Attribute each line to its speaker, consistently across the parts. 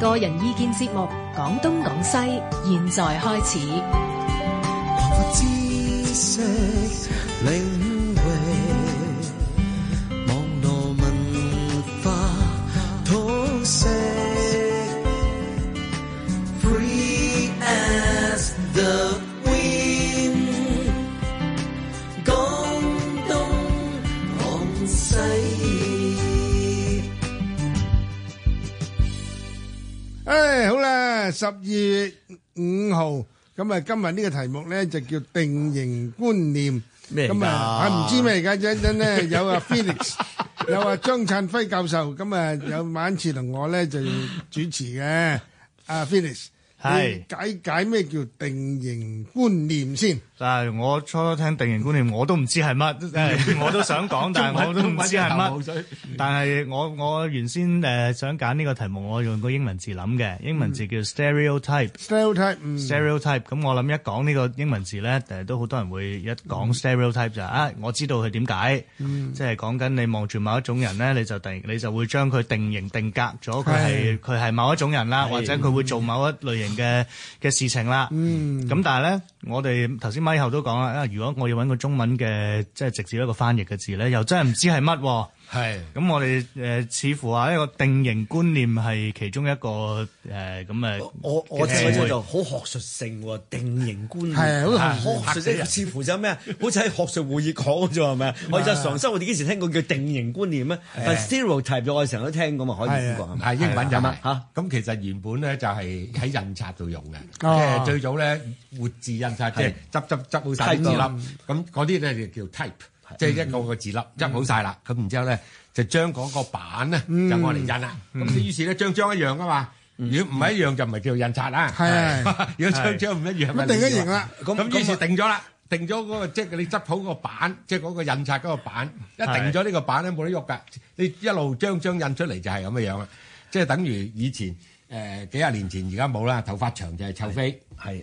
Speaker 1: 個人意見節目《講東講西》，現在開始。
Speaker 2: 擴闊知識領域，網絡文化通識，Free as the wind。廣東廣西。
Speaker 3: 哎唉，好啦，十二月五號，咁啊，今日呢個題目咧就叫定型觀念。
Speaker 4: 咩嚟㗎
Speaker 3: 咁啊，啊唔知咩嚟㗎？一陣咧有啊 Felix，有啊張燦輝教授，咁啊有晚次同我咧就主持嘅。啊 Felix，
Speaker 4: 係
Speaker 3: 你解解咩叫定型觀念先？
Speaker 4: 嗱，我初初聽定型觀念，我都唔知係乜，誒 我都想講，但係我都唔知係乜。但係我我原先誒想揀呢個題目，我用個英文字諗嘅，英文字叫 stereotype。
Speaker 3: stereotype 嗯
Speaker 4: stereotype 咁我諗一講呢個英文字咧，誒都好多人會一講 stereotype 就係啊，我知道佢點解，即係講緊你望住某一種人咧，你就定你就會將佢定型定格咗，佢係佢係某一種人啦，或者佢會做某一類型嘅嘅事情啦。咁但係咧，我哋頭先咪後都講啦，啊如果我要揾個中文嘅即係直接一個翻譯嘅字咧，又真係唔知係乜喎。
Speaker 3: 係
Speaker 4: 咁我哋誒、呃似乎啊一個定型觀念係其中一個誒咁誒，
Speaker 5: 我我
Speaker 4: 嘅
Speaker 5: 聽嗰
Speaker 4: 詞彙
Speaker 5: 陣就好學術性喎，定型觀念
Speaker 6: 啊
Speaker 5: 啊
Speaker 3: 係好
Speaker 5: 學術性，似乎就咩啊？好似喺學術會議講嘅啫喎，係咪啊？我日常生活幾時聽過叫定型觀念咧？但 stereotype 我哋成日都聽咁嘛，可以
Speaker 3: 係啊
Speaker 5: 咁 講。
Speaker 6: 啊係英文就係
Speaker 5: 嚇
Speaker 6: 咁其實原本咧就係喺印刷度用嘅，即
Speaker 3: 哦
Speaker 6: 係最早咧活字印刷，即係執執執好晒啲字粒，咁嗰啲咧就叫 type，即係一個個字粒執好晒啦，咁然之後咧就將嗰個版咧就攞嚟印啦，咁於是咧張張一樣啊嘛，如果唔係一樣就唔係叫印刷啦，
Speaker 3: 係
Speaker 6: 如果張張唔一樣
Speaker 3: 咁定咗型啦，
Speaker 6: 咁咁於是定咗啦。定咗嗰個即係你執好個版，即係嗰個印刷嗰個版，一定咗呢個版咧冇得喐㗎。你一路張張印出嚟就係咁嘅樣啦，即係等於以前誒、呃、幾廿年前而家冇啦，頭髮長就係臭飛，
Speaker 5: 係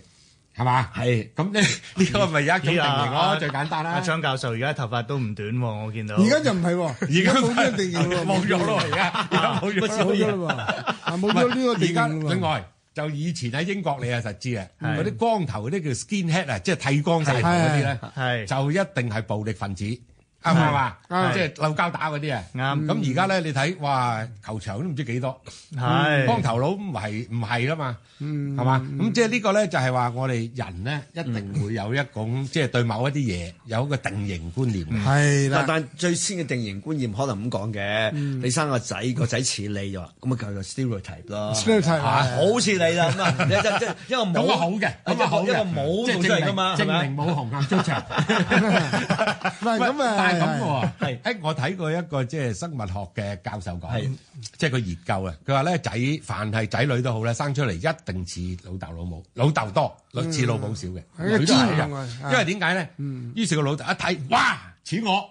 Speaker 6: 係嘛？
Speaker 5: 係
Speaker 6: 咁呢呢個咪有一種定型
Speaker 4: 咦啊
Speaker 6: 咯，最簡單
Speaker 4: 阿
Speaker 6: 啦。
Speaker 4: 張教授而家頭髮都唔短喎，我見到。
Speaker 3: 而家就唔係喎，而家冇呢個定型喎，
Speaker 6: 冇咗咯，而家而家冇咗
Speaker 3: 冇咗啦喎，啊冇咗呢個定
Speaker 6: 而
Speaker 3: 型
Speaker 6: 家
Speaker 3: 喎
Speaker 6: 另。外就以前喺英國你啊實知啊，
Speaker 4: 係
Speaker 6: 嗰啲光頭嗰啲叫 skinhead 啊，即係剃光晒頭嗰啲咧。
Speaker 4: 係
Speaker 6: 就一定係暴力分子，啱唔啱啊？
Speaker 3: 係
Speaker 6: 即係漏膠打嗰啲啊。
Speaker 4: 啱
Speaker 6: 咁而家咧，你睇哇，球場都唔知幾多，嗯
Speaker 4: 係
Speaker 6: 光頭佬唔係唔係啦嘛，
Speaker 5: 嗯
Speaker 6: 係嘛？咁即係呢個咧就係話我哋人咧一定會有一種
Speaker 5: 嗯
Speaker 6: 即係對某一啲嘢有一個定型觀念嘅。
Speaker 3: 係
Speaker 5: 但
Speaker 3: 啦，
Speaker 5: 但最先嘅定型觀念可能咁講嘅，
Speaker 6: 嗯
Speaker 5: 你生個仔，個仔似你就話，咁啊叫做 stereotype 咯。
Speaker 3: stereotype
Speaker 5: 啊好似你啦咁 啊，你就即係因為冇
Speaker 6: 咁啊好嘅，
Speaker 5: 一
Speaker 6: 咁
Speaker 5: 個
Speaker 6: 啊好
Speaker 5: 一個
Speaker 6: 嘅，
Speaker 5: 冇
Speaker 6: 即係
Speaker 5: 做出
Speaker 6: 證
Speaker 5: 嚟
Speaker 6: 明
Speaker 5: 㗎嘛，係
Speaker 6: 證
Speaker 5: 咪啊
Speaker 6: 明？冇紅眼出場。
Speaker 3: 喂咁啊
Speaker 6: 但係咁喎，
Speaker 5: 係
Speaker 6: 誒哎我睇過一個即係生物學嘅教授
Speaker 5: 係
Speaker 6: 講，即係佢研究啊，佢話咧仔凡係仔女都好咧，生出嚟一定似老豆老母，老豆多，女似老母少嘅，
Speaker 3: 係一個
Speaker 6: 女都係
Speaker 3: 尖啊嗯
Speaker 6: 啊因為點解咧？於是個老豆一 睇，哇，似我，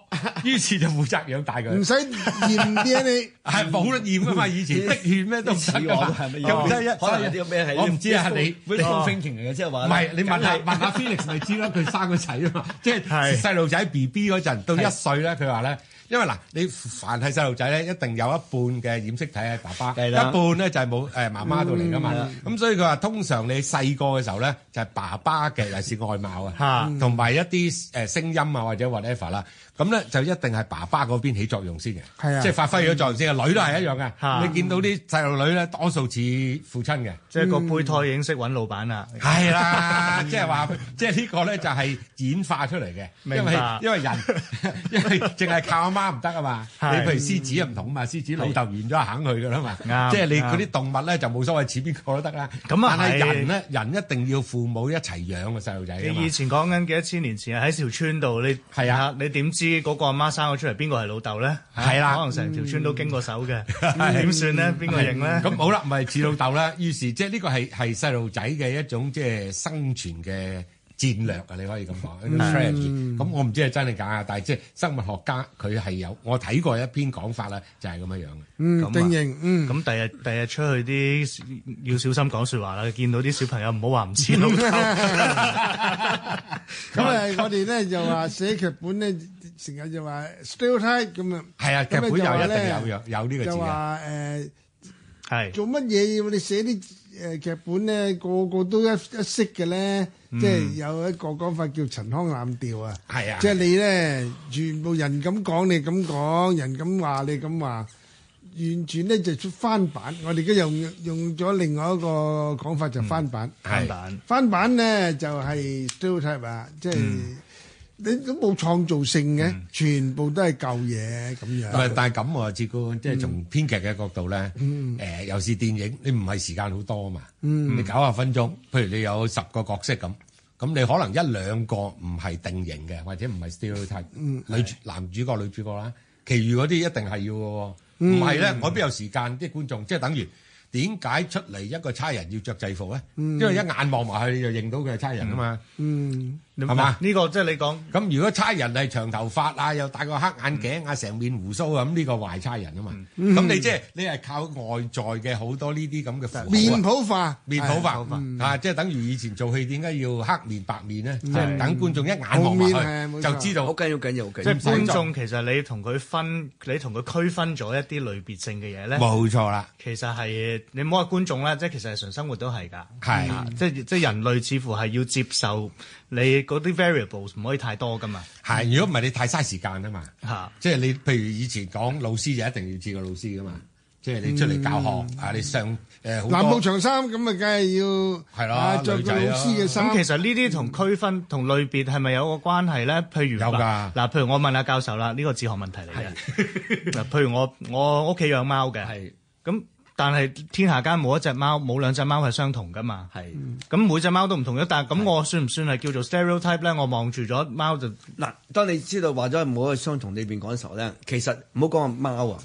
Speaker 6: 於是就負責養大佢
Speaker 3: 唔。使嗯驗啊 DNA。
Speaker 6: 係冇得
Speaker 5: 啊
Speaker 6: 驗噶嘛， 以前滴血咩都唔
Speaker 5: 似
Speaker 6: 得
Speaker 5: 我
Speaker 6: 㗎嘛
Speaker 5: 係咪？
Speaker 6: 咁真係一
Speaker 5: 可能有啲咩係？
Speaker 6: 我唔知啊，你
Speaker 5: w i l t thinking 嚟嘅，即係話
Speaker 6: 唔係，你問下問下 Felix 咪知咯，佢生個仔啊嘛，即係
Speaker 4: 係
Speaker 6: 細路仔 B B 嗰陣到一歲咧，佢話咧，因為嗱，你凡係細路仔咧，一定有一半嘅染色體係爸爸，
Speaker 5: 係
Speaker 6: 一
Speaker 5: 啦
Speaker 6: 半咧就係冇誒媽媽度嚟噶嘛
Speaker 5: 係啦。
Speaker 6: 咁所以佢話通常你細個嘅時候咧，就係爸爸嘅尤其是外貌啊
Speaker 4: 嚇，
Speaker 6: 同埋一啲誒聲音啊或者 whatever 啦，咁咧就一定係爸爸嗰邊起作用先嘅，
Speaker 3: 係啊
Speaker 6: 即係發揮咗作用先嘅。女都係一樣
Speaker 4: 嚇
Speaker 6: 嘅，你見到啲細路女咧，多數似父親嘅。
Speaker 4: 即係個胚胎已經識揾老闆啦。
Speaker 6: 係 啦，即係話，即係呢個咧就係演化出嚟嘅，因
Speaker 4: 明
Speaker 6: 為
Speaker 4: 白
Speaker 6: 因為人 因為淨係靠阿媽唔得啊嘛，你
Speaker 4: 係
Speaker 6: 譬如獅子啊唔同啊嘛，獅子老豆完咗肯去噶啦嘛，
Speaker 4: 啱
Speaker 6: 即係你嗰
Speaker 4: 啱
Speaker 6: 啲動物咧就冇所謂似邊個都得啦，
Speaker 4: 咁啊
Speaker 6: 但係
Speaker 4: 係
Speaker 6: 人咧人一定要父母一齊養個細路仔啊
Speaker 4: 你以
Speaker 6: 嘛，
Speaker 4: 前講緊幾一千年前啊喺條村度，你
Speaker 6: 係啊，
Speaker 4: 你點知嗰個阿媽生咗出嚟邊個係老豆咧？
Speaker 6: 係啦嗯
Speaker 4: 可能成條村都經過手嘅， 點算咧？邊個認咧？
Speaker 6: 咁好啦，咪似老豆啦，於是即係呢個係係細路仔嘅一種即係生存嘅。戰略啊，你可以咁
Speaker 3: 嗯
Speaker 6: 講一種 strategy。咁我唔知係真定假啊，但係即係生物學家佢係有，我睇過一篇講法啦，就係咁樣樣嘅。
Speaker 3: 嗯，
Speaker 4: 啊
Speaker 3: 定型，嗯，
Speaker 4: 咁第日第日出去啲要小心講説話啦，見到啲小朋友唔好話唔似 老
Speaker 3: 咁
Speaker 4: 豆。
Speaker 6: 啊
Speaker 3: 誒，我哋咧就話寫劇本咧，成日就話 stereotype 咁啊，
Speaker 6: 係啊，劇
Speaker 3: 咁
Speaker 6: 本
Speaker 3: 咧
Speaker 6: 又
Speaker 3: 就話
Speaker 6: 一
Speaker 3: 咧
Speaker 6: 定有有有呢個字啊
Speaker 3: 就
Speaker 6: 嘅。
Speaker 3: 話誒
Speaker 4: 係
Speaker 3: 做乜嘢要你寫啲誒劇本咧？個個都一一識嘅咧，即係有一個講法叫陳腔濫調啊！
Speaker 6: 係啊
Speaker 3: 即係你咧，全部人咁講你咁講，人咁話你咁話，完全咧就出翻版。我哋而家用用咗另外一個講法就翻版。
Speaker 4: 翻版
Speaker 3: 翻版咧就係 stereotype 啊，即係你都冇創造性嘅，全部都係舊嘢咁
Speaker 6: 唔係
Speaker 3: 樣。
Speaker 6: 但係咁喎，志官，即係從編劇嘅角度咧，誒，尤其是電影，你唔係時間好多啊嘛，你九十分鐘，譬如你有十個角色咁，咁你可能一兩個唔係定型嘅，或者唔係 stereotype，女主男主角、女主角啦，其餘嗰啲一定係要嘅喎，唔係咧，我邊有時間啲觀眾，即係等於。點解出嚟一個差人要着制服咧？因為一眼望埋去你就認到佢係差人啊嘛。
Speaker 3: 嗯，
Speaker 4: 係
Speaker 6: 係嘛
Speaker 4: 呢個即係你講
Speaker 6: 咁如果差人係長頭髮啊，又戴個黑眼鏡啊，成面胡鬚啊，咁呢個壞差人啊嘛。咁你即係你係靠外在嘅好多呢啲咁嘅符號啊
Speaker 3: 面譜化，
Speaker 6: 面譜化啊，即係等於以前做戲點解要黑面白面咧？即係等觀眾一眼望
Speaker 3: 紅面
Speaker 6: 埋
Speaker 3: 係冇
Speaker 6: 去
Speaker 3: 錯
Speaker 6: 就知道
Speaker 5: 好。緊要緊要好緊
Speaker 4: 即
Speaker 5: 要
Speaker 4: 係觀眾其實你同佢分，你同佢區分咗一啲類別性嘅嘢咧。
Speaker 6: 冇錯啦，
Speaker 4: 其實係你唔好話觀眾啦，即係其實日常生活都係㗎，
Speaker 6: 係
Speaker 4: 啊即係即係人類似乎係要接受你嗰啲 variables 唔可以太多㗎嘛
Speaker 6: 係如果唔係你太嘥時間啊嘛。
Speaker 4: 嚇。
Speaker 6: 即係你譬如以前講老師就一定要似個老師噶嘛，即係你出嚟教學啊，你上誒好
Speaker 3: 藍
Speaker 6: 多
Speaker 3: 布長衫咁啊，梗係要
Speaker 6: 係啦
Speaker 3: 啊着
Speaker 6: 女
Speaker 3: 個
Speaker 6: 仔
Speaker 3: 老
Speaker 6: 啦
Speaker 3: 師嘅衫
Speaker 4: 咁。其實呢啲同區分同類別係咪有個關係咧？譬如
Speaker 6: 有㗎
Speaker 4: 嗱，譬如我問下教授啦，呢個哲學問題嚟嘅。 嗱，譬如我我屋企養貓嘅，
Speaker 5: 係
Speaker 4: 咁，但係天下間冇一隻貓冇兩隻貓係相同㗎嘛。
Speaker 5: 係
Speaker 4: 咁每隻貓都唔同咗，但係咁我算唔算係叫做 stereotype 咧？我望住咗貓就
Speaker 5: 嗱，當你知道話咗唔好去相同裏邊講嘅時候咧，其實唔好講話貓啊，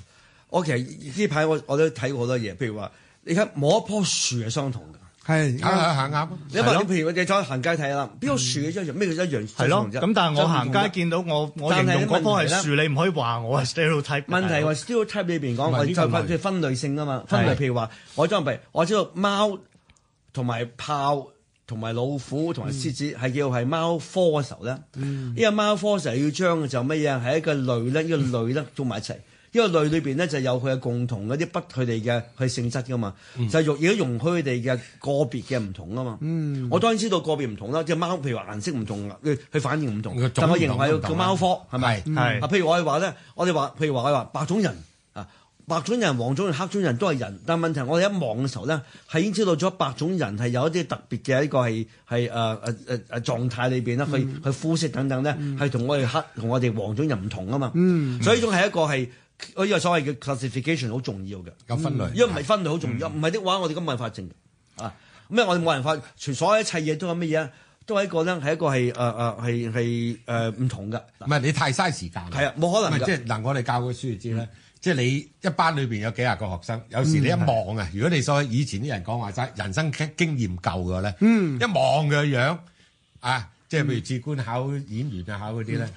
Speaker 5: 我其實呢排我我都睇過好多嘢，譬如話你睇摸一棵樹係相同嘅。
Speaker 3: 係啊
Speaker 6: 啱啱啱。
Speaker 5: 你話你譬如你再行街睇啦，邊個樹嘅一樣，咩叫一樣？
Speaker 4: 嗯係咯，咁但係我行街見到我我形
Speaker 5: 但係
Speaker 4: 容嗰棵
Speaker 5: 問題
Speaker 4: 係
Speaker 5: 呢
Speaker 4: 樹，你唔可以話我係 stereotype 㗎。
Speaker 5: 問題
Speaker 4: 大佬
Speaker 5: 話 stereotype 裏邊講，
Speaker 6: 唔係
Speaker 5: 我
Speaker 6: 呢
Speaker 5: 就
Speaker 6: 個
Speaker 5: 分
Speaker 6: 唔係
Speaker 5: 即係分類性啊嘛，分類
Speaker 4: 係
Speaker 5: 譬如話，我將譬如我知道貓同埋豹同埋老虎
Speaker 6: 嗯
Speaker 5: 同埋獅子係叫係貓科嘅時候咧，呢個貓科就係要將就乜嘢係一個類咧，呢個類咧做埋一齊。呢個類裏邊咧就有佢嘅共同嗰啲不佢哋嘅佢性質噶嘛，
Speaker 6: 嗯
Speaker 5: 就係容而家容許佢哋嘅個別嘅唔同啊嘛。
Speaker 6: 嗯
Speaker 5: 我當然知道個別唔同啦，即係貓譬如話顏色唔同，佢佢反應唔同
Speaker 6: 個，種
Speaker 5: 但我
Speaker 6: 唔
Speaker 5: 認
Speaker 6: 同
Speaker 5: 為
Speaker 6: 唔同
Speaker 5: 叫
Speaker 6: 啊
Speaker 5: 貓科係咪？
Speaker 6: 係
Speaker 4: 係
Speaker 5: 啊，譬如我哋話咧，我哋話，譬如話我哋話白種人啊，白種人、黃種人、黑種人都係人，但問題我哋一望嘅時候咧，係已經知道咗白種人係有一啲特別嘅一個係係誒誒誒誒狀態裏邊啦，佢佢膚色等等咧，係同我哋黑同我哋黃種人唔同啊嘛，所以呢種係一個係我呢個所謂嘅 classification 好重要嘅。
Speaker 6: 有分類，
Speaker 5: 因為唔係分類好重要，唔係的話，我哋咁冇辦法整嘅啊！咩我哋冇辦法，全所有一切嘢都係乜嘢啊？都係一個咧，係一呃個係誒誒係係呃誒唔同嘅。
Speaker 6: 唔係你太嘥時間。
Speaker 5: 係啊冇可能
Speaker 6: 唔係
Speaker 5: 㗎
Speaker 6: 即係嗱，我哋教嘅書就
Speaker 3: 嗯
Speaker 6: 知啦。即係你一班裏邊有幾廿個學生，有時你一望啊，如果你所謂以前啲人講話齋，人生經經驗夠嘅咧，
Speaker 3: 嗯
Speaker 6: 一望佢嘅樣啊，即係譬如志官考演員啊，考嗰啲咧，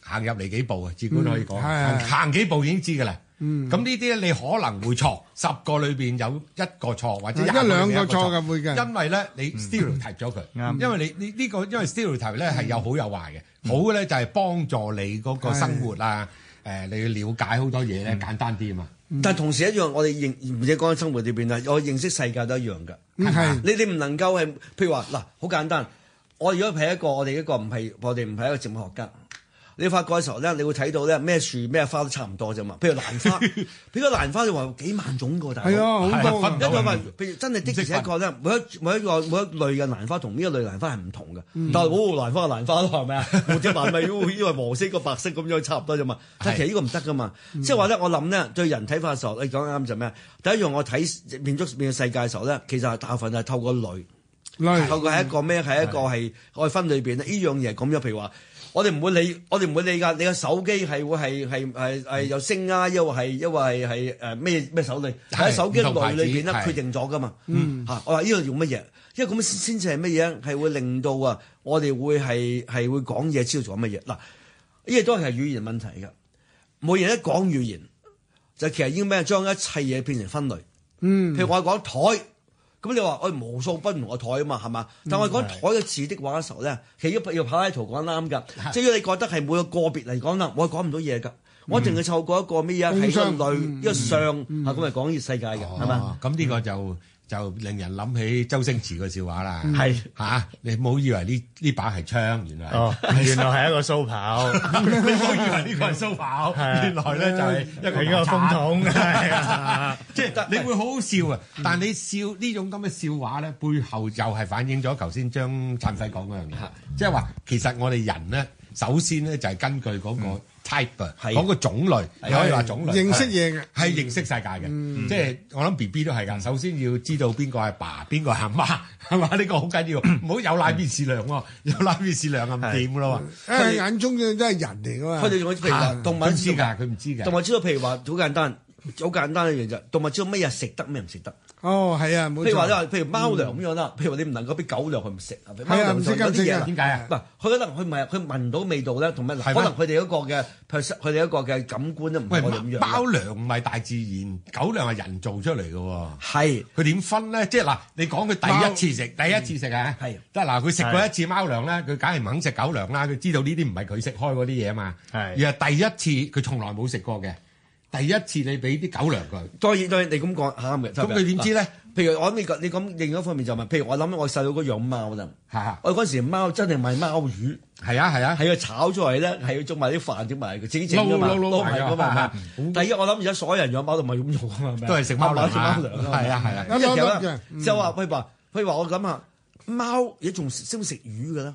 Speaker 6: 行入嚟幾步啊，志官可以講
Speaker 3: 嗯係嗯
Speaker 6: 行行幾步已經知㗎啦。咁呢啲咧，你可能會錯，十個裏邊有一個錯，或者
Speaker 3: 一
Speaker 6: 廿個裏邊有
Speaker 3: 兩
Speaker 6: 一
Speaker 3: 個
Speaker 6: 個
Speaker 3: 錯嘅會嘅。
Speaker 6: 因為咧
Speaker 4: 嗯
Speaker 6: 你 stereotype 咗佢，因為你呢呢個因為 stereotype 咧係有好有壞嘅，好嘅咧就係幫助你嗰個生活啊，誒你要了解好多嘢
Speaker 4: 嗯
Speaker 6: 咧簡單啲啊嘛，
Speaker 3: 嗯
Speaker 5: 但同時一樣，我哋認唔止講喺生活裏邊啦，我認識世界都一樣㗎。
Speaker 3: 嗯係
Speaker 5: 你哋唔能夠係，譬如話嗱，好簡單。我如果係一個我哋一個唔係我哋唔係一個植物學家，你發覺嘅時候咧，你會睇到咧咩樹咩花都差唔多啫嘛。譬如蘭 花，譬如個蘭花你話有幾萬種個大佬
Speaker 3: 係啊，好多
Speaker 6: 係啊
Speaker 3: 㗎
Speaker 5: 一
Speaker 6: 分
Speaker 5: 個話，譬如真係的而且確咧，每一每一個每一類嘅蘭花同呢一類蘭花係唔同嘅。但係哦，蘭花係蘭花咯，係咪啊？蝴蝶蘭咪要因為黃色個白色咁樣差唔多啫嘛。但係其實呢個唔得噶嘛。即係話咧，我諗咧對人睇法嘅時候，你講啱就咩？第一樣我睇面足面嘅世界嘅時候咧，其實係大部分係透過類。透
Speaker 3: 類
Speaker 5: 過係一個咩？係一個係我哋分裏邊呢樣嘢係咁樣。譬如話，我哋唔會理，我哋唔會理㗎。你個手機係會係係係係
Speaker 6: 嗯
Speaker 5: 有聲啊，又係因為係誒咩咩手類喺
Speaker 6: 係
Speaker 5: 手機
Speaker 6: 唔同牌
Speaker 5: 類
Speaker 6: 子
Speaker 5: 裏邊咧
Speaker 6: 係嗯
Speaker 5: 決定咗㗎嘛。嚇，我話呢個用乜嘢？因為咁先至係乜嘢？係會令到啊，我哋會係係會講嘢知道做緊乜嘢。嗱，呢嘢都係語言問題㗎。每人一講語言，就其實已經咩將一切嘢變成分類。
Speaker 6: 嗯
Speaker 5: 譬如我講台，咁你話我無數不同嘅台啊嘛，係嘛？
Speaker 6: 嗯
Speaker 5: 但我講台嘅字的話嘅時
Speaker 6: 嗯
Speaker 5: 候咧，其實要柏拉圖講得啱㗎，即係如果你覺得係每個個別嚟講啦，我講唔到嘢㗎。我淨係湊過一個咩啊？
Speaker 3: 工
Speaker 5: 係
Speaker 3: 商
Speaker 5: 一個類一個相啊，咁咪講呢世界嘅係嘛？
Speaker 6: 嗯哦，咁呢
Speaker 4: 嗯
Speaker 6: 個就就令人諗起周星馳個笑話啦。
Speaker 5: 係
Speaker 6: 嚇，你唔好以為呢呢把係槍，原來
Speaker 4: 哦，原來係一個蘇跑，
Speaker 6: 你唔好以為呢個係蘇跑，
Speaker 4: 係啊
Speaker 6: 原來咧就係一個
Speaker 4: 係一個風
Speaker 6: 風
Speaker 4: 筒，
Speaker 6: 筒。
Speaker 4: 係啊
Speaker 6: 即係你會好好笑啊！但你笑呢種咁嘅笑話咧，背後又係反映咗頭先張燦輝講嗰樣嘢，即係話其實我哋人咧，首先咧就係根據嗰個 type 啊，
Speaker 5: 係
Speaker 6: 講個種類，你可以話種類
Speaker 3: 認識嘢嘅
Speaker 6: 係認識世界嘅，即係我諗 B B 都係㗎。首先要知道邊個係爸，邊個係媽， 係嘛？呢個好緊要，唔好有奶便是娘喎，有奶便是娘啊唔掂㗎啦喎。
Speaker 3: 喺佢眼中嘅都係人嚟噶嘛。
Speaker 5: 佢哋仲有譬如話動物
Speaker 6: 佢唔啊知㗎，佢唔知
Speaker 5: 動
Speaker 6: 㗎。
Speaker 5: 物知道，譬如話好簡單，好簡單一樣就動物知道咩嘢食得，咩唔食得。
Speaker 3: 哦，係啊，冇
Speaker 5: 譬如話你
Speaker 3: 錯。
Speaker 5: 話，譬如貓糧咁樣啦，譬如話你唔能夠俾狗糧佢唔食啊，俾貓
Speaker 3: 係啊，
Speaker 5: 糧
Speaker 3: 唔
Speaker 5: 就
Speaker 3: 識
Speaker 5: 有
Speaker 3: 㗎，唔
Speaker 5: 啲
Speaker 3: 識
Speaker 5: 嘢
Speaker 3: 㗎
Speaker 5: 啦。
Speaker 6: 點解啊
Speaker 5: 唔係，佢可能佢唔係佢聞到味道咧，同埋可
Speaker 6: 係咩
Speaker 5: 能佢哋嗰個嘅 perce- 佢哋嗰個嘅感官咧，唔
Speaker 6: 喂，
Speaker 5: 係我哋咁樣嘅。
Speaker 6: 貓糧唔係大自然，狗糧係人造出嚟㗎喎。
Speaker 5: 係
Speaker 6: 佢點分咧？即係嗱，你講佢第一次食，第一次食啊，
Speaker 5: 嗯係
Speaker 6: 得嗱，佢食過一次貓糧啦，佢梗係唔肯食狗糧啦，佢知道呢啲唔係佢食開嗰啲嘢嘛。
Speaker 4: 係
Speaker 6: 而係第一次佢從來冇食過嘅，第一次你俾啲狗糧佢，
Speaker 5: 當然當然，你咁講啱嘅。
Speaker 6: 咁佢點知咧？
Speaker 5: 譬如我諗你講你咁另一方面就問，譬如我諗我細佬嗰養貓啦，
Speaker 6: 嚇
Speaker 5: 我嗰陣時貓真係賣貓魚，
Speaker 6: 係啊係啊，
Speaker 5: 係要炒出嚟咧，係要做埋啲飯整埋佢自己整㗎嘛，
Speaker 6: 撈撈撈
Speaker 5: 撈埋㗎
Speaker 6: 係
Speaker 5: 嘛
Speaker 6: 啊。
Speaker 5: 係咪第一我諗而家所有人養貓都唔係咁用啊嘛，係咪
Speaker 6: 都係食貓糧
Speaker 5: 貓
Speaker 6: 啊
Speaker 5: 食貓糧啊嘛
Speaker 6: 係啊係啊，
Speaker 3: 有
Speaker 5: 有
Speaker 3: 有有
Speaker 5: 有
Speaker 3: 嘅，
Speaker 5: 就話譬如話，譬如話我咁啊，貓嘢仲識唔識食魚嘅咧？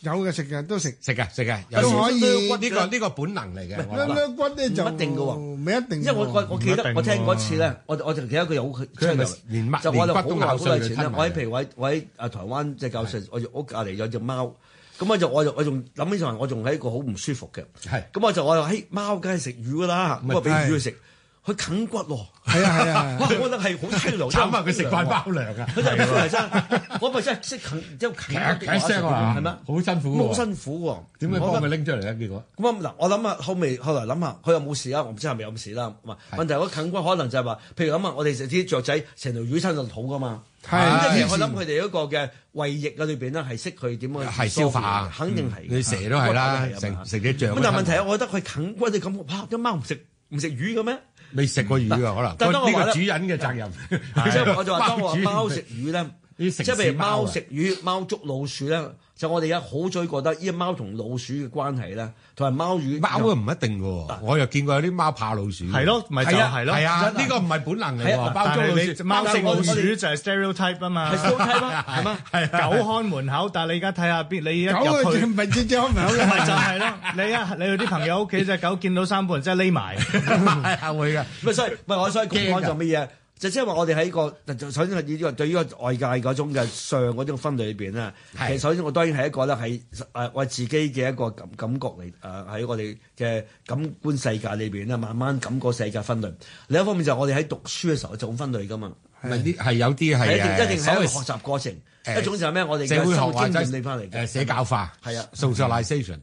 Speaker 3: 有嘅食嘅都食。
Speaker 6: 食嘅食嘅，
Speaker 3: 都
Speaker 6: 有
Speaker 3: 可以
Speaker 6: 呢個呢個本能嚟嘅，我
Speaker 3: 甩
Speaker 6: 覺得
Speaker 3: 甩骨咧就
Speaker 5: 唔一定㗎喎
Speaker 3: 唔一定㗎喎。
Speaker 5: 因為我我我記
Speaker 4: 唔一定
Speaker 5: 得
Speaker 4: 喎
Speaker 5: 我聽嗰次咧，我我就記得佢有佢
Speaker 6: 佢係咪連乜
Speaker 5: 就我就好
Speaker 6: 連骨都
Speaker 5: 耐好
Speaker 6: 咬碎
Speaker 5: 耐
Speaker 6: 佢
Speaker 5: 前
Speaker 6: 吞
Speaker 5: 咧，
Speaker 6: 埋
Speaker 5: 我喺譬如我喺我喺啊台灣即係教授，我屋隔離有隻貓，咁我就我就我仲諗起上嚟，我仲係一個好唔舒服嘅，
Speaker 6: 係
Speaker 5: 咁我就我就嘿貓梗係食魚㗎啦，咁我俾魚佢食，佢啃骨喎，
Speaker 3: 係啊係啊係
Speaker 5: 哇！我
Speaker 3: 啊，
Speaker 5: 覺得係好凄涼，
Speaker 6: 慘啊！佢食慣 貓糧啊，
Speaker 5: 佢真係真係真，我咪真係識啃，即係啃骨
Speaker 6: 解聲啊，
Speaker 5: 係咩？
Speaker 6: 好辛
Speaker 5: 咁
Speaker 6: 苦
Speaker 5: 好
Speaker 6: 喎，
Speaker 5: 辛苦喎，
Speaker 6: 點解
Speaker 5: 我覺
Speaker 6: 幫
Speaker 5: 得
Speaker 6: 佢拎出嚟咧？結果
Speaker 5: 咁啊嗱，我諗啊，後尾後來諗下，佢又冇事啦，我唔知係咪有事啦。咁啊，問題係我近骨可能就係話，譬如諗啊，我哋食啲雀仔成條魚吞落肚噶嘛。咁即係
Speaker 3: 係
Speaker 5: 其實我諗佢哋嗰個嘅胃液嘅裏邊咧，係識佢點樣
Speaker 6: 係消化嗯
Speaker 5: 疏忽嘅肯定係。啊
Speaker 6: 你蛇都係啦
Speaker 5: 骨，都係啊嘛
Speaker 6: 食食啲象
Speaker 5: 咁
Speaker 6: 都
Speaker 5: 但係
Speaker 6: 吞
Speaker 5: 問題係，我覺得佢啃骨，你感覺哇，啲貓唔食唔食魚嘅咩？
Speaker 6: 未食過魚啊，可
Speaker 5: 但
Speaker 6: 能
Speaker 5: 係當我
Speaker 6: 呢
Speaker 5: 話咧
Speaker 6: 個主人嘅責任。
Speaker 5: 即係我就話，
Speaker 6: 貓
Speaker 5: 當我話
Speaker 6: 主
Speaker 5: 貓食魚咧，即
Speaker 6: 啲
Speaker 5: 係
Speaker 6: 城
Speaker 5: 譬
Speaker 6: 市
Speaker 5: 如
Speaker 6: 貓啊
Speaker 5: 貓食魚、貓捉老鼠咧，就我哋而家好追覺得呢個貓同老鼠嘅關係咧，同埋貓與
Speaker 6: 貓啊，唔一定嘅喎，我又見過有啲貓怕老鼠。
Speaker 4: 係咯咪就
Speaker 6: 係啊
Speaker 4: 係咯
Speaker 6: 係啊，
Speaker 5: 真係
Speaker 6: 呢個唔係本能嚟
Speaker 5: 係
Speaker 6: 喎，
Speaker 5: 啊
Speaker 6: 包
Speaker 4: 但
Speaker 6: 裝老
Speaker 4: 係
Speaker 6: 鼠
Speaker 4: 你。貓食老鼠就係 stereotype 啊嘛
Speaker 5: 係。相睇啦，係嘛？
Speaker 4: 係狗看門口，但係你而家睇下邊，你一
Speaker 3: 狗啊
Speaker 4: 入去
Speaker 3: 唔係隻隻開門口嘅，
Speaker 4: 咪就係咯。你啊，你去啲朋友屋企只狗見到三個人，真係匿埋。
Speaker 6: 係啊，會嘅。
Speaker 5: 唔係， 所以唔係我所以咁
Speaker 6: 驚啊
Speaker 5: 講
Speaker 6: 㗎
Speaker 5: 就乜嘢？就即係話我哋喺個就就首先係呢個對於個外界嗰種嘅相嗰種分類裏邊咧，其
Speaker 6: 係
Speaker 5: 實首先我當然係一個咧係誒我自己嘅一個感感覺嚟誒喺我哋嘅感官世界裏邊咧，啊慢慢感覺世界分類。另一方面就係我哋喺讀書嘅時候就咁分類噶嘛，
Speaker 6: 唔係啲係有啲
Speaker 5: 係
Speaker 6: 係
Speaker 5: 一定一定係一個學
Speaker 6: 所謂
Speaker 5: 習過程，
Speaker 6: 誒
Speaker 5: 一種就係咩？我哋嘅
Speaker 6: 社會學
Speaker 5: 生活
Speaker 6: 或
Speaker 5: 經
Speaker 6: 者
Speaker 5: 驗裏翻嚟
Speaker 6: 誒
Speaker 5: 嘅
Speaker 6: 社教化
Speaker 5: 係啊
Speaker 6: socialization。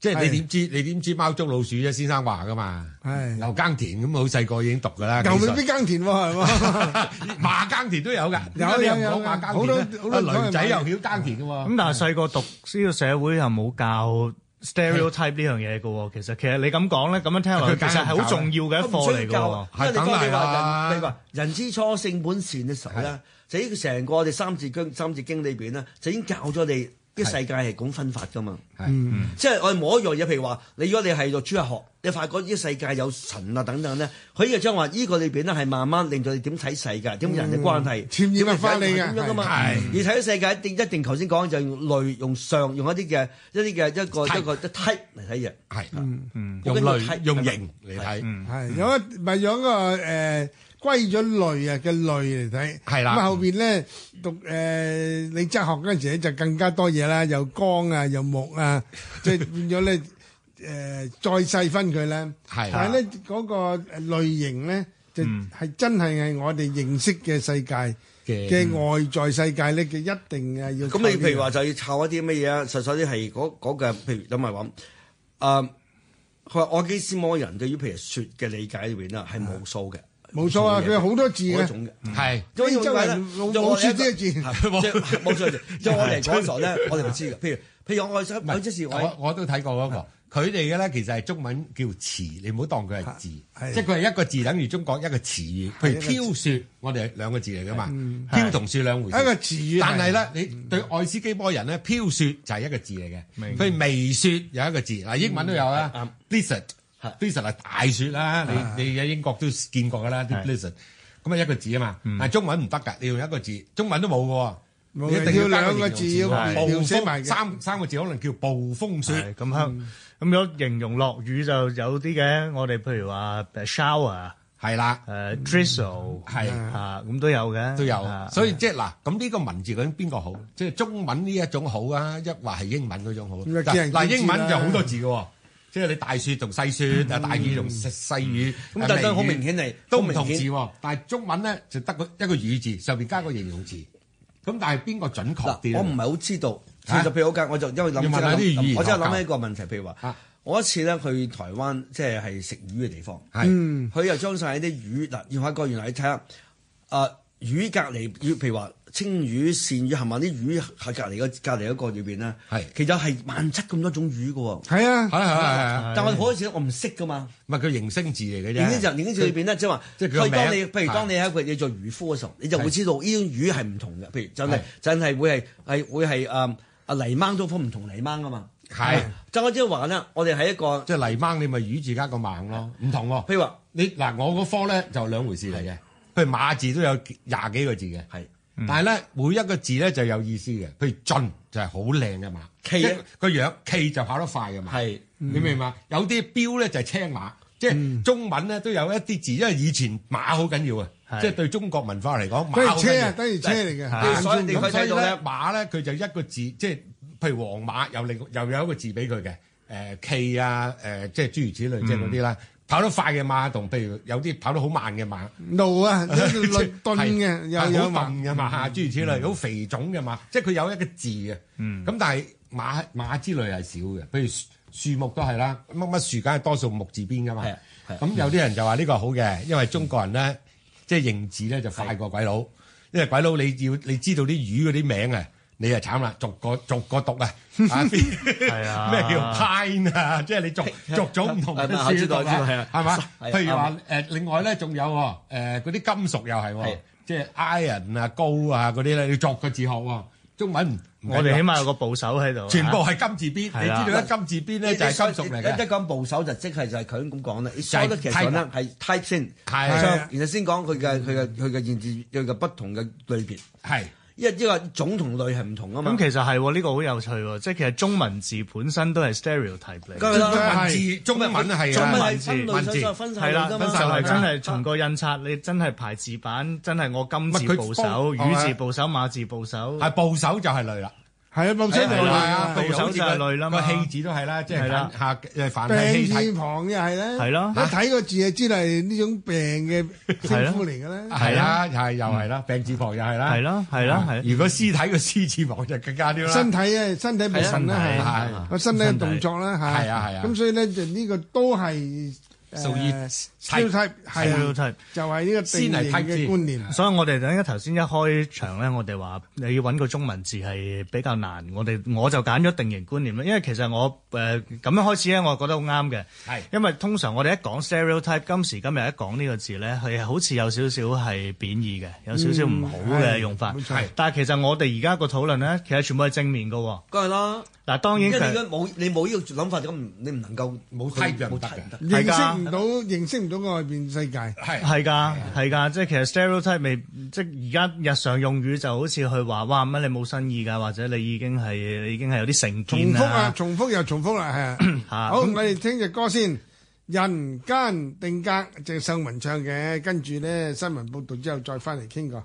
Speaker 6: 即係
Speaker 3: 係
Speaker 6: 你點知你點知貓捉老鼠啫？先生話噶嘛，
Speaker 3: 係
Speaker 6: 牛耕田咁好細個已經讀噶啦。
Speaker 3: 牛
Speaker 6: 其
Speaker 3: 未
Speaker 6: 實
Speaker 3: 必耕田喎，係嘛？
Speaker 6: 馬耕田都有㗎，
Speaker 3: 有
Speaker 6: 點解你又唔
Speaker 3: 有有
Speaker 6: 講馬
Speaker 3: 好多
Speaker 6: 耕
Speaker 3: 好
Speaker 6: 田
Speaker 3: 多
Speaker 6: 咧？阿女仔又
Speaker 3: 人
Speaker 6: 曉耕田㗎喎。
Speaker 4: 咁但係細個讀呢個社會又冇教 stereotype 呢樣嘢嘅喎。其實其實你咁講咧，咁樣聽落去，
Speaker 6: 佢
Speaker 4: 其
Speaker 6: 梗係唔
Speaker 4: 實係好
Speaker 6: 教啦
Speaker 4: 重要嘅一
Speaker 5: 都唔
Speaker 4: 課
Speaker 5: 需
Speaker 4: 嚟
Speaker 5: 要
Speaker 4: 嘅
Speaker 5: 教
Speaker 4: 喎
Speaker 5: 啊。因為你
Speaker 6: 係梗
Speaker 5: 當
Speaker 6: 係
Speaker 5: 你話
Speaker 6: 啦
Speaker 5: 人，你話人之初性本善嘅時候咧，就呢個成個我哋三字經三字經裏邊咧，就已經教咗你啲世界係咁分法噶嘛。
Speaker 6: 係
Speaker 5: 即係我哋冇一樣嘢，譬如話，你如果你係讀主日學，你發覺呢個世界有神啊等等咧，佢呢個將話呢個裏邊咧係慢慢令到你點睇世界，點人嘅關係，
Speaker 3: 潛移默化你嘅
Speaker 5: 點樣噶嘛？
Speaker 6: 係
Speaker 5: 而睇世界一定一定頭先講就用類用相用一啲嘅一啲嘅一個一個一 type 嚟睇嘢。
Speaker 6: 係
Speaker 5: 用
Speaker 6: 用
Speaker 5: 睇
Speaker 6: 類用形嚟睇，
Speaker 3: 係有一咪有一個誒歸咗類啊嘅類嚟睇，
Speaker 6: 係啦
Speaker 3: 咁後邊咧讀誒你則學嗰陣時咧就更加多嘢啦，又光啊，又木 啊，即係變咗咧誒再細分佢咧。
Speaker 6: 係
Speaker 3: 但係咧嗰個類型咧就係真係係我哋認識嘅世界
Speaker 6: 嘅
Speaker 3: 嘅外在世界咧，嘅一定係要
Speaker 5: 咁
Speaker 3: 靠呢
Speaker 5: 你
Speaker 3: 個
Speaker 5: 譬如話就要靠一啲乜嘢啊？實際啲係嗰嗰嘅，譬如諗埋話，誒，啊佢話愛基斯摩人對於譬如雪嘅理解啊裏邊啦，係無數嘅，
Speaker 3: 冇錯啊，佢有好多字
Speaker 5: 嗰
Speaker 3: 嘅。
Speaker 5: 種嘅。
Speaker 6: 係
Speaker 5: 因為點解咧
Speaker 3: 周圍冇
Speaker 5: 就我哋一
Speaker 3: 冇雪呢個字
Speaker 5: 個 係即係冇錯字。就我嚟講嘅時候咧，我哋唔知嘅。譬如譬如我想
Speaker 6: 唔係
Speaker 5: 有即是
Speaker 6: 我我都睇過嗰個，佢哋嘅咧其實係中文叫詞，你唔好當佢係字，
Speaker 3: 係
Speaker 6: 即係佢係一個字等於中國一個詞語。譬如挑雪，我哋係兩個字嚟噶嘛，
Speaker 4: 係
Speaker 6: 挑同雪兩回事。
Speaker 3: 一個詞語
Speaker 6: 但係咧，你對愛斯基摩人咧，飄雪就係一個字嚟嘅，
Speaker 4: 明
Speaker 6: 佢微雪有一個字，嗱英文都有
Speaker 5: 嗯
Speaker 6: 啊，blizzard。
Speaker 5: 係
Speaker 6: blizzard 係大雪啦，你你喺英國都見過㗎啦啲
Speaker 4: 係
Speaker 6: blizzard，咁啊一個字啊嘛，但係中文唔得㗎，你用一個字，中文都冇㗎
Speaker 3: 冇
Speaker 6: 喎，
Speaker 3: 嘅
Speaker 6: 你一定
Speaker 3: 要
Speaker 6: 加
Speaker 3: 兩個字
Speaker 6: 形容
Speaker 3: 要
Speaker 6: 喎
Speaker 3: 描
Speaker 6: 暴
Speaker 3: 寫
Speaker 6: 風
Speaker 3: 埋嘅
Speaker 6: 三三個字可能叫暴風雪。
Speaker 4: 係咁香。咁如果形容落雨就有啲嘅，我哋譬如話誒 shower、
Speaker 6: 係啦，
Speaker 4: 誒 drizzle
Speaker 6: 係
Speaker 4: 啊，咁都有嘅，
Speaker 6: 都有
Speaker 4: 啊，
Speaker 6: 所以即係嗱，咁呢個文字究竟邊個好？即係中文呢一種好啊，抑或係英文嗰種好？
Speaker 5: 啊
Speaker 3: 咁就見仁見智啦
Speaker 6: 嗱，英文就好多字嘅喎，即係你大雪同細雪，啊大雨同細細雨，
Speaker 5: 嗯咁
Speaker 6: 啊
Speaker 5: 特登好
Speaker 6: 微雨
Speaker 5: 明顯係
Speaker 6: 都
Speaker 5: 好
Speaker 6: 唔
Speaker 5: 明
Speaker 6: 同字
Speaker 5: 顯
Speaker 6: 喎。但係中文咧就得個一個雨字，上邊加個形容字。咁但係邊個準確啲
Speaker 5: 嗱，
Speaker 6: 呢
Speaker 5: 我唔係好知道。其
Speaker 6: 嚇
Speaker 5: 實譬如好簡，我就因為諗
Speaker 6: 要問下啲語言
Speaker 5: 我真係
Speaker 6: 學
Speaker 5: 諗
Speaker 6: 家
Speaker 5: 起一個問題，譬如話
Speaker 6: 嚇，
Speaker 5: 我一次咧去台灣，即係係食魚嘅地方，
Speaker 6: 係
Speaker 5: 佢又將晒啲魚嗱，要發覺原來你睇下，啊魚隔離魚，譬如話青魚、鱔魚，係咪啲魚喺隔離個隔離嗰個裏邊咧？
Speaker 6: 係
Speaker 5: 其實係萬七咁多種魚嘅喎。
Speaker 3: 係啊，
Speaker 6: 係係係係，
Speaker 5: 但我嗰陣時我唔識噶嘛，
Speaker 6: 唔係佢形聲字嚟嘅啫。
Speaker 5: 影經就影經字裏邊咧，即係話，
Speaker 6: 即係佢個
Speaker 5: 佢當你
Speaker 6: 名
Speaker 5: 譬如當你喺佢你做漁夫嘅時候，你就會
Speaker 6: 係
Speaker 5: 知道呢種魚係唔同嘅。譬如真係
Speaker 6: 係
Speaker 5: 真係會係係會係誒啊泥掹都分唔同泥掹噶嘛。
Speaker 6: 係
Speaker 5: 嘛就我即係話咧，我哋喺一個
Speaker 6: 即係泥掹，你咪魚字加個孟咯，唔同喎。
Speaker 5: 譬如話
Speaker 6: 你嗱，我嗰科咧就兩回事嚟嘅。譬如馬字都有廿幾個字嘅，
Speaker 5: 係
Speaker 6: 但係咧每一個字咧就有意思嘅。譬如進就係好靚嘅馬，
Speaker 5: 騎
Speaker 6: 即係個樣騎就跑得快嘅馬，
Speaker 5: 係
Speaker 6: 你明唔明啊？有啲標咧就係青馬，即係中文咧都有一啲字，因為以前馬好緊要啊，
Speaker 4: 係
Speaker 6: 即係對中國文化嚟講，馬
Speaker 3: 等於
Speaker 6: 好緊
Speaker 3: 車
Speaker 6: 要
Speaker 3: 啊，。等於車嚟嘅，
Speaker 4: 係
Speaker 3: 眼
Speaker 5: 所以
Speaker 3: 中
Speaker 5: 你
Speaker 3: 咁
Speaker 5: 佢
Speaker 6: 咁所以
Speaker 5: 睇到咧
Speaker 6: 咧馬咧，佢就一個字，即係譬如黃馬有另又有一個字俾佢嘅，誒騎啊，誒即係諸如此類，即係嗰啲
Speaker 5: 嗯
Speaker 6: 啦。跑得快嘅馬同譬如有啲跑得好慢嘅馬，
Speaker 3: 路啊，
Speaker 6: Ờ,
Speaker 3: 即係
Speaker 6: 即係
Speaker 3: 律頓嘅，
Speaker 6: 係
Speaker 3: 又
Speaker 6: 好
Speaker 3: 有
Speaker 6: 笨
Speaker 3: 埋
Speaker 6: 嘅馬，諸如此
Speaker 5: 嗯
Speaker 6: 類，好肥腫嘅馬，即係佢有一個字嘅。咁但係馬馬之類係少嘅，譬如樹樹木都係啦，乜乜樹梗係多數木字邊噶嘛
Speaker 5: 係啊係啊。嗯
Speaker 6: 咁有啲人就話呢個好嘅，因為中國人咧即係認字咧就快過鬼佬，因為鬼佬你要你知道啲魚嗰啲名啊。你就慘啦，逐個逐個讀啊！ 啊邊
Speaker 4: 係啊
Speaker 6: 咩叫 pine 啊？即係你逐逐種唔同嘅
Speaker 5: 係係我
Speaker 6: 書
Speaker 5: 知
Speaker 6: 讀
Speaker 5: 道我知道係啊
Speaker 6: 啊，係嘛？
Speaker 5: 係啊
Speaker 6: 譬如
Speaker 5: 啱
Speaker 6: 話
Speaker 5: 啊
Speaker 6: 誒，另外咧仲有喎，誒嗰啲金屬又係
Speaker 5: 係
Speaker 6: 喎，即係 iron 啊、高啊嗰啲咧，要作個字學喎。中文唔唔緊要
Speaker 4: 我哋起碼有個部首喺度，
Speaker 6: 全部係金字邊，
Speaker 4: 係啦
Speaker 6: 你知道一金字邊咧就係金屬嚟
Speaker 5: 一一
Speaker 6: 嘅，
Speaker 5: 講部首就即係就係佢咁講啦。你所得其實咧係 type 先，
Speaker 6: 係
Speaker 5: 上然後先講佢嘅佢嘅佢嘅現字佢嘅不同嘅類別，
Speaker 6: 係
Speaker 5: 因為因為種同類係唔同啊嘛
Speaker 4: 咁。其實係喎，呢個好有趣喎，即係其實中文字本身都係 stereotype 嚟
Speaker 5: 梗
Speaker 4: 嘅。
Speaker 5: 係啦
Speaker 6: 文字中文係
Speaker 5: 中文
Speaker 6: 啊，
Speaker 5: 係分類上上分晒
Speaker 4: 係啦，
Speaker 5: 㗎
Speaker 4: 就
Speaker 5: 嘛。
Speaker 4: 係真係從個印刷，你真係排字版，真係我金字部首、
Speaker 6: 唔係佢幫
Speaker 4: 魚字部首、馬字部啊首，
Speaker 6: 係部首就係類啦，
Speaker 3: 係啊，部
Speaker 6: Ờ,
Speaker 3: 車
Speaker 4: 係
Speaker 3: 嚟
Speaker 4: 啊
Speaker 3: 啊，
Speaker 4: 部首就係類啦嘛
Speaker 6: 個氣字都係啦，即
Speaker 4: 係
Speaker 6: 係
Speaker 4: 啦
Speaker 6: 反下誒凡係氣
Speaker 3: 病字
Speaker 6: 體
Speaker 3: 旁又係咧，
Speaker 4: 係咯
Speaker 3: 一睇個字就知係呢種病嘅稱呼嚟嘅啦。
Speaker 6: 係啦，又係又係啦，病字旁又係啦，
Speaker 4: 係啦係啦係啦
Speaker 6: 如果屍體個屍字旁就更加啲啦，
Speaker 3: 身體啊，身體部分
Speaker 4: 係
Speaker 3: 啦，
Speaker 4: 啊
Speaker 6: 係
Speaker 3: 係個身體嘅動作啦，嚇
Speaker 6: 係啊係啊
Speaker 3: 咁所以咧就呢個都係誒
Speaker 6: 屬於
Speaker 3: stereotype，係
Speaker 4: stereotype
Speaker 3: 就係呢個定
Speaker 6: 先係
Speaker 3: 型
Speaker 6: type
Speaker 3: 嘅
Speaker 6: 先
Speaker 3: 觀念。
Speaker 4: 所以我哋等一頭先一開場咧，我哋話你要揾個中文字係比較難，我哋我就揀咗定型觀念啦，因為其實我誒咁、樣開始咧，我覺得好啱嘅，
Speaker 6: 係
Speaker 4: 因為通常我哋一講 stereotype，今時今日一講呢個字咧，係好似有少少係貶義嘅，有少少唔好嘅
Speaker 3: 嗯
Speaker 4: 用法，
Speaker 3: 冇錯
Speaker 4: 係但係其實我哋而家個討論咧，其實全部係正面嘅喎。
Speaker 5: 梗係啦。
Speaker 4: 嗱，當
Speaker 5: 因
Speaker 4: 然
Speaker 5: 為你
Speaker 4: 佢
Speaker 5: 而家冇你冇呢個諗法，咁你唔能夠
Speaker 6: 冇 type 就唔得嘅
Speaker 5: type
Speaker 3: 認
Speaker 4: 係㗎
Speaker 3: 識唔到，認識唔到外邊世界。
Speaker 6: 係
Speaker 4: 係㗎，係㗎，即係其實 stereotype 未，即係而家日常用語就好似去話，哇乜你冇新意㗎，或者你已經係你已經係有啲成
Speaker 3: 重
Speaker 4: 見
Speaker 3: 複啊，
Speaker 4: 啦。
Speaker 3: 重複又重複啦，係 啊。
Speaker 4: 嚇
Speaker 3: 好，我
Speaker 4: 咁
Speaker 3: 哋聽只歌先。人間定格，鄭秀文唱嘅，跟住咧新聞報道之後再翻嚟傾過。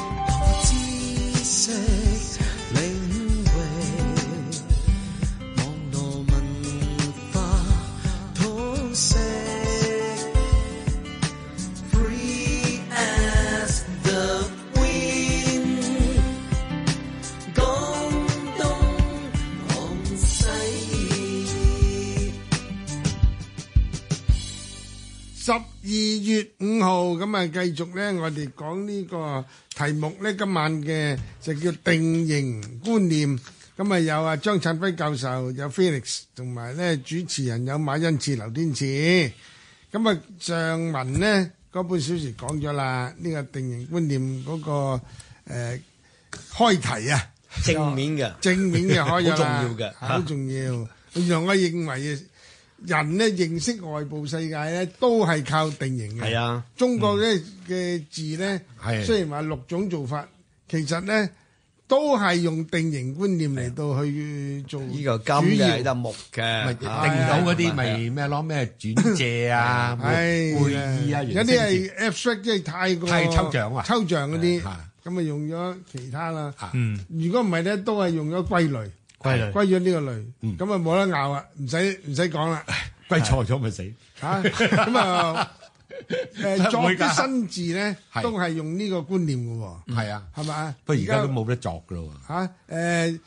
Speaker 2: 知識領域，網絡文化通識，free as the wind，廣東廣西。
Speaker 3: 十二月五號咁啊，繼續咧，我哋講啊呢個題目咧，今晚嘅就叫定型觀念。咁啊，有啊張燦輝教授，有 Felix，同埋咧主持人有馬恩賜、劉天賜。咁啊，上文呢，嗰半小時講咗啦，呢、個定型觀念嗰、個誒、呃、開題啊。
Speaker 5: 正面嘅。
Speaker 3: 正面嘅可以啦
Speaker 5: 好重要嘅
Speaker 3: 好重要。原來我認為人咧認識外部世界咧，都係靠定型嘅。
Speaker 5: 係啊，
Speaker 3: 中國咧嘅字咧，
Speaker 6: 係
Speaker 3: 雖然話六種做法，其實咧都係用定型觀念嚟到去做
Speaker 5: 呢個金
Speaker 3: 主
Speaker 5: 嘅，呢
Speaker 3: 要。
Speaker 5: 個木嘅，
Speaker 6: 咪定到嗰啲咪咩咯？咩轉借 啊、
Speaker 3: 唉
Speaker 6: 會議啊，
Speaker 3: 哎有啲係 abstract，即係太過
Speaker 6: 太抽象啊
Speaker 3: 抽象嗰啲，
Speaker 6: 係
Speaker 3: 咁啊用咗其他啦。
Speaker 4: 嗯，
Speaker 3: 如果唔係咧，都係用咗歸類，
Speaker 4: 歸類
Speaker 3: 歸咗呢個
Speaker 6: 嗯
Speaker 3: 類，咁啊冇得拗啊，唔使唔使講啦。
Speaker 6: 歸錯咗咪死。
Speaker 3: 嚇咁啊誒作
Speaker 6: 會
Speaker 3: 啲
Speaker 6: 㗎
Speaker 3: 新字咧，
Speaker 6: 係
Speaker 3: 都係用呢個觀念嘅喎，
Speaker 6: 係啊，
Speaker 3: 係咪啊？
Speaker 6: 不過而家都冇得作噶咯
Speaker 3: 嚇誒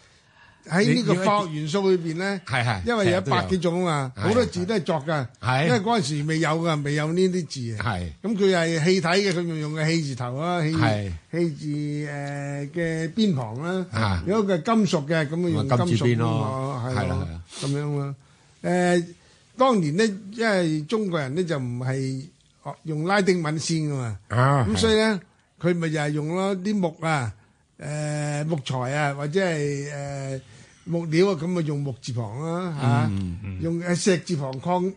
Speaker 3: 喺呢個
Speaker 6: 你你
Speaker 3: 化學元素裏邊咧，
Speaker 6: 喎。係係，
Speaker 3: 因為有百幾種啊嘛，
Speaker 6: 係
Speaker 3: 好多字都係作㗎，
Speaker 6: 係
Speaker 3: 因為嗰陣時未有㗎，未有呢啲字啊。
Speaker 6: 係
Speaker 3: 咁佢係氣體嘅，佢咪用個氣字頭啦，氣
Speaker 6: 係
Speaker 3: 氣字誒嘅邊旁啦
Speaker 6: 啊。
Speaker 3: 如果佢係金屬嘅，咁咪用
Speaker 6: 咪金字
Speaker 3: 金屬
Speaker 6: 邊咯
Speaker 3: 咁啊係
Speaker 6: 係啦
Speaker 3: 咯
Speaker 6: 係啦，
Speaker 3: 咁樣咯。誒，當年咧，因為中國人咧就唔係學用拉丁文先噶嘛，
Speaker 6: 啊
Speaker 3: 咁所以咧佢咪就係用咯啲木啊、誒木材啊，或者係誒木料啊，咁咪用木字旁啦嚇，用誒石字旁礦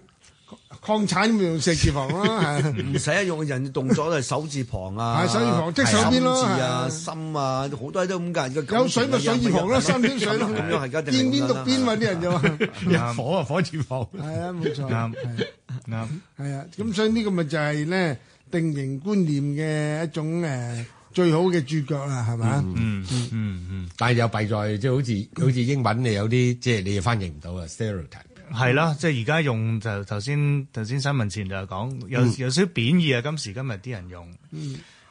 Speaker 3: 礦產咪用石字旁啦嚇。
Speaker 5: 唔使用人嘅動作都係手字旁啊，
Speaker 3: 嗯係手字旁即係手邊咯
Speaker 5: 心字啊、
Speaker 3: 係
Speaker 5: 心啊，好多都咁㗎。個感
Speaker 3: 有水咪
Speaker 5: 情
Speaker 3: 水
Speaker 5: 啊
Speaker 3: 字旁咯，
Speaker 5: 有乜嘢
Speaker 3: 三點水咯，
Speaker 5: 咁樣係一定
Speaker 3: 邊邊
Speaker 5: 係咁
Speaker 3: 讀
Speaker 5: 樣啦啊
Speaker 3: 邊嘛，啲人就話係
Speaker 6: 有 火啊，火字火。
Speaker 3: 啊，冇錯，
Speaker 4: 啱
Speaker 3: 係啊
Speaker 4: 啱。
Speaker 3: 係啊，咁所以呢個咪就係咧定型觀念嘅一種誒最好嘅注腳啦，係嘛？
Speaker 4: 嗯嗯嗯，
Speaker 6: 但係又弊在即係好似好似英文你有啲即係你又翻譯唔到啊 stereotype。
Speaker 4: 係啦，即係而家用就頭先頭先新聞前就係講
Speaker 3: 嗯
Speaker 4: 有有少少貶義啊，今時今日啲人用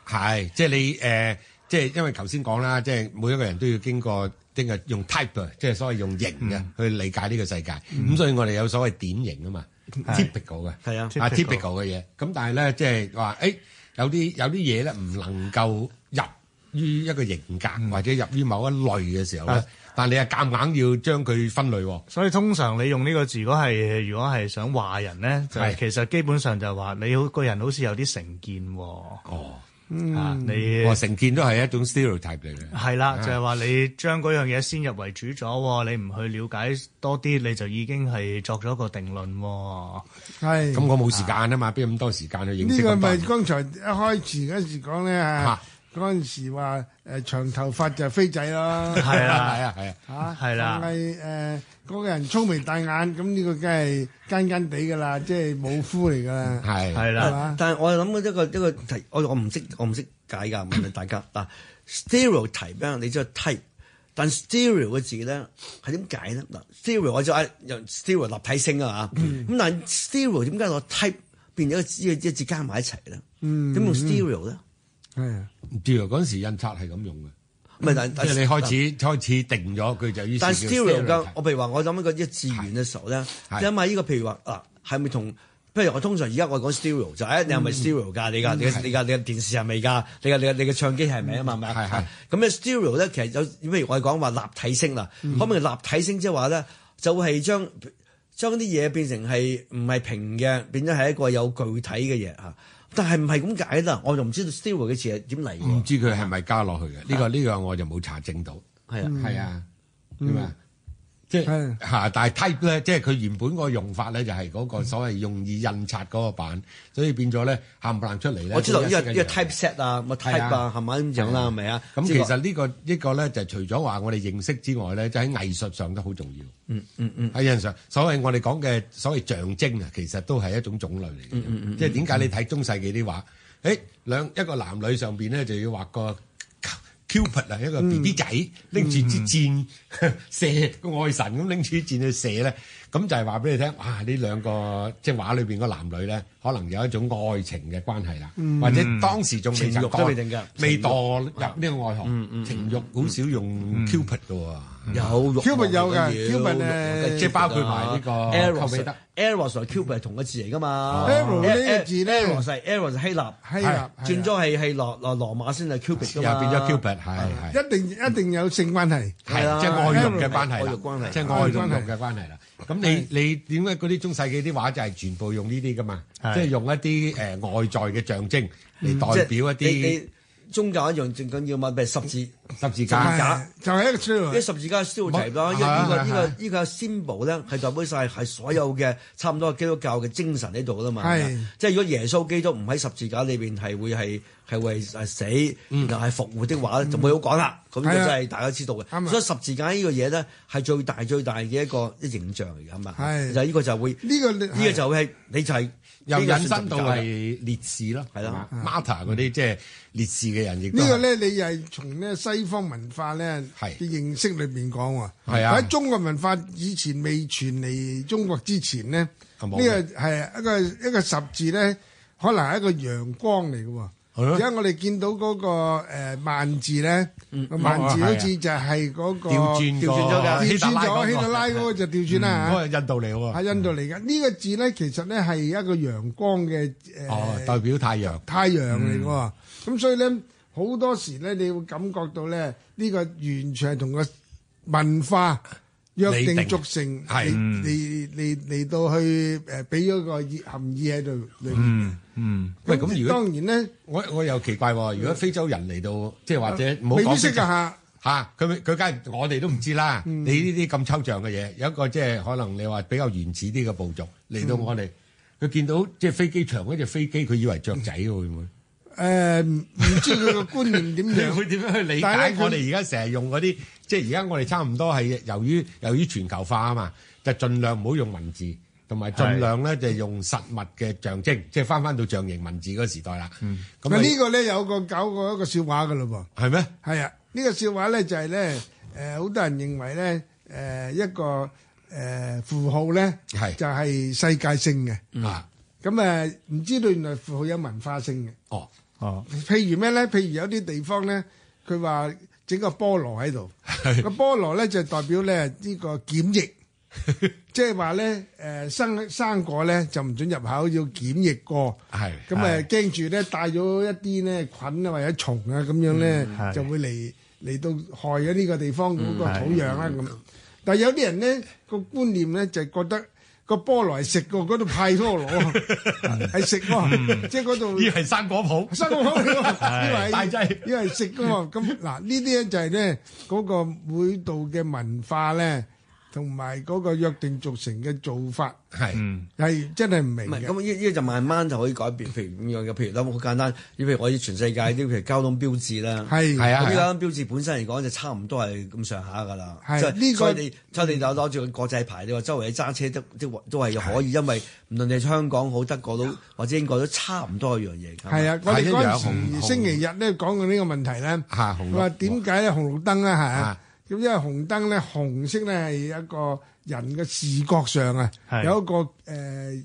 Speaker 6: 係即係你誒，即係因為頭先講啦，即係每一個人都要經過經過用 type 啊，即係所謂用型嘅去理解呢個世界。咁所以我哋有所謂典型啊嘛，typical 嘅
Speaker 5: 係啊
Speaker 6: 啊
Speaker 4: typical
Speaker 6: typical 嘅嘢。咁但係咧，即係話誒有啲有啲嘢咧唔能夠入於一個型格或者入於某一類嘅時候咧
Speaker 4: 啊，
Speaker 6: 但係你係夾硬要將佢分類喎。
Speaker 4: 所以通常你用呢個字，如果係如果係想話人咧，就係
Speaker 6: 係
Speaker 4: 其實基本上就係話你好個人好似有啲成見喎，
Speaker 6: 哦。
Speaker 4: 啊你
Speaker 6: 我成見都係一種 stereotype 嚟嘅。
Speaker 4: 係啦，就係話你將嗰樣嘢先入為主咗喎，你唔去了解多啲，你就已經係作咗個定論喎。
Speaker 3: 係
Speaker 6: 咁我冇時間啊嘛，邊有咁多時間去認
Speaker 3: 呢
Speaker 6: 識
Speaker 3: 個
Speaker 6: 咁多
Speaker 3: 咪
Speaker 6: 人？
Speaker 3: 剛才一開始嗰時講咧
Speaker 6: 嚇
Speaker 3: 嗰陣時話誒長頭髮就係飛仔咯，
Speaker 4: 係
Speaker 6: 啊
Speaker 4: 啦，
Speaker 6: 係啊係啊，
Speaker 3: 嚇
Speaker 4: 係啦
Speaker 3: 但係誒嗰個人粗眉大眼，咁呢個梗係奸奸地㗎啦，即係武夫嚟㗎啦，
Speaker 6: 係
Speaker 4: 係
Speaker 3: 係
Speaker 4: 啦，
Speaker 3: 嘛？
Speaker 5: 但係我諗嘅一個一個題，我我唔識我唔識解㗎，問大家嗱 stereotype 咧，你知道 type，但 stereo 嘅字咧係點解咧？嗱 stereo 我就啊由 stereo 立體聲啊嚇，
Speaker 3: 嗯
Speaker 5: 咁但 stereo 點解個 type 變咗一個字一個字加埋一齊咧？
Speaker 3: 嗯
Speaker 5: 點用 stereo 咧？
Speaker 3: 係啊，
Speaker 6: 唔知啊，嗰陣時印刷係咁用嘅，
Speaker 5: 唔係但
Speaker 6: 即係你開始開始定咗佢就於是
Speaker 5: 但
Speaker 6: 叫
Speaker 5: stereo 嘅
Speaker 6: stereotype，
Speaker 5: 我譬如話我諗一個一字元嘅時候咧，
Speaker 6: 係
Speaker 5: 因為呢個譬如話嗱係咪同？譬如我通常而家我講 stereo 就係誒你
Speaker 6: 嗯
Speaker 5: 係咪 stereo 㗎？你㗎你㗎你㗎你嘅電視係咪㗎？你㗎你㗎你嘅唱機係咪啊嘛？係咪
Speaker 6: 嗯係係
Speaker 5: 啊？咁咧 stereo 咧其實有譬如我哋講話立體聲啦，
Speaker 6: 嗯
Speaker 5: 可唔可以立體聲即係話咧就係將將啲嘢變成係唔係平嘅，變咗係一個有具體嘅嘢嚇。啊但係唔係咁解啦，我就唔知道 stereo 嘅詞係點嚟
Speaker 6: 唔
Speaker 5: 嘅。
Speaker 6: 知佢係咪加落去嘅？
Speaker 5: 啊
Speaker 6: 呢個呢個我就冇查證到。
Speaker 5: 係啊，
Speaker 6: 係啊，
Speaker 5: 嗯
Speaker 6: 咁啊，即
Speaker 3: 係
Speaker 6: 係嚇，但係 type 咧，即係佢原本個用法咧，就係嗰個所謂用以印刷嗰個版，所以變咗咧冚唪唥出嚟咧。
Speaker 5: 我知道呢個
Speaker 6: 都
Speaker 5: 呢
Speaker 6: 一式一
Speaker 5: 個
Speaker 6: 樣
Speaker 5: type set 啊，個
Speaker 6: 係
Speaker 5: type
Speaker 6: 啊
Speaker 5: 啊，係咪咁樣啦？係咪啊？
Speaker 6: 咁
Speaker 5: 知
Speaker 6: 其
Speaker 5: 道
Speaker 6: 實呢、個呢、個咧就除咗話我哋認識之外咧，就喺藝術上都好重要。嗯嗯嗯，喺人上所謂我哋講嘅所謂象徵啊，其實都係一種種類嚟
Speaker 5: 嗯
Speaker 6: 嘅。即係點解你睇中世紀啲畫？誒兩一個男女上邊咧就要畫個 Cupid 啊，一
Speaker 5: 嗯
Speaker 6: 個 B B 仔拎住支箭射個愛神咁拎住支箭去射咧。咁就係話俾你聽，哇！呢兩個即係畫裏邊個男女咧，可能有一種愛情嘅關係啦，或者當時仲未
Speaker 5: 嗯情慾都未定㗎
Speaker 6: 未
Speaker 5: 情慾嗯
Speaker 6: 墮入呢個愛河。情慾好少用 Cupid 嘅喎。
Speaker 5: 有
Speaker 3: Cupid 有㗎，Cupid，誒
Speaker 6: 呃即係包括埋呢個寇美
Speaker 5: Eros
Speaker 6: 德哦
Speaker 5: Eros 啊同 Cupid 係同一字嚟㗎嘛
Speaker 3: Eros 呢個字呢
Speaker 5: Eros 係 Eros 係希臘，
Speaker 3: 希臘
Speaker 5: 轉咗係係羅羅羅馬先係 Cupid 㗎
Speaker 6: 又
Speaker 5: 嘛，
Speaker 6: 啊變咗 Cupid，係
Speaker 5: 啊
Speaker 6: 係。
Speaker 3: 一定一定有性關係。
Speaker 5: 係啊
Speaker 6: 係即係愛欲嘅關係
Speaker 5: 愛
Speaker 6: 啦
Speaker 5: 欲關係，
Speaker 6: 即係愛同欲嘅關係啦。咁你你點解嗰啲中世紀啲畫就係全部用呢啲噶嘛？即
Speaker 4: 係
Speaker 6: 係用一啲誒外在嘅象徵嚟代表一
Speaker 5: 即係你
Speaker 6: 啲
Speaker 5: 你宗教一樣最緊要嘛，譬如十字。
Speaker 6: 十字
Speaker 5: 假
Speaker 6: 架。
Speaker 5: 假
Speaker 3: 就係一個 t r
Speaker 5: 呢十字架 s t e r e o t y 啦，因為呢
Speaker 6: 冇
Speaker 5: 個
Speaker 6: 係
Speaker 5: 呢
Speaker 6: 係
Speaker 5: 個呢個 symbol 咧係代表晒係所有嘅差唔多基督教嘅精神喺度啦嘛。
Speaker 3: 係
Speaker 5: 係咪即係如果耶穌基督唔喺十字架裏邊係會係係會係死，
Speaker 6: 嗯
Speaker 5: 然後係復活的話咧，就冇嘢好講啦。咁呢
Speaker 3: 係
Speaker 5: 個
Speaker 3: 啊
Speaker 5: 真係大家知道
Speaker 3: 啱啊
Speaker 5: 嘅。所以十字架呢個嘢咧係最大最大嘅一個一形象嚟㗎嘛。
Speaker 3: 係
Speaker 5: 就係呢個就會
Speaker 3: 呢個
Speaker 5: 呢個就係你就係
Speaker 6: 又
Speaker 5: 呢個
Speaker 6: 引
Speaker 5: 算十字架
Speaker 6: 申到
Speaker 5: 啦
Speaker 6: 係烈士咯，
Speaker 5: 係啦
Speaker 6: ，Marta 嗰啲即係烈士嘅人亦都
Speaker 3: 呢個啊
Speaker 6: 係
Speaker 3: 咧，你又係從咧西方文化咧
Speaker 6: 係
Speaker 3: 嘅認識裏邊講喎。
Speaker 6: 係啊
Speaker 3: 喺中國文化以前未傳嚟中國之前咧，呢
Speaker 6: 係
Speaker 3: 個
Speaker 6: 冇
Speaker 3: 係一個一個十字咧，可能係一個陽光嚟嘅喎。
Speaker 6: 係咯
Speaker 3: 而家我哋見到嗰個誒萬字咧，個萬字好似就係嗰個
Speaker 6: 調
Speaker 5: 調轉
Speaker 6: 轉
Speaker 5: 咗㗎
Speaker 3: 調轉咗希
Speaker 6: 希
Speaker 3: 特拉
Speaker 6: 特拉
Speaker 3: 嗰
Speaker 6: 嗰
Speaker 3: 個就調轉啦
Speaker 6: 嗯嗰
Speaker 3: 嚇
Speaker 6: 個印度嚟喎，
Speaker 3: 啊喺印度嚟嘅呢個字咧，其實咧係一個陽光嘅誒。
Speaker 6: 哦，代表太陽。
Speaker 3: 太陽嚟嘅
Speaker 6: 嗯
Speaker 3: 喎，咁、所以咧好多時咧，你會感覺到咧呢、個完全係同個文化約
Speaker 6: 你
Speaker 3: 定
Speaker 6: 定
Speaker 3: 俗成，
Speaker 6: 係嗯
Speaker 3: 嚟嚟嚟嚟到去誒俾咗個意含義喺度裏面。
Speaker 4: 嗯，
Speaker 6: 喂，咁如果
Speaker 3: 當然咧，
Speaker 6: 我我又奇怪喎，如果非洲人嚟到，即係或者唔好
Speaker 3: 未必
Speaker 6: 講
Speaker 3: 識
Speaker 6: 非
Speaker 3: 㗎
Speaker 6: 洲
Speaker 3: 嚇，
Speaker 6: 嚇啊佢佢梗係我哋都唔知啦。
Speaker 3: 嗯
Speaker 6: 你呢啲咁抽象嘅嘢，有一個即係可能你話比較原始啲嘅部族嚟到
Speaker 3: 嗯
Speaker 6: 我哋，佢見到即係飛機場嗰只飛機，佢以為雀仔喎，會唔會？
Speaker 3: 誒唔知佢個觀念嗯 點
Speaker 6: 你
Speaker 3: 樣
Speaker 6: 會。點樣去理
Speaker 3: 但係
Speaker 6: 解
Speaker 3: 咧佢
Speaker 6: 我哋而家成日用嗰啲，即係而家我哋差唔多係由於由於全球化啊嘛，就盡量唔好用文字，同埋盡量咧就用實物嘅象徵，即係翻翻到象形文字嗰個時代啦。咁
Speaker 3: 嗯嗱
Speaker 6: 你
Speaker 3: 呢個咧有個搞過一個笑話㗎嘞噃。
Speaker 6: 係咩？
Speaker 3: 係啊，呢、個笑話咧就係咧，誒、好多人認為咧，誒、一個誒、符號咧，
Speaker 6: 係
Speaker 3: 就係世界性嘅，
Speaker 6: 啊，
Speaker 3: 咁誒唔知道原來符號有文化性嘅。
Speaker 6: 哦，
Speaker 4: 哦，
Speaker 3: 譬如咩咧？譬如有啲地方咧，佢話整個菠蘿喺度，個菠蘿咧就代表咧呢個檢 疫，即係話咧誒生生果咧就唔准入口，要檢疫過。
Speaker 6: 係
Speaker 3: 咁誒驚住咧帶咗一啲咧菌啊或者蟲啊咁樣咧
Speaker 6: 嗯
Speaker 4: 係
Speaker 3: 就會嚟嚟到害咗呢個地方嗰個土壤啦咁。但係有啲人咧個觀念咧就係覺得個菠蘿係食過嗰度派菠 蘿，係食喎，即係嗰度
Speaker 6: 嗯以為生果鋪。
Speaker 3: 生好好呢
Speaker 6: 哎大
Speaker 3: 位
Speaker 6: 劑，
Speaker 3: 因為食噶嘛。咁嗱，呢啲咧就係咧嗰個每度嘅文化咧，同埋嗰個約定俗成嘅做法，
Speaker 6: 係。
Speaker 3: 係真係唔明
Speaker 5: 唔係
Speaker 3: 嘅。
Speaker 5: 咁，呢呢就慢慢就可以改變，譬如咁樣嘅，譬如啦，好簡單，你譬如我哋全世界啲譬如交通標誌啦，
Speaker 3: 係
Speaker 6: 係啊
Speaker 5: 咁呢交通標誌本身嚟講就差唔多係咁上下㗎啦。
Speaker 3: 係
Speaker 5: 即係
Speaker 3: 呢個
Speaker 5: 所以你所以你就攞住個國際牌，你話周圍揸車都都都係可以，因為唔論你係香港好、德國都或者英國都差唔多一樣嘢㗎。
Speaker 3: 係啊，我哋
Speaker 6: 係一
Speaker 3: 嗰
Speaker 6: 樣
Speaker 3: 陣時
Speaker 6: 紅
Speaker 3: 星期日咧講過呢個問題咧，
Speaker 6: 嚇啊紅綠
Speaker 3: 話啊點解咧紅綠燈咧係
Speaker 6: 嗯啊
Speaker 3: 咁因為紅燈咧紅色咧係一個人嘅視覺上啊，
Speaker 4: 係
Speaker 3: 有一個誒、呃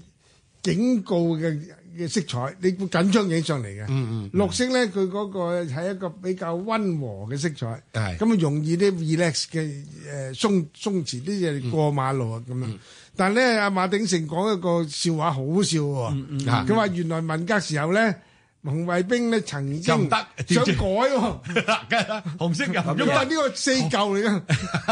Speaker 3: 警告嘅嘅色彩，你會緊張影上嚟嘅。嗯嗯綠色咧佢嗰個係一個比較温和嘅色彩，
Speaker 6: 係
Speaker 3: 咁啊容易啲 relax 嘅誒鬆鬆弛啲嘢過馬路啊咁
Speaker 6: 嗯
Speaker 3: 樣。但係咧，阿馬鼎盛講一個笑話好笑喎，
Speaker 6: 嗯
Speaker 3: 佢話原來文革時候咧，紅衛兵咧曾經
Speaker 6: 就
Speaker 3: 想
Speaker 6: 唔得
Speaker 3: 改喎。
Speaker 6: 紅色又唔
Speaker 3: 咁但係呢個四嚿嚟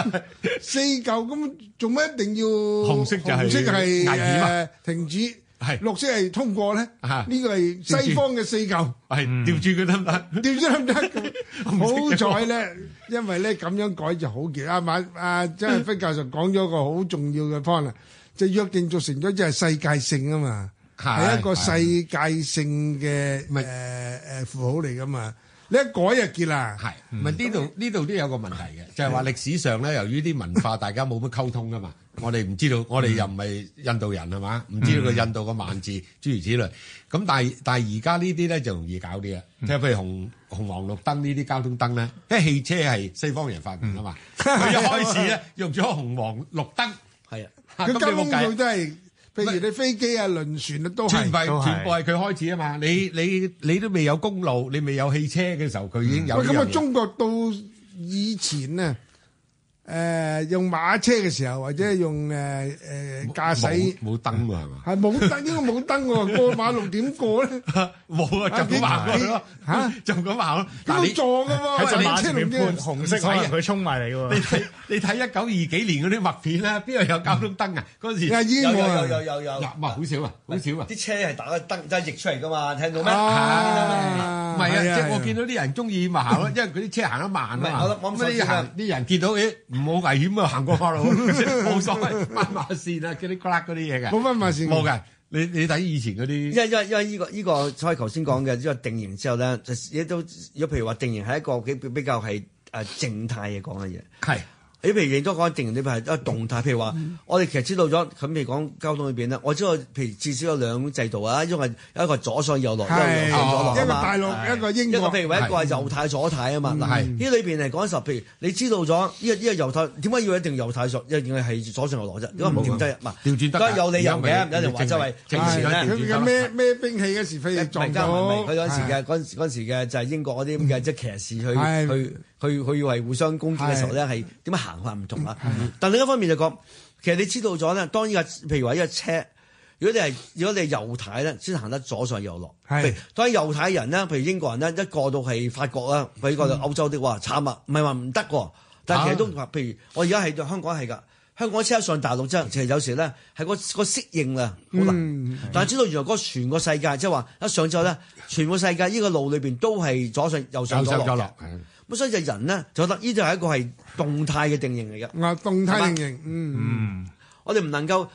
Speaker 3: 噶， 四嚿咁做咩一定要紅
Speaker 6: 色就係
Speaker 3: 紅色係
Speaker 6: 危險啊
Speaker 3: 誒停止，
Speaker 6: 係
Speaker 3: 綠色係通過咧？
Speaker 6: 啊
Speaker 3: 呢個係西方嘅四嚿，
Speaker 6: 係調轉佢得唔得？
Speaker 3: 點知得唔得？咁
Speaker 6: 紅
Speaker 3: 好
Speaker 6: 色就
Speaker 3: 彩咧，因為咧咁樣改就好嘅。阿馬阿張日輝教授講咗個好重要嘅 point 啦，就約定做成咗即係世界性啊嘛，
Speaker 6: 係
Speaker 3: 係一個世界性嘅
Speaker 6: 咪
Speaker 3: 誒誒符號嚟噶嘛。你一改就結啦，
Speaker 6: 係，咪呢度呢度都有個問題嘅，就係話歷史上咧，由於啲文化大家冇乜溝通啊嘛，我哋唔知道，我哋又唔係印度人係嘛，唔知道個印度個萬字諸如此類。咁但係但係而家呢啲咧就容易搞啲啦，即係譬如紅紅黃綠燈呢啲交通燈咧，因為汽車係西方人發明啊嘛，佢一開始咧用咗紅黃綠燈。
Speaker 5: 係啊，
Speaker 6: 嚇
Speaker 3: 佢
Speaker 6: 咁
Speaker 3: 交
Speaker 6: 你
Speaker 3: 通
Speaker 6: 冇計
Speaker 3: 佢都係，譬如你飛機啊、輪船啊都係。
Speaker 6: 轉廢-
Speaker 4: 都係。
Speaker 6: 轉廢佢開始啊嘛，你-你-你都未有公路，你未有汽車嘅時候，佢已經有
Speaker 3: 喂，咁啊，
Speaker 6: 呢樣嘢。
Speaker 3: 中國到以前啊，誒、用馬車嘅時候，或者用誒誒駕駛
Speaker 6: 冇-冇燈喎，係嘛？
Speaker 3: 係冇燈，呢個冇燈喎，過馬路點過 咧？
Speaker 6: 冇啊，就咁行過去咯。
Speaker 3: 嚇？
Speaker 6: 就咁行咯。嗱，
Speaker 3: 咁
Speaker 6: 你-
Speaker 3: 撞嘅喎，
Speaker 6: 喺隻馬
Speaker 3: 你
Speaker 6: 前
Speaker 3: 車
Speaker 6: 面
Speaker 3: 龍
Speaker 6: 搬
Speaker 3: 嘅。
Speaker 4: 紅色可能佢衝埋嚟喎。
Speaker 6: 你睇-你睇1922幾年嗰啲默片咧，邊度有交通燈啊？嗰陣時
Speaker 3: 已經
Speaker 5: 有
Speaker 3: 冇
Speaker 5: 有有有
Speaker 3: 啊！
Speaker 5: 有有，
Speaker 6: 有，唔係，好少啊，好少啊。
Speaker 5: 啲車係打個燈真係逆出嚟㗎嘛，聽到咩？
Speaker 3: 啊，
Speaker 6: 唔係啊，
Speaker 3: 係
Speaker 6: 即係我
Speaker 3: 係
Speaker 6: 見到啲人鍾意咪行咯，因為佢啲車行得慢啊嘛。
Speaker 5: 唔係，我諗-我諗
Speaker 6: 咁啲
Speaker 5: 首先啊，
Speaker 6: 行-啲人見到，咦，唔好危險啊，行過馬路，即係冇所謂，斑馬線啊，嗰啲crack嗰啲嘢嘅。
Speaker 3: 冇分馬線
Speaker 6: 冇嘅，你你睇以前嗰
Speaker 5: 因
Speaker 6: 啲
Speaker 5: 為因為因為依、個依、個，所以頭先講嘅，因為定型之後咧，就亦都如果譬如話定型係一個幾比較係誒靜態嘅講嘅嘢。
Speaker 6: 係
Speaker 5: 你譬如你都講定型，你譬如係動態，譬如話我哋其實知道咗，咁譬如講交通裏邊咧，我知道譬如至少有兩種制度啊，因為有一個左上右落，一個右上左落
Speaker 3: 係
Speaker 5: 啊
Speaker 3: 一個
Speaker 5: 嘛
Speaker 3: 大陸，一個英
Speaker 5: 一個
Speaker 3: 國，
Speaker 5: 譬如話一個係右太左太啊嘛，嗱
Speaker 6: 係
Speaker 5: 呢裏邊嚟講嘅時候，譬如你知道咗呢個呢個右太點解要一定右太左，一定係左上右落啫，因為唔點得唔係
Speaker 6: 調轉
Speaker 5: 都
Speaker 6: 得㗎
Speaker 5: 係有理由嘅，
Speaker 6: 而家咪
Speaker 5: 有人話周圍
Speaker 6: 正
Speaker 5: 以
Speaker 6: 常
Speaker 5: 前
Speaker 6: 正
Speaker 5: 咧
Speaker 6: 常。
Speaker 3: 佢嘅咩咩兵器嘅時，譬如撞
Speaker 5: 加
Speaker 3: 到
Speaker 5: 埋佢嗰陣時
Speaker 3: 係嗯
Speaker 5: 嘅嗰陣時嗰陣時嘅就係英國嗰啲咁嘅即係騎士去
Speaker 3: 係
Speaker 5: 去去去係互相攻擊嘅時候咧，係點樣行法唔同啦。
Speaker 3: 嗯
Speaker 5: 但另一方面就講，其實你知道咗咧，當然係譬如話一個車。如果你係如果你係右太咧，先行得左上右落。
Speaker 3: 係
Speaker 5: 譬如當然右太人咧，譬如英國人咧，一過到係法國啦，或者過到
Speaker 3: 嗯
Speaker 5: 歐洲的話，慘啊！唔係話唔得喎，但係
Speaker 3: 啊
Speaker 5: 其實都話，譬如我而家係香港係㗎，香港車上大陸真係其實有時咧係個個適應啊，好難。但係知道原來嗰全個世界，即係話一上咗咧，全個世界呢個路裏邊都係左上右上
Speaker 6: 右
Speaker 5: 左
Speaker 6: 上
Speaker 5: 落
Speaker 6: 左
Speaker 5: 嘅
Speaker 6: 落，。係
Speaker 5: 咁所以就人咧就覺得呢就係一個係動態嘅定型嚟嘅。
Speaker 3: 啊動態定型，嗯，
Speaker 5: 我哋唔能夠，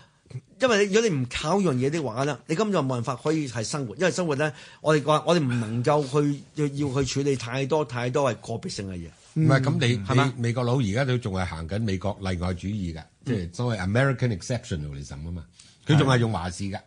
Speaker 5: 因為你如果你唔靠一樣嘢的話咧，你根本就冇辦法可以係生活，因為生活咧，我哋話我哋唔能夠去要要去處理太多太多係個別性嘅嘢。
Speaker 6: 唔係咁你
Speaker 5: 係嘛
Speaker 6: 你美國佬而家都仲係行緊美國例外主義㗎，即係所謂 American exceptionalism 啊嘛，佢仲係用華氏㗎。
Speaker 5: 係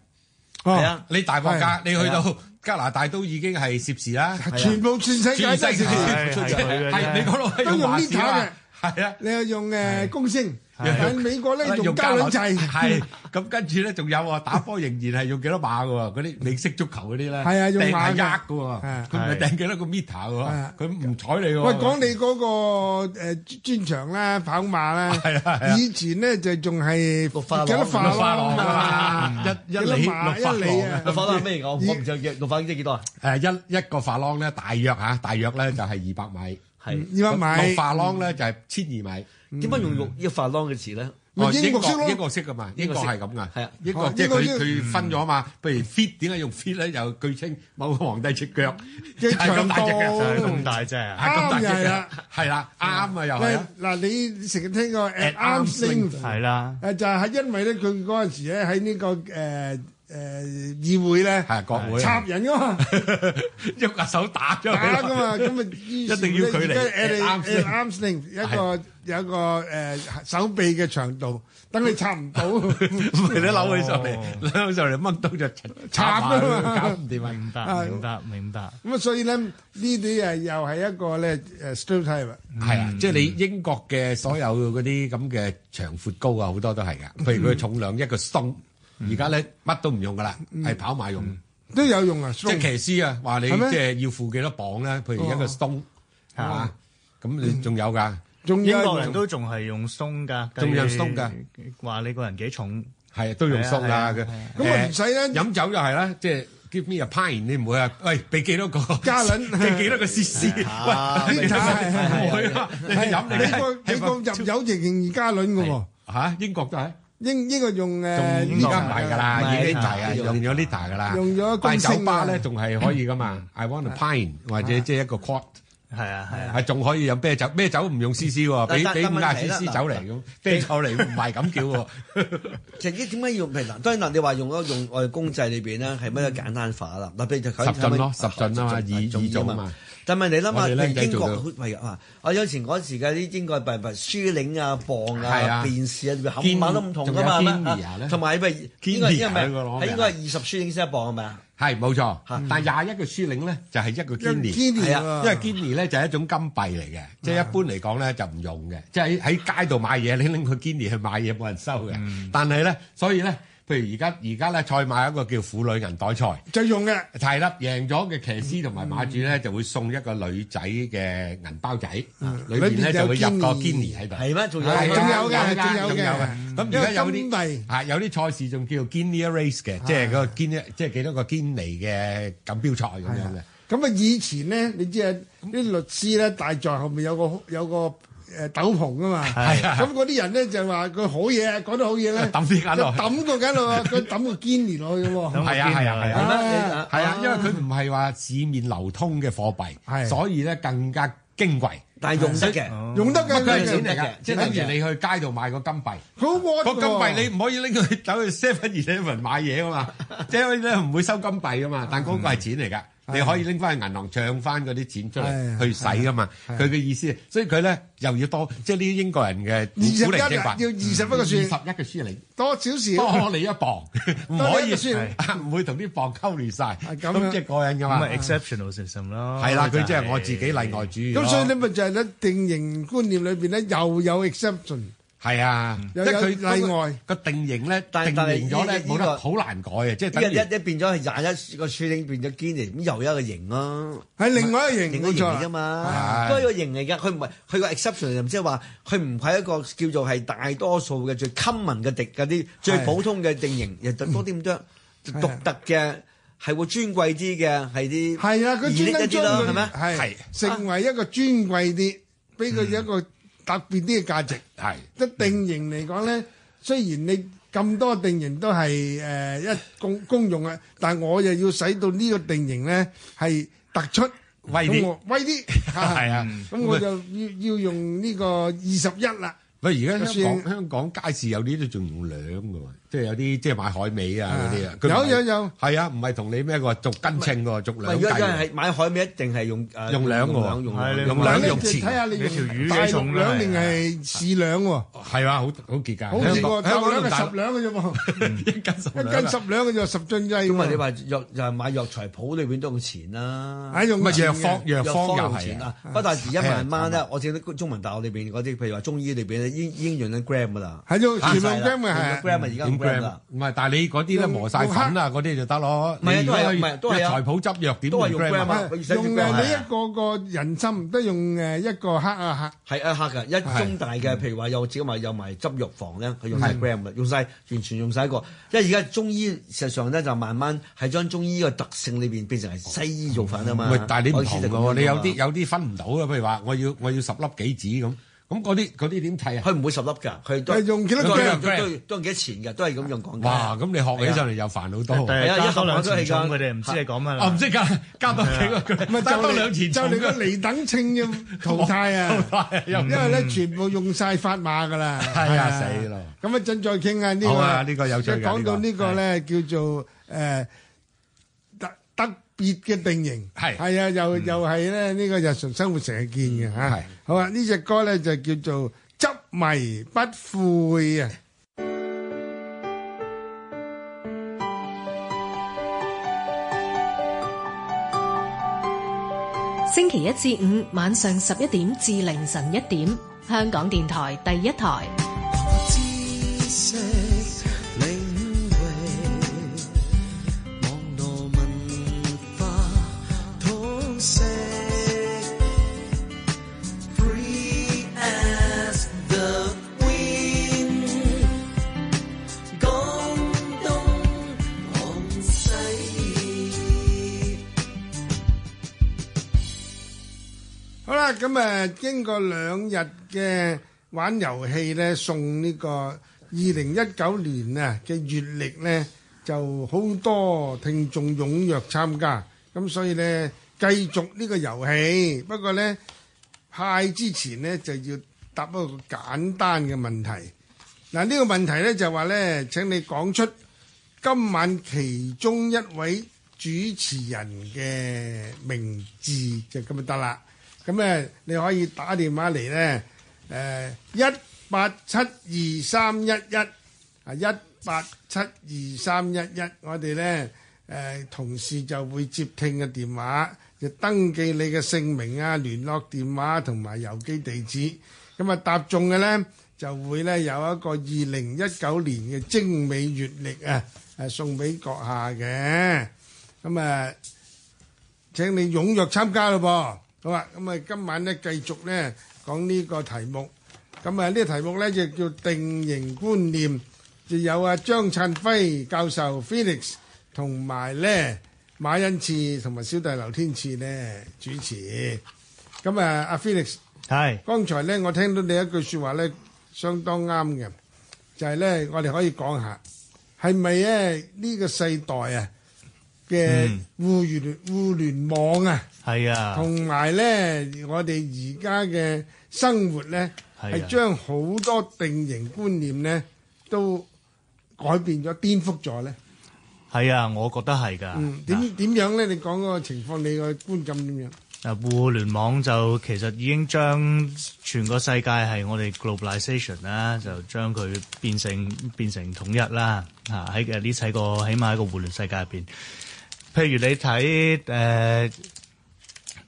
Speaker 3: 哦，
Speaker 5: 啊，
Speaker 6: 你大國家你去到加拿大都已經係攝氏啦，
Speaker 3: 全部全世界都
Speaker 6: 全世
Speaker 3: 係攝氏
Speaker 6: 界
Speaker 4: 係係佢嘅啫
Speaker 6: 係美國佬係用華氏啊嘛，係啊。
Speaker 3: 你又用誒公升，
Speaker 6: 係
Speaker 3: 喺美國咧用
Speaker 6: 用
Speaker 3: 加
Speaker 6: 膠
Speaker 3: 崙掣，
Speaker 6: 係咁跟住咧，仲有啊，打波仍然係用幾多碼嘅喎，嗰啲美式足球嗰啲咧，
Speaker 3: 係啊用
Speaker 6: 掟
Speaker 3: 碼㗎
Speaker 6: 係呃嘅喎
Speaker 3: 係啊，
Speaker 6: 佢唔係掟幾多個 meter 嘅
Speaker 3: 係啊
Speaker 6: 喎，佢唔睬你喎。
Speaker 3: 喂，講你嗰個誒專長啦，跑馬
Speaker 6: 係啊係
Speaker 3: 啦，
Speaker 6: 啊
Speaker 3: 以前咧就仲係
Speaker 5: 綠化廊
Speaker 3: 幾多
Speaker 6: 綠
Speaker 3: 化
Speaker 6: 化廊
Speaker 3: 廊啊嘛
Speaker 6: 啊嘛，啊一一
Speaker 3: 幾多
Speaker 6: 里
Speaker 3: 碼
Speaker 6: 綠化
Speaker 3: 一里
Speaker 6: 廊
Speaker 3: 啊
Speaker 6: 啊，
Speaker 5: 六法咩我我唔就六法即係幾多啊？
Speaker 6: 誒一一個法郎咧，大約嚇，大約咧就係二百米，
Speaker 5: 係
Speaker 3: 二百米
Speaker 6: 六，法郎咧就係千二米。
Speaker 5: 點解用用呢個法郎嘅詞咧？
Speaker 3: 咪
Speaker 6: 哦
Speaker 3: 英國式咯
Speaker 6: 英國式噶嘛，英國係咁噶，
Speaker 5: 係啊
Speaker 6: 英
Speaker 3: 哦
Speaker 6: 國即係
Speaker 3: 英國
Speaker 6: 佢
Speaker 3: 英
Speaker 6: 佢分咗嘛。譬如 fit 點解用 fit 咧？又據稱某個皇帝只腳
Speaker 3: 嘅
Speaker 6: 就係咁大隻嘅，
Speaker 3: 長
Speaker 4: 就
Speaker 3: 度
Speaker 4: 係咁大啊啫
Speaker 6: 係。咁大隻
Speaker 3: 啱又係啦嗯
Speaker 6: 嘅，係啦，啱啊又係
Speaker 3: 喂
Speaker 6: 啊。
Speaker 3: 嗱你成日聽過 at
Speaker 6: At
Speaker 3: arms
Speaker 6: arm's
Speaker 3: length
Speaker 4: 係啦，
Speaker 3: 誒就係因為咧佢嗰陣時咧喺呢個誒誒議會咧
Speaker 6: 係國會
Speaker 3: 插人噶嘛。
Speaker 6: 喐下手打咗佢
Speaker 3: 打
Speaker 6: 啦
Speaker 3: 噶嘛，咁啊一
Speaker 6: 一定要距離
Speaker 3: 啱
Speaker 6: at arm's length
Speaker 3: arms length 一個有一個誒手臂嘅長度，等你插唔到。
Speaker 6: 唔係你扭起上嚟，扭起上嚟掹刀就
Speaker 3: 哦插啊嘛
Speaker 6: 搞唔掂啊！
Speaker 4: 明白，明白，明白。
Speaker 3: 咁啊，所以咧呢啲誒又係一個咧誒 stereotype 啊。
Speaker 6: 係啊，即係你英國嘅所有嗰啲咁嘅長闊高啊，好多都係噶。譬如佢重量一個鬆，而家咧乜都唔用噶啦，係跑馬用。
Speaker 3: 都有用啊，
Speaker 6: 即係騎師啊，話你即
Speaker 3: 係咩
Speaker 6: 係要負幾多磅咧？譬如一個鬆係嘛，咁你仲有㗎，
Speaker 3: 仲有
Speaker 4: 英國人都仲係用鬆㗎，
Speaker 6: 仲用鬆㗎，
Speaker 4: 話你個人幾重，
Speaker 6: 係都用鬆
Speaker 4: 係啊
Speaker 6: 啊
Speaker 4: 係
Speaker 6: 嘅
Speaker 4: 啊係啊。
Speaker 3: 咁啊唔使啦
Speaker 6: 誒飲酒又係啦，即係 give me a pint，你唔會啊？喂，俾幾多個
Speaker 3: 加侖
Speaker 6: 俾幾多個攝氏？喂，
Speaker 3: 呢
Speaker 6: 唔
Speaker 3: 啲
Speaker 6: 會啊！你飲你
Speaker 3: 美國美國入油仍然而加輪嘅喎，
Speaker 6: 嚇英國都係，
Speaker 3: 英英國用誒
Speaker 6: 仲而家唔
Speaker 3: Ờ,
Speaker 6: 係㗎啦，
Speaker 5: 唔係
Speaker 6: 已經大啊，
Speaker 5: 唔係
Speaker 6: 用咗 liter 㗎啦。
Speaker 3: 用咗公
Speaker 6: 但
Speaker 3: 升
Speaker 6: 係酒吧
Speaker 3: 啊
Speaker 6: 咧仲係可以㗎嘛？I want a pint 或者即係一個 quart。
Speaker 4: 係啊係啊。
Speaker 6: 係仲可以飲啤酒，啤酒唔用 C C 喎，俾
Speaker 5: 但
Speaker 6: 俾
Speaker 5: 但
Speaker 6: 五
Speaker 5: 問
Speaker 6: 廿
Speaker 5: 題
Speaker 6: C
Speaker 5: 啦
Speaker 6: C 酒
Speaker 5: 嗱
Speaker 6: 嚟咁，啤酒嚟唔係咁叫喎。
Speaker 5: 其實呢點解要譬如嗱？當然嗱，你話用嗰用我哋公制裏邊咧係乜嘢簡單化啦？嗱，譬如就頭先
Speaker 6: 十進咯十進啊嘛
Speaker 5: 十進
Speaker 6: 二
Speaker 5: 重要
Speaker 6: 二組啊嘛
Speaker 5: 但係你
Speaker 6: 我
Speaker 5: 諗
Speaker 6: 哋僆
Speaker 5: 下，
Speaker 6: 仔
Speaker 5: 英
Speaker 6: 做
Speaker 5: 國
Speaker 6: 到
Speaker 5: 好係啊！我有以前嗰時嘅啲英國譬如書領啊、磅
Speaker 6: 係啊
Speaker 5: 啊、電視啊，
Speaker 6: 堅
Speaker 5: 冚唪唥都唔同噶嘛，
Speaker 6: 仲有
Speaker 5: 係咪啊
Speaker 6: Kenya 咧
Speaker 5: 同埋咪應該
Speaker 6: Kenya
Speaker 5: 因為
Speaker 6: 嗰個攞
Speaker 5: 係
Speaker 6: 名
Speaker 5: 應該係二十書領先一磅係咪啊？
Speaker 6: 係冇錯
Speaker 5: 嚇，
Speaker 6: 但廿一個書領咧就係一個堅
Speaker 3: 一
Speaker 6: 年。
Speaker 3: 堅
Speaker 5: 係
Speaker 3: 年
Speaker 5: 啊
Speaker 6: 因為堅尼咧就係一種金幣嚟嘅，
Speaker 3: 嗯
Speaker 6: 即係一般嚟講咧就唔用嘅，即係喺喺街度買嘢，你拎個堅尼去買嘢冇人收嘅。
Speaker 3: 嗯
Speaker 6: 但係咧，所以咧，譬如而家而家咧賽馬有一個叫婦女銀袋賽，
Speaker 3: 就用嘅，
Speaker 6: 大粒贏咗嘅騎師同埋馬主
Speaker 3: 嗯
Speaker 6: 咧就會送一個女仔嘅銀包仔，啊裏邊咧就會入個堅尼喺度。
Speaker 5: 係咩？仲有
Speaker 6: 係
Speaker 3: 係仲有嘅，
Speaker 6: 㗎
Speaker 3: 仲有
Speaker 6: 仲有
Speaker 3: 嘅
Speaker 6: 嘅。咁而家有
Speaker 3: 因為金幣
Speaker 6: 啲啊，有啲賽事仲叫 Guinea Race 嘅，即係嗰個 Guinea，即係幾多個堅尼嘅錦標賽咁樣嘅。
Speaker 3: 咁啊，以前咧，你知啊，啲律師咧大在後面有個有個誒斗篷啊嘛，咁嗰啲人咧就話佢好嘢，講得好嘢咧，
Speaker 6: 抌啲銀落
Speaker 3: 就啊
Speaker 6: 去
Speaker 3: 抌個緊落去，佢抌個堅年落 去嘅喎。
Speaker 6: 係啊係啊係啊！
Speaker 5: 係咩你
Speaker 6: 係啊，因為佢唔係話市面流通嘅貨
Speaker 3: 係
Speaker 6: 幣，所以咧更加矜貴。
Speaker 5: 但係用得嘅。
Speaker 6: 哦
Speaker 3: 用得嘅，
Speaker 6: 乜佢係
Speaker 3: 用
Speaker 6: 錢
Speaker 3: 得
Speaker 6: 嚟
Speaker 3: 嘅
Speaker 6: 㗎，即係等於你去街度買個金幣。
Speaker 3: 佢好 w
Speaker 6: 個金幣你唔可以拎佢走去 Seven Eleven 買嘢噶 嘛，即係咧唔會收金幣噶嘛，但嗰個係錢嚟㗎，你可以拎翻去銀行唱翻嗰啲錢出
Speaker 3: 係
Speaker 6: 嚟去使噶嘛。
Speaker 3: 係
Speaker 6: 佢嘅意思，所以佢咧又要多，即係呢啲英國人嘅
Speaker 3: 二十
Speaker 6: 古靈
Speaker 3: 一
Speaker 6: 精
Speaker 3: 日
Speaker 6: 怪。
Speaker 3: 要二十一
Speaker 6: 不
Speaker 3: 個
Speaker 6: 二十一
Speaker 3: 算，
Speaker 6: 嘅書嚟。
Speaker 3: 多少少
Speaker 6: 多你一磅，唔
Speaker 3: 多
Speaker 6: 可
Speaker 3: 你一
Speaker 6: 以
Speaker 3: 個書
Speaker 6: 係唔會同啲磅溝亂晒，
Speaker 3: 係咁樣
Speaker 6: 咁即係過癮噶
Speaker 4: 咁
Speaker 6: 嘛
Speaker 4: 咪。exceptional system 咯，
Speaker 6: 啊係啦，佢即
Speaker 4: 就
Speaker 6: 係我自己例外主義咯。
Speaker 3: 咁所以咧咪就係咧定型觀念裏邊咧又有 exception，
Speaker 6: 係啊，
Speaker 3: 又
Speaker 6: 即係
Speaker 3: 有
Speaker 6: 佢嗰個
Speaker 3: 例外
Speaker 6: 個定型咧，
Speaker 5: 但
Speaker 6: 定
Speaker 5: 但係
Speaker 6: 型咗咧
Speaker 5: 呢呢
Speaker 6: 冇
Speaker 5: 個
Speaker 6: 得好難改嘅，即係
Speaker 5: 一
Speaker 6: 等於
Speaker 5: 一一變咗係廿一個處領變咗堅尼，咁又一個型咯、
Speaker 3: 係另外一個型
Speaker 5: 另一個
Speaker 3: 冇
Speaker 5: 型嚟啫
Speaker 3: 錯啦。
Speaker 5: 嘛，
Speaker 6: 係
Speaker 5: 都係一個型嚟㗎。佢唔係佢個 exception，即係話佢唔係一個叫做係大多數嘅最 common 嘅定嗰啲最普通嘅定型，又多啲咁多獨特嘅，係會尊貴啲嘅，係啲
Speaker 3: 係啊，佢專
Speaker 5: elite
Speaker 3: 登
Speaker 5: 一啲咯，係
Speaker 3: 將
Speaker 5: 咪
Speaker 3: 佢？係成為一個尊貴啲，俾佢一個特別啲嘅價值。
Speaker 6: 係
Speaker 3: 即係定型嚟講咧，雖然你咁多定型都係誒、呃一公公用嘅，但係我又要使到呢個定型咧係突出
Speaker 6: 威啲
Speaker 3: 咁我威啲，
Speaker 6: 係啊。
Speaker 3: 咁我就要要用呢個二十一啦，
Speaker 6: 喂，而家香
Speaker 3: 就
Speaker 6: 港香港街市有啲都仲用兩嘅喎，即係有啲即係買海味啊嗰啲
Speaker 3: 啊。
Speaker 6: 啊佢唔係
Speaker 3: 有有有
Speaker 6: 係啊，唔係同你咩喎，逐斤稱喎，逐
Speaker 5: 唔係
Speaker 6: 兩
Speaker 5: 如果有人
Speaker 6: 計喎，啊
Speaker 5: 係買海味，一定係用誒
Speaker 6: 用兩
Speaker 5: 用兩
Speaker 6: 喎，
Speaker 5: 用
Speaker 4: 係你
Speaker 5: 兩
Speaker 6: 用
Speaker 3: 兩
Speaker 6: 兩
Speaker 3: 咧
Speaker 6: 啊用
Speaker 3: 就睇
Speaker 6: 錢，
Speaker 3: 下你
Speaker 4: 你條魚
Speaker 3: 用
Speaker 4: 幾
Speaker 3: 大陸
Speaker 4: 重㗎
Speaker 3: 兩定
Speaker 4: 係
Speaker 3: 係市兩喎，
Speaker 6: 係啊，好好結㗎。
Speaker 3: 好似個
Speaker 6: 香港香
Speaker 3: 大
Speaker 6: 港
Speaker 3: 兩
Speaker 6: 同大
Speaker 3: 係十兩嘅啫喎，
Speaker 6: 一斤十
Speaker 3: 一
Speaker 6: 兩
Speaker 3: 斤
Speaker 6: 啊
Speaker 3: 十兩嘅就十進制喎。
Speaker 5: 咁啊！你話藥又係買藥材鋪裏邊都用錢啦，
Speaker 3: 啊用
Speaker 6: 咪
Speaker 3: 錢
Speaker 6: 藥
Speaker 3: 嘅
Speaker 6: 方藥方又係啊，
Speaker 5: 啊！不但而家慢慢
Speaker 6: 係啊嗯
Speaker 5: 咧，我見到中文大學裏邊嗰啲，譬如話中醫裏邊咧，已經已經用緊啊 gram 噶啦，
Speaker 3: 係用全部
Speaker 5: 用
Speaker 6: 啊
Speaker 3: gram 嘅係。
Speaker 5: gram 啊而家
Speaker 6: 點
Speaker 5: 用 gram 啦
Speaker 6: 嗯 gram？，唔係，但係你嗰啲咧
Speaker 3: 用
Speaker 6: 磨晒粉啊嗰啲就得咯。
Speaker 5: 唔係啊
Speaker 6: 你
Speaker 5: 都係
Speaker 6: 如果
Speaker 5: 唔係都係啊
Speaker 6: 藥材鋪執藥點
Speaker 5: 都係
Speaker 6: 用
Speaker 5: 用
Speaker 6: gram 啊
Speaker 5: gram 啊
Speaker 3: 用誒你一個個人心都用誒一個黑啊
Speaker 5: 係一克嘅，一中大
Speaker 6: 嗯
Speaker 5: 嘅，譬如話有自己埋有埋執藥房咧，佢用晒 gram 啊嘅，用晒完全用晒一個，因為而家中醫事實上咧就慢慢係將中醫嘅特性裏邊變成係西醫做法啊嘛。
Speaker 6: 嗯喂，但係你唔同
Speaker 5: 嘅
Speaker 6: 嘅喎，你有啲有啲分唔到嘅，譬如話我要我要十粒杞子咁，咁嗰啲嗰啲點砌啊？
Speaker 5: 佢唔會十粒㗎，佢都
Speaker 3: 係用幾多
Speaker 5: 都
Speaker 3: gram？
Speaker 5: 都都都用幾多錢㗎，都係咁樣講㗎。
Speaker 6: 哇！咁你學起上嚟又煩好
Speaker 4: 但
Speaker 6: 多。
Speaker 5: 係啊
Speaker 4: 係
Speaker 5: 一
Speaker 4: 加
Speaker 5: 盒
Speaker 4: 多
Speaker 5: 我
Speaker 4: 兩
Speaker 5: 都
Speaker 4: 錢
Speaker 5: 係
Speaker 4: 重，
Speaker 5: 㗎
Speaker 4: 佢哋唔知你講乜
Speaker 6: 我唔
Speaker 4: 啦。
Speaker 6: 識㗎，加多幾個
Speaker 3: 黑，咪啊就
Speaker 6: 佢，加多
Speaker 3: 嚟
Speaker 6: 兩錢
Speaker 3: 就
Speaker 6: 重啊
Speaker 3: 嚟個離等稱要淘汰 啊！
Speaker 6: 又
Speaker 3: 因為咧全部用晒法碼㗎啦，
Speaker 6: 係啊死咯！
Speaker 3: 咁一陣再傾啊呢個，
Speaker 6: 好啊呢個有趣㗎
Speaker 3: 一講到呢個咧叫做誒特特別嘅定型，
Speaker 6: 係嗯
Speaker 3: 係啊，又又係咧呢個日常生活成日見嘅嚇
Speaker 6: 係。
Speaker 3: 好啊，呢只歌咧就叫做執迷不悔啊！
Speaker 1: 星期一至五晚上十一點至凌晨一點，香港電台第一台。
Speaker 2: 知識領域，網絡文化通識。Free as the wind，廣東廣西。
Speaker 3: 好啦，咁啊，經過兩日嘅玩遊戲咧，送呢個二零一九年啊嘅月曆咧，就好多聽眾踴躍參加，咁所以咧繼續呢個遊戲。不過咧派之前咧就要答一個簡單嘅問題。嗱，呢個問題咧就話咧，請你講出今晚其中一位主持人嘅名字就咁就得啦。咁咧你可以打電話嚟咧，誒一八七二三一一啊一八七二三一一，我哋咧誒同事就會接聽嘅電話，就登記你嘅姓名啊、聯絡電話同埋郵寄地址。咁啊答中嘅咧就會咧有一個二零一九年嘅精美月曆啊誒送俾閣下嘅。咁啊〜請你踴躍參加咯噃。好啊，咁啊，今晚咧繼續咧講呢個題目。咁啊，呢個題目咧就叫定型觀念，就有啊張燦輝教授 Felix 同埋咧馬恩賜同埋小弟劉天賜咧主持。咁啊，阿 Felix，
Speaker 4: 係
Speaker 3: 剛才咧我聽到你一句説話咧，相當啱嘅，就係、咧我哋可以講下係咪咧呢個世代啊嘅互聯互聯網啊？
Speaker 4: 係啊，
Speaker 3: 同埋咧，我哋而家嘅生活咧，
Speaker 4: 係啊
Speaker 3: 係將好多定型觀念咧都改變咗、顛覆咗咧。
Speaker 4: 係啊，我覺得係㗎。啊
Speaker 3: 嗯，點
Speaker 4: 嗱
Speaker 3: 點樣咧？你講嗰個情況，你個觀感點樣？
Speaker 4: 啊，互聯網就其實已經將全個世界係我哋 globalization 啦，就將佢變成變成統一啦。啊，喺誒呢細個起碼喺個互聯世界入邊，譬如你睇誒、呃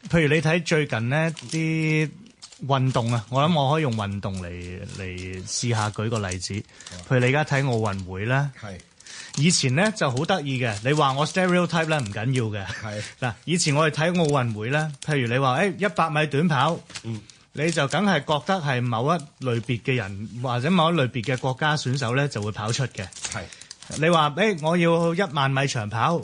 Speaker 4: 譬如你睇最近呢啲運動啊，我諗我可以用運動嚟嚟試下舉個例子。譬如你而家睇奧運會啦，
Speaker 6: 係
Speaker 4: 以前咧就好得意嘅，你話我 stereotype 咧唔緊要嘅。
Speaker 6: 係
Speaker 4: 嗱，以前我哋睇奧運會咧，譬如你話誒一百米短跑，
Speaker 6: 嗯
Speaker 4: 你就梗係覺得係某一類別嘅人或者某一類別嘅國家選手咧就會跑出嘅。
Speaker 6: 係
Speaker 4: 你話誒我要一萬米長跑，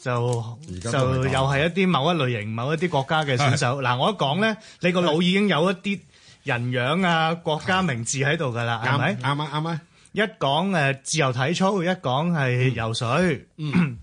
Speaker 4: 就
Speaker 6: 而
Speaker 4: 就
Speaker 6: 家都係咁
Speaker 4: 又係一啲某一類型、某一啲國家嘅選 手。嗱，我一講咧，你個腦已經有一啲人樣啊、國家名字喺度㗎啦，係咪
Speaker 6: 啱？啱啊啱啊，
Speaker 4: 一講誒自由體操，一講係游水、
Speaker 3: 嗯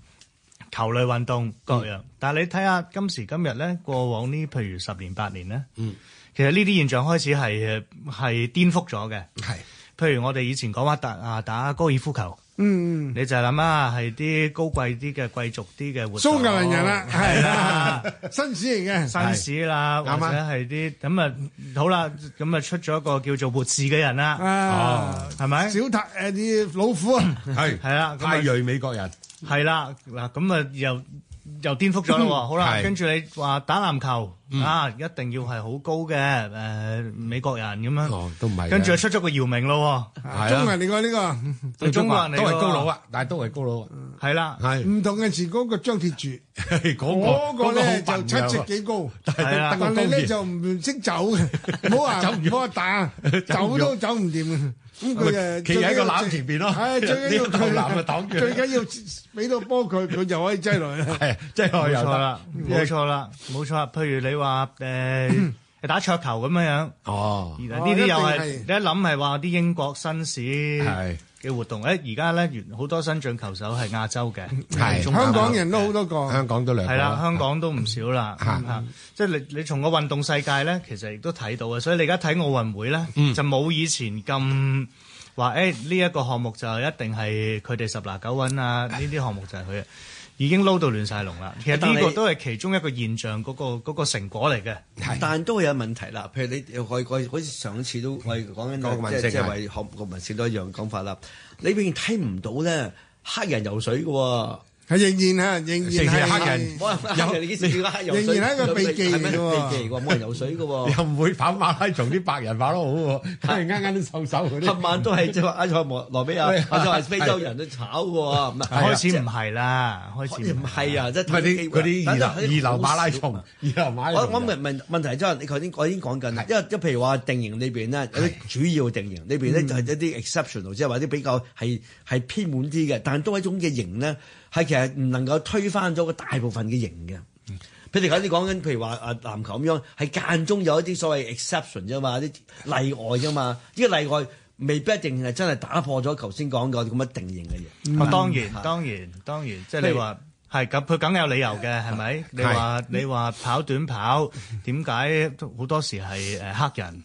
Speaker 4: 球類運動各樣。但係你睇下今時今日咧，過往呢譬如十年八年咧，
Speaker 3: 嗯
Speaker 4: 其實呢啲現象開始係誒係顛覆咗嘅。
Speaker 6: 係
Speaker 4: 譬如我哋以前講話打啊打高爾夫球，
Speaker 3: 嗯，
Speaker 4: 你就係諗啊係啲高貴啲嘅貴族啲嘅活動，
Speaker 3: 蘇格蘭人啊啦，係
Speaker 4: 係
Speaker 3: 啦
Speaker 4: 啦，
Speaker 3: 紳士嚟嘅，
Speaker 4: 紳士啦，
Speaker 6: 啱啊
Speaker 4: 或者係啲咁啊好啦，咁啊出咗一個叫做活士嘅人啦，哦
Speaker 3: 啊，
Speaker 4: 係咪？
Speaker 3: 小太誒啲老虎啊，
Speaker 6: 係
Speaker 4: 係啦，咁啊
Speaker 6: 泰裔美國人
Speaker 4: 係啦，嗱咁啊又又顛覆咗啦喎，好啦，
Speaker 6: 嗯係嗯
Speaker 4: 跟住你話打籃球啊，一定要係好高嘅誒美國人咁樣，
Speaker 6: 哦都唔係嘅，
Speaker 4: 跟住又出咗個姚明咯
Speaker 6: 係
Speaker 3: 中
Speaker 6: 啊
Speaker 3: 文嚟講 呢
Speaker 4: 喎，中國人嚟
Speaker 6: 都
Speaker 4: 喎
Speaker 6: 係高佬，啊，但係都係高佬啊，
Speaker 4: 係啦，
Speaker 3: 個
Speaker 6: 係
Speaker 3: 唔同嘅字，嗰個張鐵柱，
Speaker 6: 嗰個
Speaker 3: 嗰個咧
Speaker 6: 好
Speaker 3: 就
Speaker 6: 笨
Speaker 3: 七
Speaker 6: 㗎
Speaker 3: 尺
Speaker 6: 喎
Speaker 3: 幾 高。
Speaker 4: 係啊
Speaker 3: 但
Speaker 6: 得個
Speaker 3: 係
Speaker 6: 高
Speaker 3: 咧
Speaker 6: 二
Speaker 3: 就唔識走 嘅，唔好話
Speaker 6: 走唔
Speaker 3: 唔
Speaker 6: 喐
Speaker 3: 好話打，走都走唔掂嘅。咁佢
Speaker 6: 咪
Speaker 3: 就
Speaker 6: 企喺個籃前邊咯
Speaker 3: 係最緊要
Speaker 6: 呢個
Speaker 3: 佢
Speaker 6: 籃就擋住
Speaker 3: 最緊要俾到波佢，佢就可以擠落去啦。
Speaker 6: 係即係我
Speaker 4: 冇
Speaker 6: 又
Speaker 4: 錯
Speaker 6: 得
Speaker 4: 啦，冇錯啦，冇錯啦。譬如你話誒打桌球咁樣樣，
Speaker 6: 嗯哦，
Speaker 4: 呢啲又係
Speaker 3: 一
Speaker 4: 你
Speaker 3: 定
Speaker 4: 一諗係話啲英國紳士
Speaker 6: 係
Speaker 4: 嘅活動，誒而家咧原好多新進球手係亞洲嘅，
Speaker 6: 係
Speaker 4: 中國
Speaker 3: 香港人都好多個，
Speaker 6: 香港都兩個
Speaker 4: 係啦，香港都唔少啦，
Speaker 5: 啊
Speaker 6: 嚇
Speaker 4: 嚇即係你你從個運動世界咧，其實亦都睇到嘅，所以你而家睇奧運會咧，
Speaker 5: 嗯
Speaker 4: 就冇以前咁話誒呢一個項目就一定係佢哋十拿九穩 啊，呢啲項目就係佢嘅，已經撈到亂晒龍啦。其實呢
Speaker 5: 但
Speaker 4: 個
Speaker 5: 係
Speaker 4: 都係其中一個現象嗰、個嗰個成果嚟嘅，
Speaker 5: 但都有問題啦。譬如你我我好似上次都我哋講
Speaker 6: 嗯講個
Speaker 5: 緊
Speaker 6: 啊民
Speaker 5: 即係
Speaker 6: 政
Speaker 5: 即係
Speaker 6: 係
Speaker 5: 為學國民性都一樣講法啦。你永遠睇唔到咧黑人游水嘅喎。
Speaker 3: 係仍然嚇，仍然
Speaker 6: 成日
Speaker 3: 係
Speaker 6: 黑 人
Speaker 5: 冇人有你幾時見過黑游水？
Speaker 3: 仍然係一個秘技嚟嘅喎
Speaker 5: 係咪秘技喎，冇人游水嘅 喎。
Speaker 6: 又唔會跑馬拉松啲白人跑得好喎，係啱啱都瘦手嗰
Speaker 5: 合
Speaker 6: 啲。
Speaker 5: 晚都係即係話埃塞俄羅比
Speaker 6: 係
Speaker 5: 亞，或啊者話非洲人都炒嘅喎，唔係
Speaker 6: 啊
Speaker 4: 開始唔係啦，開始
Speaker 5: 唔係啊，即係
Speaker 6: 唔係啲嗰啲二流二流馬拉松，二流馬拉
Speaker 5: 我
Speaker 6: 松。
Speaker 5: 我問問問題即係你頭先我已經講緊啦，因為即係譬如話定型裏邊咧有啲主要定型裏邊咧
Speaker 3: 嗯
Speaker 5: 就係一啲 exceptional，即係話啲比較係係偏滿啲嘅，但係都係一種嘅型咧係其實唔能夠推翻咗個大部分嘅型嘅。
Speaker 3: 嗯
Speaker 5: 譬如你頭先講緊，譬如話啊籃球咁樣，係間中有一啲所謂 exception 啫嘛，啲例外啫嘛，呢個例外未必一定係真係打破咗頭先講嘅咁嘅定型嘅嘢。
Speaker 4: 哦，當然，當然，當然，即係
Speaker 5: 譬
Speaker 4: 你
Speaker 5: 如
Speaker 4: 話係咁，佢梗有理由 嘅，係咪？你話你話跑短跑，點解好多時係誒黑人？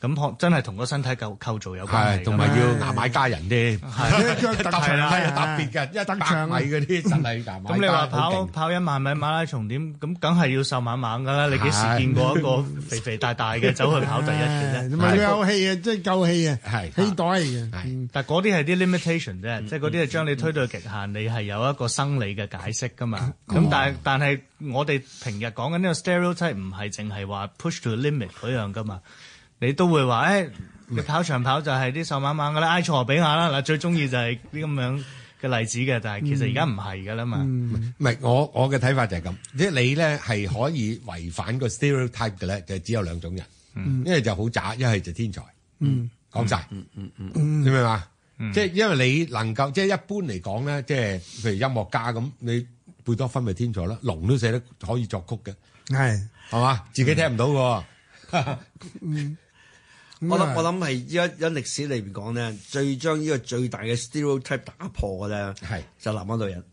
Speaker 4: 咁可真係同個身體構構造有關
Speaker 6: 係
Speaker 4: 係，
Speaker 6: 同埋要牙買加人啲，
Speaker 3: 腳特長
Speaker 6: 係啦，
Speaker 3: 啊
Speaker 6: 特別嘅，一
Speaker 3: 特
Speaker 6: 百
Speaker 3: 長
Speaker 6: 米
Speaker 3: 啊
Speaker 6: 嗰啲真係牙買加
Speaker 4: 咁你話
Speaker 6: 好
Speaker 4: 跑
Speaker 6: 勁
Speaker 4: 跑一萬米馬拉松點？咁梗係要瘦蜢蜢噶啦！你幾時
Speaker 6: 係
Speaker 4: 見過一個肥肥大大嘅走去跑第一嘅啫？
Speaker 3: 同埋佢有氣嘅，即係夠氣嘅，
Speaker 6: 係
Speaker 3: 氣袋嚟嘅
Speaker 6: 係。
Speaker 3: 嗯
Speaker 4: 但嗰啲係啲 limitation 啫，即係嗰啲係將你推到極限，你係有一個生理嘅解釋噶嘛。咁但係但係我哋平日講緊呢個 stereotype 唔係淨係話 push to the limit 嗰樣噶嘛，你都會話誒、哎你跑長跑就係啲瘦蜢蜢噶啦，埃塞俄比亞啦，嗱最中意就係啲咁樣嘅例子嘅，但係其實而家唔係噶啦嘛。
Speaker 6: 唔係，我我嘅睇法就係咁，即係你咧係可以違反個 stereotype 嘅咧，就只有兩種人，一係就好渣，一係就天才。嗯，講晒，嗯嗯嗯，你明嘛？即係因為你能夠，即係一般嚟講咧，即係譬如音樂家咁，你貝多芬咪天才啦，龍都寫得可以作曲嘅，
Speaker 3: 係
Speaker 6: 係嘛？自己聽唔到嘅喎，
Speaker 3: 咁
Speaker 5: 我
Speaker 3: 啊
Speaker 5: 諗我諗係依家喺歷史裏邊講咧，最將呢個最大嘅 stereotype 打破嘅咧，
Speaker 6: 係
Speaker 5: 就男人女人。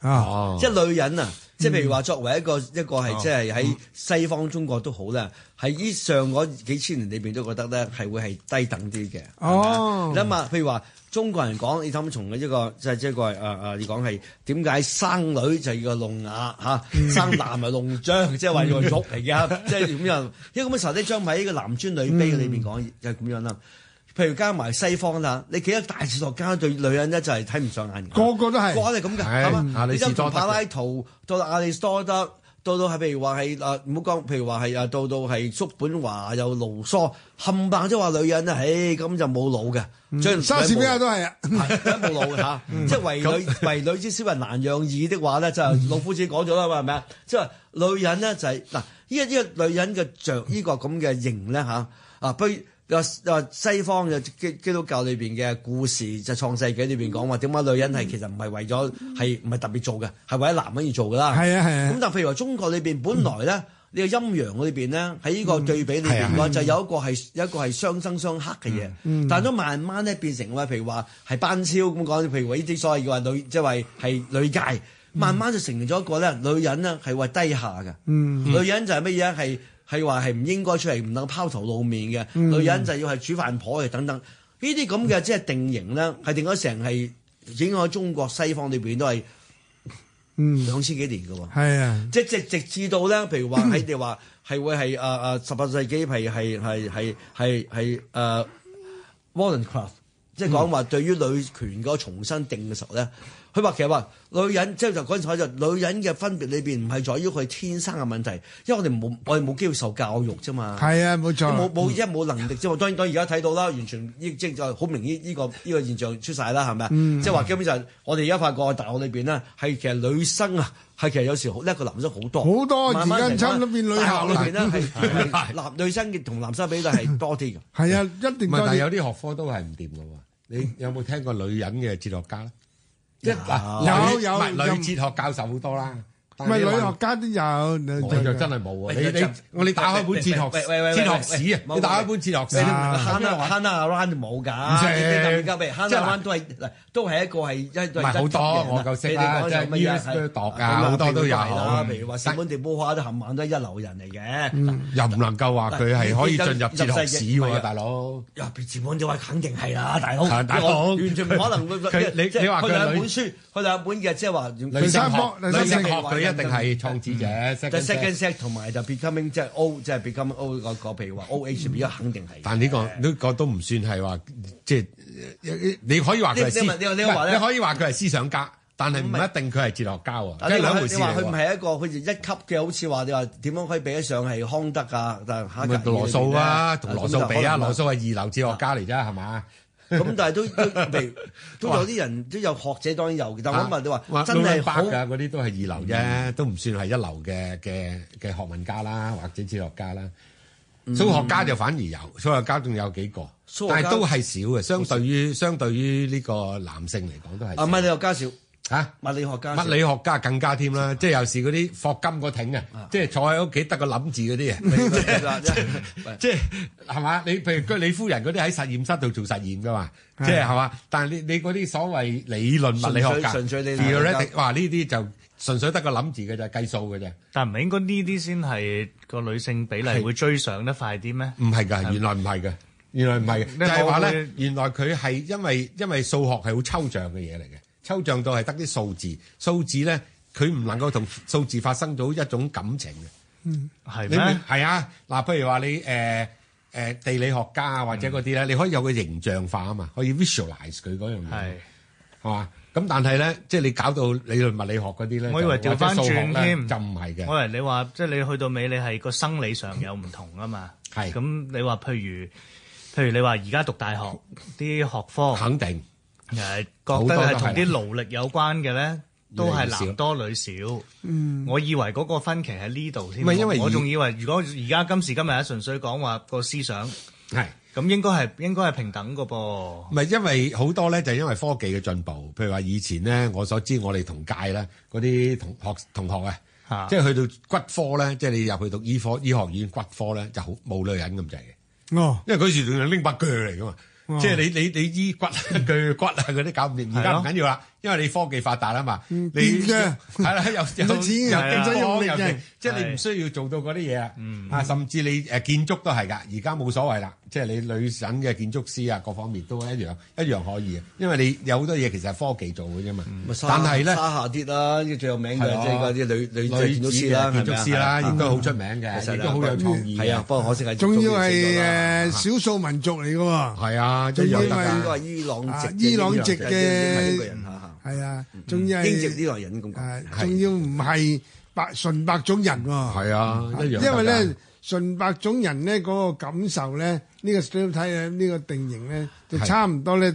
Speaker 3: 啊，
Speaker 6: 哦
Speaker 5: 即係女人啊，即係譬如話作為一個一個係即係喺西方中國都好啦，喺依上嗰幾千年裏邊都覺得咧係會係低等啲嘅。啊
Speaker 3: 哦
Speaker 5: 你諗下，譬如話中國人講，你諗從嘅一個即係即係一個誒誒，你講係點解生女就要個聾啞嚇，生男就聾張，即係話要個肉嚟嘅，即係咁樣。因為咁嘅時候咧，將喺呢個男尊女卑裏邊講就係咁樣啦。譬如加埋西方啦，你幾多大哲學家對女人咧就係睇唔上眼嘅。
Speaker 3: 個個都係
Speaker 5: 個都係咁㗎，
Speaker 6: 係
Speaker 5: 係嘛？
Speaker 6: 亞里
Speaker 5: 你
Speaker 6: 士
Speaker 5: 就
Speaker 6: 多
Speaker 5: 從
Speaker 6: 德嘅
Speaker 5: 柏拉圖到到亞里士多德，到到係譬如話係誒唔好講，譬如話係誒啊到到係叔本華又盧梭，冚唪唥即係話女人啊，唉咁就冇腦嘅，
Speaker 6: 嗯
Speaker 5: 最
Speaker 3: 莎士比亞都係啊，
Speaker 5: 係真係冇腦 嘅嚇，
Speaker 3: 嗯
Speaker 5: 即係為女 為女之小人難養兒的話咧，就係老夫子講咗啦，係咪啊？即係女人咧就係嗱，依個依個女人嘅着依個咁嘅型咧嚇啊，不如。啊啊！西方嘅基基督教裏邊嘅故事就創世紀裏邊講話點解女人係其實唔係為咗係唔係特別做嘅，係為咗男人而做㗎啦。
Speaker 3: 係啊係啊
Speaker 6: 嗯
Speaker 5: 咁但係譬如話中國裏邊本來咧，呢個陰陽裏邊咧喺呢個對比裏
Speaker 6: 係啊嗯
Speaker 5: 邊嘅話就有一個係有一個係相生相克嘅嘢，但係都慢慢咧變成話，譬如話係班超咁講，譬如話呢啲所謂嘅話女，即係話係女界，慢慢就成為咗一個咧女人咧係話低下嘅，
Speaker 6: 嗯
Speaker 5: 女人就係乜嘢係係話係唔應該出嚟，唔能夠拋頭露面嘅，
Speaker 6: 嗯
Speaker 5: 女人就要係煮飯婆嘅等等，呢啲咁嘅即係定型咧，係定咗成係影響中國西方裏邊都係
Speaker 3: 嗯，
Speaker 5: 兩千幾年嘅喎。
Speaker 3: 係啊，
Speaker 5: 即直直至到咧，譬如話喺你話係會係啊啊十八世紀係係係係係係誒 Wollstonecraft，即係講話對於女權嗰個重新定嘅時候咧，佢話其實話女人即係就嗰陣時候就女人嘅分別裏邊唔係在於佢天生嘅問題，因為我哋冇我哋冇機會受教育啫嘛。
Speaker 3: 係啊，冇錯，
Speaker 5: 冇冇即係冇能力啫嘛。當然當然而家睇到啦，完全依即係就好明呢呢個呢個現象出晒啦，係咪啊？
Speaker 6: 嗯
Speaker 5: 即係話基本上我哋而家發覺大學裏邊咧，係其實女生啊，係其實有時好叻過男生好多，
Speaker 3: 好多
Speaker 5: 慢慢
Speaker 3: 而家
Speaker 5: 成
Speaker 3: 差唔多變女校啦
Speaker 5: 大學裏邊咧係係 係男女生嘅同男生比例係多啲嘅。
Speaker 3: 係啊，一定
Speaker 6: 唔
Speaker 3: 多
Speaker 6: 係，但係
Speaker 3: 啲
Speaker 6: 有。啲學科都係唔掂嘅喎。你有冇聽過女人嘅哲學家咧？即
Speaker 5: 有
Speaker 6: 係嗱
Speaker 3: 有有
Speaker 6: 唔係
Speaker 3: 有
Speaker 6: 女哲學教授好多啦，
Speaker 3: 唔
Speaker 6: 但
Speaker 3: 係
Speaker 6: 係你
Speaker 3: 女
Speaker 6: 話
Speaker 3: 學家都有，
Speaker 6: 我就真係冇喎。
Speaker 5: 喂
Speaker 6: 啊你
Speaker 5: 喂
Speaker 6: 你我哋打開本哲
Speaker 5: 喂喂喂
Speaker 6: 學哲學史啊
Speaker 5: 喂喂喂，
Speaker 6: 你打開本哲學史啊，咁樣玩
Speaker 5: Hannah Arendt 冇㗎，
Speaker 6: 唔識
Speaker 5: 你咁而家譬如
Speaker 6: 即係
Speaker 5: Hannah Arendt 都係嗱都係一個係一
Speaker 6: 唔
Speaker 5: 唔
Speaker 6: 係好多我夠識啦即係 US Murdoch 啊好多都有
Speaker 5: 譬如話史本地波花都冚唪唥都係一流人嚟嘅。
Speaker 6: 又唔能夠話佢係可以進入哲學史
Speaker 5: 入世紀
Speaker 6: 喎，大佬。
Speaker 5: 哎呀，別字本就話肯定係啦，大佬，
Speaker 6: 係啊大佬
Speaker 5: 我完全唔可能會。
Speaker 6: 佢你
Speaker 5: 即係
Speaker 6: 你話佢
Speaker 5: 佢兩
Speaker 6: 女
Speaker 5: 本書，佢兩本嘅即係話
Speaker 6: 女
Speaker 3: 生
Speaker 6: 性
Speaker 3: 學
Speaker 6: 學
Speaker 3: 女
Speaker 6: 女
Speaker 3: 性
Speaker 6: 性
Speaker 3: 學
Speaker 6: 學佢一定係創始者
Speaker 5: 就
Speaker 6: second
Speaker 5: second
Speaker 6: set
Speaker 5: set 同埋就 becoming 即係 O 即係 becoming O 嗰個譬如話 O H 變咗肯定係。
Speaker 6: 嗯但呢個呢個都唔算係話，即係呃你可以話佢係思，
Speaker 5: 你你你你話
Speaker 6: 唔
Speaker 5: 咧
Speaker 6: 係你可以話佢係思想家，但係唔
Speaker 5: 唔係
Speaker 6: 一定佢係哲學家喎，
Speaker 5: 啊
Speaker 6: 即係
Speaker 5: 你話
Speaker 6: 兩
Speaker 5: 佢
Speaker 6: 回
Speaker 5: 你
Speaker 6: 事
Speaker 5: 話佢唔
Speaker 6: 嚟喎。
Speaker 5: 係一個好似一級嘅，好似話你話點樣可以比得上係康德啊？但係
Speaker 6: 咪
Speaker 5: 黑格
Speaker 6: 羅
Speaker 5: 爾
Speaker 6: 素啊，
Speaker 5: 裏邊咧
Speaker 6: 同羅素比
Speaker 5: 咁就可能
Speaker 6: 啊，羅素係二流哲學家嚟啫，係嘛？
Speaker 5: 咁但係都 都譬如都有啲人都有學者當然有，但我問你話
Speaker 6: 啊哇
Speaker 5: 真係好
Speaker 6: 魯倫伯格嗰啲都係二流啫，都唔算係一流嘅嘅嘅學問家啦，或者哲學家啦。數學家就反而有，數學家仲有幾個，
Speaker 5: 數學家
Speaker 6: 但係都係少嘅，相對於相對於呢個男性嚟講都係
Speaker 5: 啊
Speaker 6: 少
Speaker 5: 物理學家少，物
Speaker 6: 嚇。
Speaker 5: 理學家少
Speaker 6: 物理學家更加添啦，即係有時嗰啲霍金個艇啊，即係坐喺屋企得個諗字嗰 啲啊，即係係嘛？你譬如居里夫人嗰啲喺實驗室度做實驗噶嘛，即係係嘛？但係你你嗰啲所謂理論物理學家，
Speaker 5: 純粹純粹理論學家
Speaker 6: theoretic，哇呢啲就純粹得個諗字嘅啫，計數嘅啫，
Speaker 4: 但唔係應該呢啲先係個女性比例
Speaker 6: 係
Speaker 4: 會追上得快啲咩？
Speaker 6: 唔係㗎，原來唔係㗎，原來唔係嘅，
Speaker 4: 你
Speaker 6: 就係話
Speaker 4: 我會
Speaker 6: 咧，原來佢係因為因為數學係好抽象嘅嘢嚟嘅，抽象到係得啲數字，數字咧佢唔能夠同數字發生到一種感情嘅。
Speaker 4: 係
Speaker 6: 你
Speaker 4: 咩
Speaker 6: 明？係啊，嗱，譬如話你誒誒地理學家啊，或者嗰啲咧，你可以有個形象化啊嘛，可以 visualize 佢嗰樣嘢
Speaker 4: 係，，
Speaker 6: 係嘛？咁但係咧，即係你搞到理論物理學嗰啲咧，
Speaker 4: 我以為
Speaker 6: 就
Speaker 4: 調
Speaker 6: 或者
Speaker 4: 翻
Speaker 6: 數學
Speaker 4: 轉
Speaker 6: 呢
Speaker 4: 添
Speaker 6: 就唔係嘅。
Speaker 4: 我以為你話即係你去到尾，你係個生理上有唔同啊嘛。
Speaker 6: 係
Speaker 4: 咁，你話譬如譬如你話而家讀大學啲學科。
Speaker 6: 肯定
Speaker 4: 誒覺得係同啲勞力有關嘅咧，都係
Speaker 6: 越嚟越少
Speaker 4: 男多女少。嗯，我以為嗰個分歧喺呢度添。
Speaker 6: 唔係因為
Speaker 4: 我
Speaker 6: 而
Speaker 4: 仲以為如果而家今時今日純粹講話個思想，
Speaker 6: 係，
Speaker 4: 咁應該係應該係平等嘅噃。
Speaker 6: 唔係因為好多咧，就係因為科技嘅進步。譬如話以前咧，我所知我哋同屆咧嗰啲同學同學啊。
Speaker 4: 嚇，
Speaker 6: 即係去到骨科咧，即係你入去讀醫科、醫學院骨科咧，就好冇女人咁滯嘅。
Speaker 3: 哦，
Speaker 6: 因為嗰時仲要拎把鋸嚟噶嘛，即係你你你醫骨啊 鋸骨啊嗰啲搞唔掂，而家唔緊要啦，因為你科技發達啊嘛，
Speaker 5: 嗯
Speaker 6: 你
Speaker 3: 變 嘅
Speaker 6: 係啦，又又
Speaker 3: 唔使錢
Speaker 5: 啊
Speaker 3: 嘅唔使用力
Speaker 6: 又
Speaker 3: 嘅
Speaker 6: 成即係你唔需要做到嗰啲嘢啊，
Speaker 5: 嗯
Speaker 6: 啊甚至你誒建築都係㗎，而家冇所謂啦，即係你女人嘅建築師啊，各方面都一樣一樣可以嘅，啊因為你有好多嘢其實係科技做嘅啫嘛，
Speaker 5: 嗯咪沙
Speaker 6: 但係咧
Speaker 5: 沙。下啲啦，呢最有名嘅
Speaker 6: 係啊
Speaker 5: 即係嗰啲女女女建築師啦，
Speaker 6: 建築師啦，
Speaker 5: 係咪啊
Speaker 6: 亦都好出名
Speaker 5: 其實
Speaker 6: 嘅，亦都好有創意嘅。
Speaker 5: 係啊，不過可惜係
Speaker 3: 仲要係啊
Speaker 5: 誒，
Speaker 3: 诶少數民族嚟嘅喎。
Speaker 6: 係啊，一
Speaker 3: 仲要
Speaker 6: 樣
Speaker 3: 因為
Speaker 5: 應該係
Speaker 6: 㗎
Speaker 5: 伊朗籍
Speaker 3: 啊
Speaker 5: 嘅，
Speaker 3: 伊朗籍
Speaker 5: 英
Speaker 3: 嘅
Speaker 5: 英國人嚇嚇，
Speaker 3: 係啊，仲要
Speaker 5: 英籍
Speaker 3: 係啊
Speaker 5: 伊朗人咁
Speaker 3: 诶
Speaker 5: 講，，
Speaker 3: 仲要唔係白純白種人喎。
Speaker 6: 係啊，一樣㗎。
Speaker 3: 因為咧純白種人咧嗰個感受咧，呢個 stereotype 咧，呢個定型咧，就
Speaker 6: 係
Speaker 3: 差唔多咧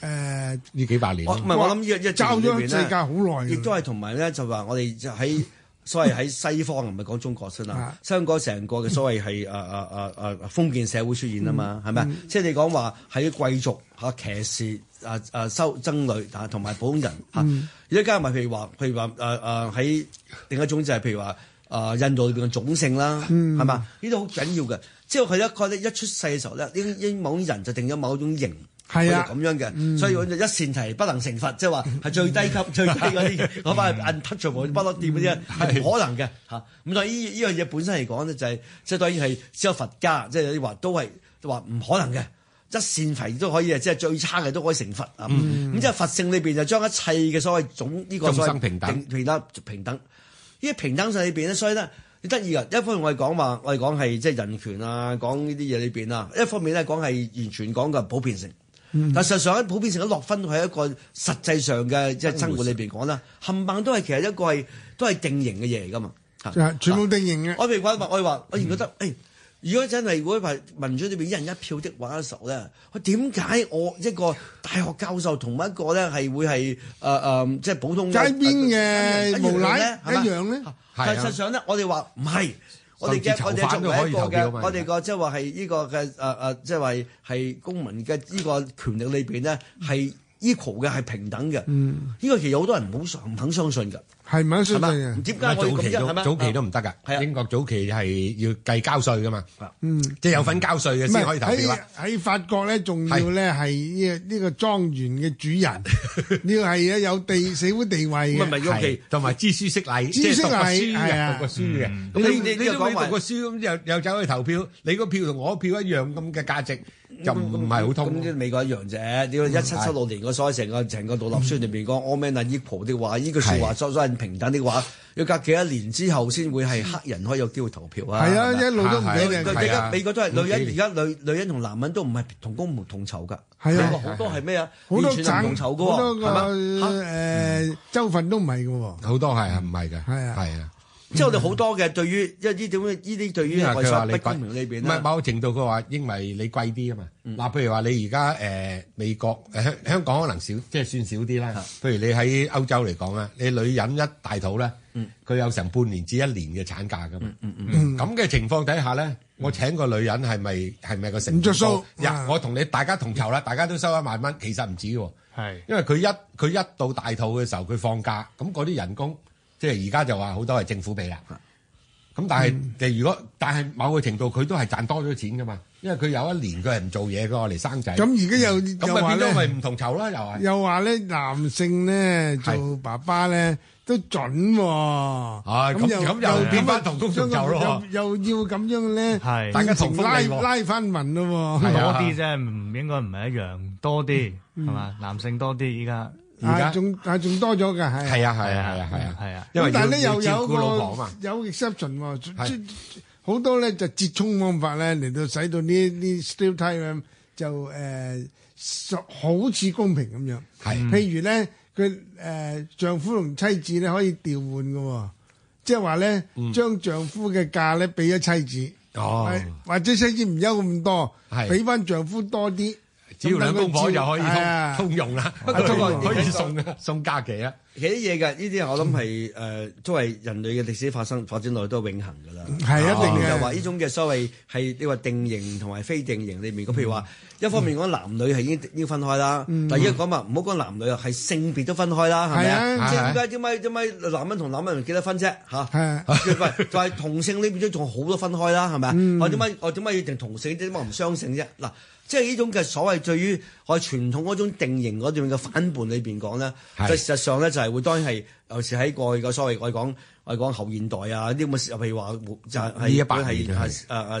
Speaker 3: 誒，
Speaker 6: 呢幾百年
Speaker 3: 哦
Speaker 5: 我
Speaker 6: 咯
Speaker 5: 唔係我諗呢一一
Speaker 3: 罩
Speaker 5: 年裏
Speaker 3: 咗世
Speaker 5: 邊咧
Speaker 3: 界好耐
Speaker 5: 亦
Speaker 3: 㗎
Speaker 5: 都係同埋咧，就話我哋 就喺所謂喺西方，唔係講中國先啦
Speaker 3: 啊。
Speaker 5: 香港成個嘅所謂係誒啊誒誒誒封建社會出現啊
Speaker 3: 嗯
Speaker 5: 嘛，係咪啊？即係你講話喺貴族嚇騎士啊啊收僧侶啊，同埋普通人嚇，
Speaker 3: 嗯
Speaker 5: 而家加埋譬如話譬如話誒誒喺另一種就係譬如話。啊！印度裏邊嘅種姓啦，
Speaker 3: 嗯
Speaker 5: 係嘛？呢啲好緊要嘅。之後佢一覺得一出世嘅時候咧，英英某啲人就定咗某種型，
Speaker 3: 係啊
Speaker 5: 佢就咁樣
Speaker 6: 嗯
Speaker 5: 嘅，所以我就一線提不能成佛，即係話係最低級、 最低嗰啲，嗰班
Speaker 6: 嗯
Speaker 5: untouchable 不得掂嗰啲係唔可能嘅嚇。咁所以呢依樣嘢本身嚟講咧，就係即係當然係只有佛家，即係你話都係話唔可能嘅。一線提都可以啊，即係最差嘅都可以成佛啊！咁即係佛性裏邊就將一切嘅所謂種呢個所謂
Speaker 6: 嗯眾生平等
Speaker 5: 平等平等。呢啲平等上裏邊咧，所以咧你得意噶。一方面我哋講話，我哋講係即係人權啊，講呢啲嘢裏邊啊；一方面咧講係完全講嘅普遍性。但實際上喺普遍性嘅落分，佢係一個實際上嘅即係生活裏邊講啦，冚棒都係其實一個係都係定型嘅嘢嚟噶嘛。嚇
Speaker 3: 就係全部定型嘅。
Speaker 5: 我譬如講話，我哋話，我而覺得，誒、如果真係如果係民主裏邊一人一票的話嘅時候咧，我點解我一個大學教授同埋一個咧係會係誒誒，即係普通
Speaker 3: 街邊
Speaker 5: Ờ.
Speaker 3: 嘅
Speaker 5: 一樣
Speaker 3: 無賴
Speaker 5: 係嘛
Speaker 3: 一樣咧
Speaker 5: 但
Speaker 6: 係啊
Speaker 5: 實上咧，我哋話唔係。我哋嘅
Speaker 6: 甚至
Speaker 5: 我
Speaker 6: 囚
Speaker 5: 哋
Speaker 6: 犯
Speaker 5: 作
Speaker 6: 都
Speaker 5: 為
Speaker 6: 可
Speaker 5: 一
Speaker 6: 以
Speaker 5: 個
Speaker 6: 投票
Speaker 5: 嘅，
Speaker 6: 啊嘛
Speaker 5: 我哋個即係話係呢個嘅誒誒，即係話係係公民嘅呢個權力裏邊咧係 equal 嘅，係平等嘅。嗯，呢個其實好多人唔好想唔肯相信㗎，
Speaker 3: 係咪相
Speaker 5: 係
Speaker 3: 信
Speaker 5: 嘛？
Speaker 3: 嘅
Speaker 5: 唔？知點解我哋
Speaker 6: 早
Speaker 5: 咁
Speaker 6: 期
Speaker 5: 樣係
Speaker 6: 都
Speaker 5: 嘛？
Speaker 6: 早期都唔得噶
Speaker 5: 係，啊
Speaker 6: 英國早期係要計交税噶嘛
Speaker 5: 啊，
Speaker 6: 即係有份交税嘅
Speaker 3: 唔
Speaker 6: 先可
Speaker 3: 係
Speaker 6: 以投票
Speaker 3: 喺
Speaker 6: 啦。
Speaker 3: 喺法國咧，仲要咧係呢個呢個莊園嘅主人，呢個係有地社會地位
Speaker 5: 唔係唔
Speaker 3: 嘅。
Speaker 5: 係早期
Speaker 6: 係同埋知書識禮，
Speaker 3: 知
Speaker 6: 即係
Speaker 3: 識
Speaker 6: 讀過
Speaker 3: 禮
Speaker 6: 書
Speaker 3: 係啊
Speaker 6: 嘅，讀過書嘅。
Speaker 5: 嗯
Speaker 6: 咁
Speaker 5: 你
Speaker 6: 你
Speaker 5: 你呢
Speaker 6: 你
Speaker 5: 個
Speaker 6: 都未
Speaker 5: 講埋
Speaker 6: 讀過書，咁又又走去投票，你個票同我票一樣咁嘅價值，就唔唔係好
Speaker 5: 咁
Speaker 6: 通
Speaker 5: 即。係美國一樣啫。你一七七六年個所謂成個成個獨立書裏邊講 all men are equal 的話，呢句説話所所謂平等的話，要隔幾多年之後先會係黑人可以有機會投票啊？
Speaker 3: 係啊，
Speaker 5: 咪
Speaker 3: 一路都唔
Speaker 6: 係
Speaker 3: 俾
Speaker 6: 係
Speaker 3: 你
Speaker 6: 係
Speaker 5: 而
Speaker 3: 睇。
Speaker 5: 家美國都係女
Speaker 6: 五幾
Speaker 5: 人，而家女女人同男人都唔係同工唔同酬㗎。
Speaker 3: 係啊
Speaker 5: 美國好多係咩啊？
Speaker 3: 好
Speaker 5: 完
Speaker 3: 多
Speaker 5: 全
Speaker 3: 省，
Speaker 5: 係唔同酬
Speaker 3: 好多
Speaker 5: 㗎喎，係嘛？
Speaker 3: 個誒州份都唔係嘅喎。
Speaker 6: 好多係啊，唔係嘅，
Speaker 3: 係啊
Speaker 6: 係啊。
Speaker 5: 即係我哋好多嘅對於一啲點樣呢啲對於
Speaker 6: 因為
Speaker 5: 外
Speaker 6: 佢
Speaker 5: 在
Speaker 6: 話你
Speaker 5: 不
Speaker 6: 貴
Speaker 5: 公平裏嗯邊啊
Speaker 6: 唔係
Speaker 5: 咧，
Speaker 6: 某程度佢話因為你貴啲啊嘛。嗱、譬如話你而家誒美國誒香、香港可能少，即係算少啲啦。譬如你喺歐洲嚟講啊，你女人一大肚咧，
Speaker 5: 嗯
Speaker 6: 佢、有成半年至一年嘅產假噶嘛。咁嘅、
Speaker 3: 嗯
Speaker 6: 情況底下
Speaker 5: 嗯
Speaker 6: 咧，我請個女人係咪係咪個成本
Speaker 3: 唔着數
Speaker 6: 高呀
Speaker 3: 啊
Speaker 6: 我同你大家同酬啦，大家都收一萬蚊，其實唔止喎。
Speaker 4: 係
Speaker 6: 因為佢一佢一到大肚嘅時候，佢放假，咁嗰啲人工即係而家就話好多係政府俾啦。咁但係，就如果但係某個程度佢都係賺多咗錢噶嘛。因為佢有一年佢係唔做嘢嘅，我嚟生仔。
Speaker 3: 咁而家又
Speaker 6: 咁
Speaker 3: 又話
Speaker 6: 咪變咗咪
Speaker 3: 咧，
Speaker 6: 唔同酬啦，又係。
Speaker 3: 又話咧男性咧
Speaker 6: 係
Speaker 3: 做爸爸咧都準喎。
Speaker 6: 係咁咁又變翻同工同酬咯
Speaker 3: 又又要咁樣咧，
Speaker 4: 係
Speaker 3: 大
Speaker 6: 大
Speaker 3: 家
Speaker 6: 家
Speaker 3: 同
Speaker 6: 同福
Speaker 3: 拉
Speaker 6: 利喎
Speaker 3: 拉翻民咯喎。
Speaker 6: 係嗯啊
Speaker 4: 多啲啫，唔應該唔係一樣，多啲係嘛？男性多啲依家
Speaker 6: 而家
Speaker 3: 啊仲啊仲多咗㗎，係。
Speaker 6: 係啊係啊係啊係啊，
Speaker 4: 係啊，
Speaker 6: 因為
Speaker 3: 咁但係
Speaker 6: 要
Speaker 3: 咧又
Speaker 6: 要照
Speaker 3: 有
Speaker 6: 顧老婆啊
Speaker 3: 個
Speaker 6: 嘛。
Speaker 3: 有 exception 喎
Speaker 6: 係
Speaker 3: 即，好多咧就折衷方法咧嚟到使到呢啲 stereotype 呢就誒、呃所好似公平咁樣。
Speaker 6: 係
Speaker 3: 譬如咧，佢誒、呃丈夫同妻子咧可以調換嘅喎，即係話咧將丈夫嘅價咧俾咗妻子。
Speaker 6: 嗯哦，
Speaker 3: 係或者妻子唔憂咁多，
Speaker 6: 係
Speaker 3: 俾翻丈夫多啲，
Speaker 6: 只要兩公婆
Speaker 3: 咁等佢
Speaker 6: 就可以
Speaker 3: 照係啊
Speaker 6: 通通用啦，
Speaker 5: 不過
Speaker 6: 可以送送家期啊。
Speaker 5: 其實啲嘢㗎，呢啲我諗係誒，都係人類嘅歷史發生發展落去都係永恆㗎啦。啊
Speaker 3: 係一定嘅
Speaker 5: 就話呢種嘅所謂係你話定型同埋非定型裏面，咁譬如話一方面講男女係已經已經分開啦，第二講話唔好講男女啊，係性別都分開啦，係咪
Speaker 3: 係啊
Speaker 5: 啊？即係點解點解點解男人同男人幾多分啫？嚇！
Speaker 3: 係啊
Speaker 5: 喂，就係同性呢邊都仲好多分開啦，係咪啊？我點解我點解要定同性啫？點解唔雙性啫？嗱，即係呢種嘅所謂對於我傳統嗰種定型嗰段嘅反叛裏邊講咧，
Speaker 6: 係
Speaker 5: 就事實上咧就係會當然係尤其是喺過去嘅所謂我哋講我哋講後現代啊啲咁嘅事，譬如話就係
Speaker 6: 呢一百年
Speaker 5: 係
Speaker 6: 啊
Speaker 5: 係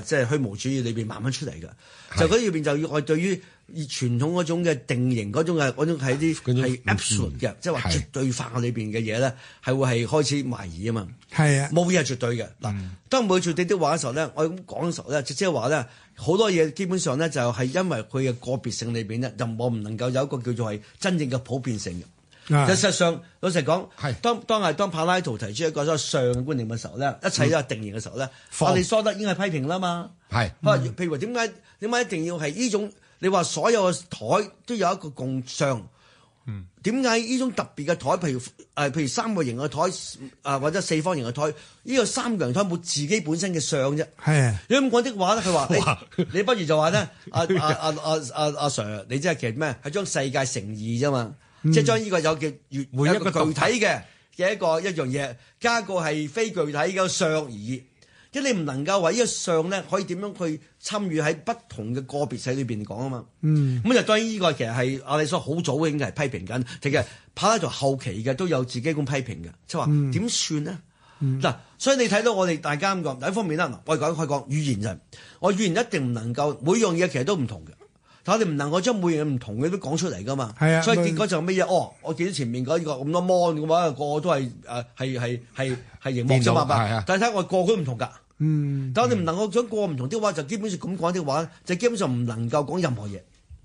Speaker 5: 誒誒，即係虛無主義裏邊慢慢出嚟嘅，就嗰裏邊就要我對於以傳統嗰種嘅定型嗰種嘅嗰種係啲
Speaker 6: 嗰種
Speaker 5: 係 absolute 嘅，即係話
Speaker 6: 係
Speaker 5: 絕對化裏邊嘅嘢咧，係會係開始懷疑啊嘛。
Speaker 6: 嗯
Speaker 3: 係啊，
Speaker 5: 冇嘢係絕對嘅。嗱，當每絕對的話嘅時候咧，我咁講嘅時候咧，即係話咧，好多嘢基本上咧就係因為佢嘅個別性裏邊咧，就我唔能夠有一個叫做係真正嘅普遍性嘅。
Speaker 6: 嗯
Speaker 3: 啊
Speaker 5: 實際上，老實講
Speaker 6: 係，
Speaker 5: 當當係當柏拉圖提出一個所謂上嘅觀念嘅時候咧，一切都係定型嘅時候咧，
Speaker 6: 放
Speaker 5: 我哋疏得已經係批評啦嘛。
Speaker 6: 係
Speaker 5: 啊，譬如話點解點解一定要係呢種？你話所有嘅台都有一個共相，點解呢種特別嘅台，譬如誒、呃譬如三個形嘅台，誒、或者四方形嘅台，呢、個三個形台冇自己本身嘅相啫。
Speaker 3: 係啊，
Speaker 5: 如果咁講的話咧，佢話你你不如就話咧，阿阿阿阿阿阿 Sir，你即係其實咩？係將世界乘二啫嘛，即係將呢個有嘅越
Speaker 6: 每一個
Speaker 5: 有個具體嘅嘅一個一樣嘢，加一個係非具體嘅相而已。即係你唔能夠話呢個相咧，可以點樣去參與喺不同嘅個別社裏邊講啊嘛。嗯，咁就當然呢個其實係阿里所好早已經係批評緊，其實柏拉圖後期嘅都有自己咁批評嘅，即係
Speaker 6: 嗯
Speaker 5: 話點算呢？嗱、所以你睇到我哋大家咁講，第一方面啦，嗱我哋講開講語言就係，我語言一定唔能夠每樣嘢其實都唔同嘅，但我哋唔能夠將每樣唔同嘅都講出嚟噶嘛。
Speaker 3: 係啊
Speaker 5: 所以結果就乜嘢？哦，我見到前面嗰、個咁多 mon 嘅話，個個都係誒係係係係熒幕啫嘛
Speaker 6: 電腦係啊，
Speaker 5: 但係睇我個個都唔同㗎。
Speaker 3: 嗯。
Speaker 5: 但我哋唔能夠想過唔同的話，就基本上咁講的話，就基本上唔能夠講任何嘢。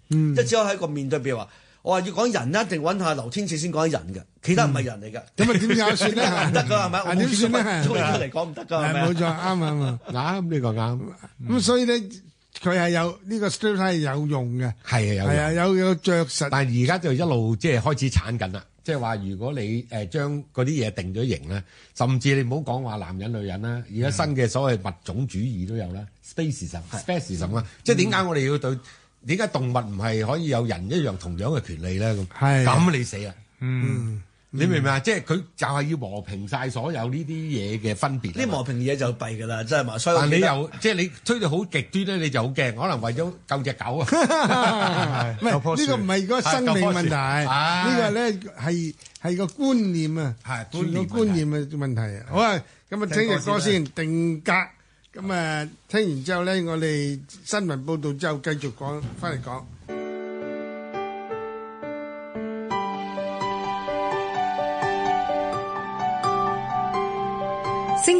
Speaker 3: 嗯
Speaker 5: 即係只有喺個面對，譬如話，我話要講人咧，一定揾下劉天賜先講人嘅，其他唔係人嚟㗎。
Speaker 3: 咁啊點有算 咧？
Speaker 5: 唔得㗎係咪？
Speaker 3: 啊
Speaker 5: 我
Speaker 3: 點算咧？
Speaker 5: 冇出嚟講唔得㗎係咪
Speaker 3: 係
Speaker 5: 啊
Speaker 3: 冇錯，啱啊啱啊。
Speaker 6: 啱呢個啱，
Speaker 3: 咁所以咧，佢係有呢個 stereotype 係有用嘅，
Speaker 6: 係啊有用
Speaker 3: 係啊有有着實，
Speaker 6: 但係而家就一路即係開始產緊啦，即係話如果你誒將嗰啲嘢定咗型咧，甚至你唔好講話男人女人啦，而家新嘅所謂物種主義都有啦，spacism，spacism 啦，即係點解我哋要對點解動物唔係可以有人一樣同樣嘅權利咧？咁
Speaker 3: 係
Speaker 6: 咁你死啦！ 你明唔明啊？即係佢就係要磨平晒所有呢啲嘢嘅分別啊嘛。
Speaker 5: 呢磨平嘢就弊㗎啦，真係嘛。所以我
Speaker 6: 但你
Speaker 5: 記得
Speaker 6: 又即係你推到好極端咧，你就好驚，可能為咗救只狗啊！
Speaker 3: 唔係呢個唔係嗰個生命問題，
Speaker 6: 係
Speaker 3: 呢個咧係係個觀念啊，
Speaker 6: 係觀
Speaker 3: 全
Speaker 6: 念
Speaker 3: 個觀念嘅問題啊。好啊，咁啊聽日歌先定格，咁啊聽完之後咧，我哋新聞報導之後繼續講翻嚟講。
Speaker 1: 星